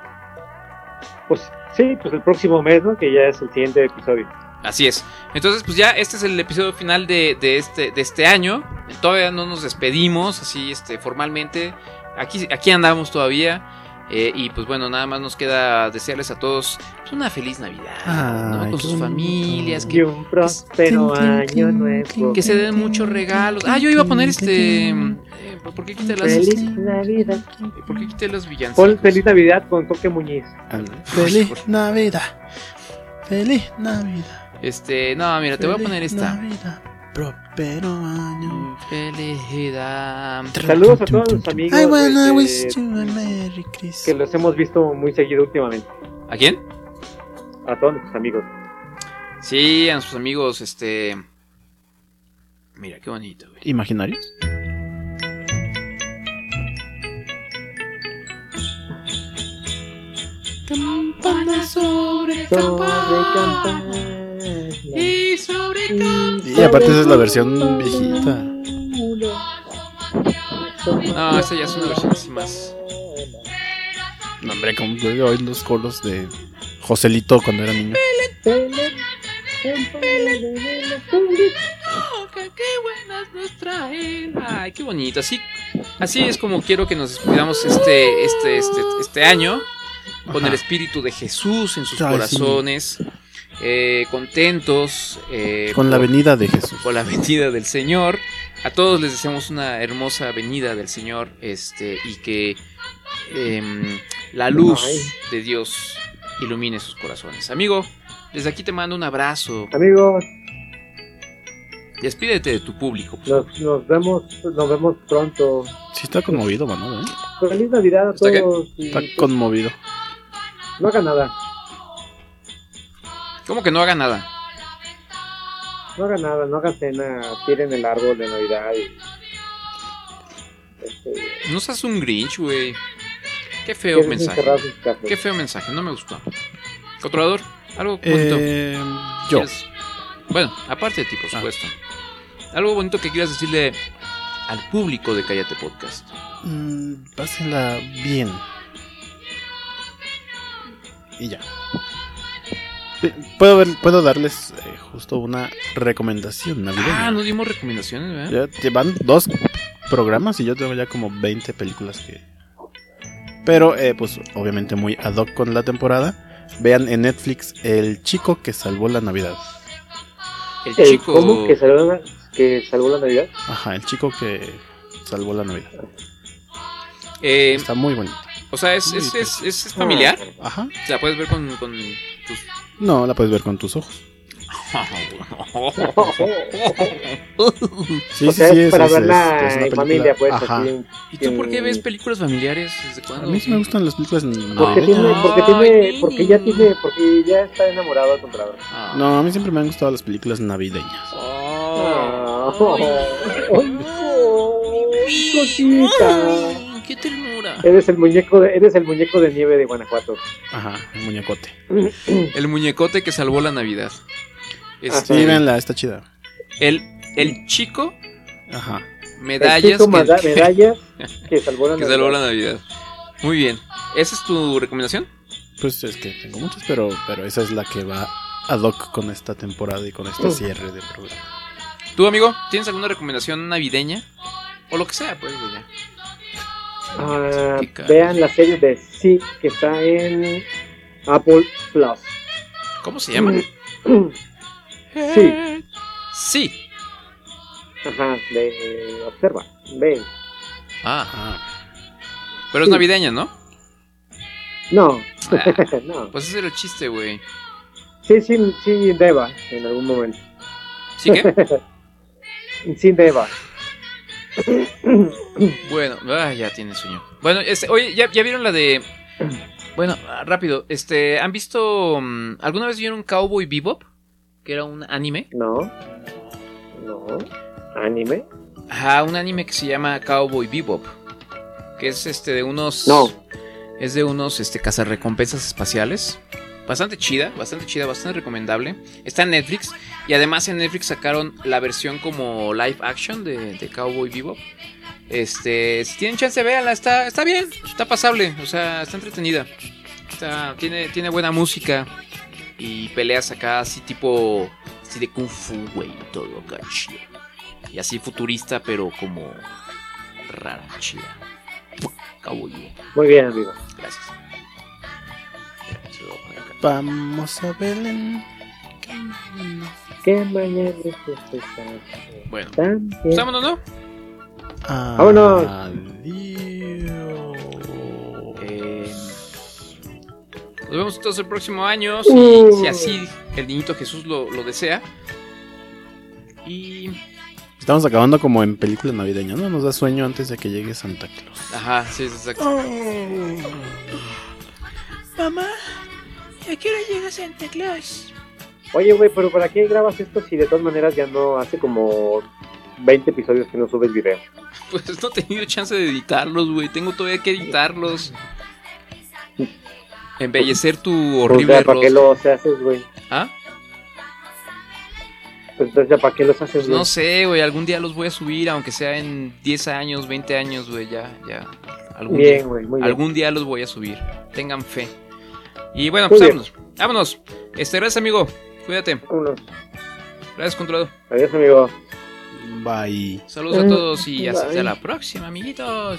Speaker 10: Pues sí, pues el próximo mes, ¿no? Que ya es el siguiente episodio.
Speaker 1: Así es. Entonces, pues ya este es el episodio final de, de este, de este año. Todavía no nos despedimos así este, formalmente. Aquí, aquí andamos todavía. Eh, y pues bueno, nada más nos queda desearles a todos pues, una feliz Navidad. ¿no? Con sus familias. Que,
Speaker 10: un próspero año nuevo.
Speaker 1: que se den muchos regalos. Ah, yo iba a poner este... eh, ¿Por qué quité las...
Speaker 10: Feliz
Speaker 1: este,
Speaker 10: Navidad.
Speaker 1: ¿Por qué quité los villancicos?
Speaker 10: Pon feliz Navidad con Coque Muñiz.
Speaker 5: Feliz Navidad. Feliz Navidad.
Speaker 1: Este, no, mira, te voy a
Speaker 5: Feliz
Speaker 1: poner esta.
Speaker 5: Navidad. Propero año.
Speaker 1: Felicidad.
Speaker 10: Saludos a todos los amigos
Speaker 5: I wanna
Speaker 10: este,
Speaker 5: wish you a Merry Christmas.
Speaker 10: que los hemos visto muy seguido últimamente.
Speaker 1: ¿A quién?
Speaker 10: A todos nuestros amigos.
Speaker 1: Sí, a nuestros amigos, este. Mira, qué bonito, güey.
Speaker 5: ¿Imaginarios?
Speaker 18: Campana sobre campana. Y sobre campana.
Speaker 5: Y aparte esa es la versión viejita.
Speaker 1: No, esta ya es una versión así más.
Speaker 5: No, hombre, como yo oí los coros de Joselito cuando era niño.
Speaker 1: qué buenas nos traen. Ay, qué bonito. Así, así es como quiero que nos despidamos este, este, este, este año. Con
Speaker 5: Ajá.
Speaker 1: el espíritu de Jesús en sus
Speaker 5: Ay, sí.
Speaker 1: corazones. eh, contentos. eh,
Speaker 5: Con la
Speaker 1: por-
Speaker 5: venida de Jesús.
Speaker 1: por la venida del Señor. A todos les deseamos una hermosa venida del Señor, este, y que em, la luz
Speaker 10: Ay.
Speaker 1: de Dios ilumine sus corazones. Amigo, desde aquí te mando un abrazo.
Speaker 10: Amigos,
Speaker 1: Despídete de tu público.
Speaker 10: nos, nos vemos, nos vemos pronto.
Speaker 5: Sí está conmovido, Manolo, ¿eh?
Speaker 10: Feliz Navidad a
Speaker 1: qué?
Speaker 10: todos. y
Speaker 5: Está conmovido.
Speaker 10: No hagan nada,
Speaker 1: ¿Cómo que no haga nada?
Speaker 10: no hagan nada, no hagan cena, tiren el árbol de Navidad. Y, este,
Speaker 1: No seas un Grinch, güey. Qué feo
Speaker 10: Quieres
Speaker 1: mensaje.
Speaker 10: encerrar sus casas.
Speaker 1: Qué feo mensaje, no me gustó. Controlador, algo bonito.
Speaker 5: Eh, yo.
Speaker 1: ¿Quieres? Bueno, aparte de ti, por supuesto. Algo bonito que quieras decirle al público de Cállate Podcast.
Speaker 5: Mm, pásenla bien. Y ya. P- Puedo, ver- puedo darles eh, justo una recomendación navideña.
Speaker 1: Ah, no dimos recomendaciones, ¿verdad?
Speaker 5: Ya llevan dos programas y yo tengo ya como 20 películas que... Pero, eh, pues obviamente muy ad hoc con la temporada. Vean en Netflix El chico que salvó la Navidad.
Speaker 1: El
Speaker 10: ¿El
Speaker 1: chico.
Speaker 10: ¿Cómo que salvó, la- que salvó la Navidad?
Speaker 5: Ajá, el chico que salvó la Navidad.
Speaker 1: Eh,
Speaker 5: Está muy bonito.
Speaker 1: o sea, es, es, es, es- es familiar.
Speaker 10: Ah,
Speaker 5: Ajá.
Speaker 1: O sea, puedes ver con, con tus.
Speaker 5: No, la puedes ver con tus ojos. Sí,
Speaker 10: O sea,
Speaker 5: sí, es-
Speaker 10: es
Speaker 5: este,
Speaker 10: para
Speaker 5: es-
Speaker 10: verla
Speaker 5: es una
Speaker 10: en
Speaker 5: película-
Speaker 10: familia, pues.
Speaker 5: Ajá.
Speaker 10: así,
Speaker 1: ¿Y tú por qué
Speaker 10: sin-
Speaker 1: ves películas familiares? ¿Desde
Speaker 5: A
Speaker 1: cuándo?
Speaker 5: mí sí me gustan las películas
Speaker 10: Porque
Speaker 5: navideñas.
Speaker 10: tiene, porque tiene, porque ya tiene, porque ya está enamorado del comprador.
Speaker 1: Ah.
Speaker 5: No, a mí siempre me han gustado las películas navideñas.
Speaker 10: Oh, ay, ay, cosita.
Speaker 1: Ay, ¡Qué ternura!
Speaker 10: Eres el muñeco, de, eres el muñeco de nieve de Guanajuato.
Speaker 5: Ajá, el muñecote.
Speaker 1: El muñecote que salvó la Navidad. Este,
Speaker 5: Sí, véanla, está chida.
Speaker 1: El, el chico,
Speaker 5: Ajá.
Speaker 1: medallas.
Speaker 10: El chico
Speaker 1: que-
Speaker 10: meda- medallas que salvó la
Speaker 1: que salvó la Navidad. Muy bien. ¿Esa es tu recomendación?
Speaker 5: Pues es que tengo muchas, pero, pero esa es la que va ad hoc con esta temporada y con este
Speaker 1: Mm.
Speaker 5: cierre de programa.
Speaker 1: ¿Tú, amigo, tienes alguna recomendación navideña? O lo que sea, pues, güey, ya.
Speaker 10: Ah,
Speaker 1: Qué caro.
Speaker 10: vean la serie de Sí que está en Apple Plus.
Speaker 1: ¿Cómo se llama?
Speaker 10: Sí,
Speaker 1: Sí.
Speaker 10: Ajá, de observa, ve.
Speaker 1: Ah. Pero es navideña, ¿no?
Speaker 10: No,
Speaker 1: Ah,
Speaker 10: no.
Speaker 1: Pues ese era el chiste, güey.
Speaker 10: Sí, sí, sí, Deva, en algún momento.
Speaker 1: ¿Sí qué?
Speaker 10: Sin Deva.
Speaker 1: Bueno, ah, ya tiene sueño. Bueno, este, oye, ¿ya, ya vieron la de. Bueno, ah, rápido. Este, ¿han visto. mm, ¿Alguna vez vieron Cowboy Bebop? Que era un anime.
Speaker 10: No. No. ¿Anime?
Speaker 1: Ajá, un anime que se llama Cowboy Bebop. Que es este de unos.
Speaker 10: No.
Speaker 1: Es de unos este, cazarrecompensas espaciales. Bastante chida, bastante chida, bastante recomendable. Está en Netflix. Y además en Netflix sacaron la versión como live action de, de Cowboy Bebop. Este, si tienen chance, véanla. Está, está bien, está pasable. O sea, está entretenida. Está- tiene, tiene buena música. Y peleas acá así tipo... Así de kung fu, güey. y Todo acá chido. Y así futurista, pero como... Rara, chida. Cowboy Bebop.
Speaker 10: Muy bien, amigo.
Speaker 1: Gracias.
Speaker 5: Vamos a Belén.
Speaker 10: ¿Qué mañana es esta?
Speaker 1: Bueno.
Speaker 10: También.
Speaker 1: Pues vámonos, ¿no?
Speaker 10: Vámonos.
Speaker 1: Eh, nos vemos entonces el próximo año.
Speaker 10: Uh.
Speaker 1: Si, si así el niñito Jesús lo, lo desea. Y.
Speaker 5: Estamos acabando como en película navideña, ¿no? Nos da sueño antes de que llegue Santa Claus.
Speaker 1: Ajá, sí, sí, exacto.
Speaker 10: Uh.
Speaker 19: Mamá, ¿a qué hora llega Santa Claus?
Speaker 10: Oye, güey, pero ¿para qué grabas esto si de todas maneras ya no hace como 20 episodios que no subes video?
Speaker 1: Pues no he tenido chance de editarlos, güey. Tengo todavía que editarlos. Embellecer tu
Speaker 10: O
Speaker 1: horrible
Speaker 10: sea, Uh. Pues ¿para qué
Speaker 1: rostro.
Speaker 10: los haces, güey?
Speaker 1: ¿Ah?
Speaker 10: Pues entonces, ¿para qué los haces,
Speaker 1: Pues
Speaker 10: güey?
Speaker 1: no sé, güey. Algún día los voy a subir, aunque sea en 10 años, 20 años, güey. Ya, ya. Algún
Speaker 10: Bien,
Speaker 1: día,
Speaker 10: güey, muy bien.
Speaker 1: Algún día los voy a subir. Tengan fe. Y bueno,
Speaker 10: Muy
Speaker 1: pues
Speaker 10: bien.
Speaker 1: vámonos. Vámonos. Este, gracias, amigo. Cuídate. Gracias, controlado.
Speaker 10: Adiós, amigo.
Speaker 5: Bye.
Speaker 1: Saludos a todos y hasta
Speaker 10: Mm, Bye.
Speaker 1: la próxima, amiguitos.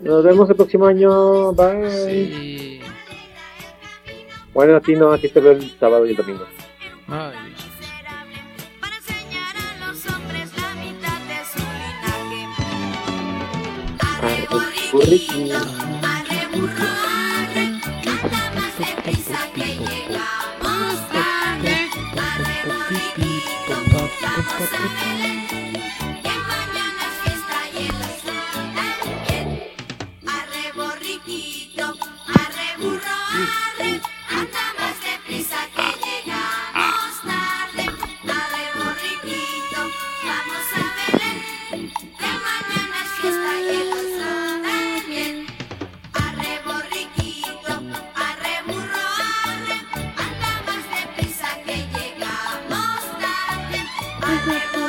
Speaker 10: Nos vemos el próximo año.
Speaker 1: Sí.
Speaker 10: Bye. Bueno, a ti no, a ti te veo el sábado y el domingo.
Speaker 1: Ay,
Speaker 10: Nah,
Speaker 9: Andamos deprisa que llegamos tarde. Arre,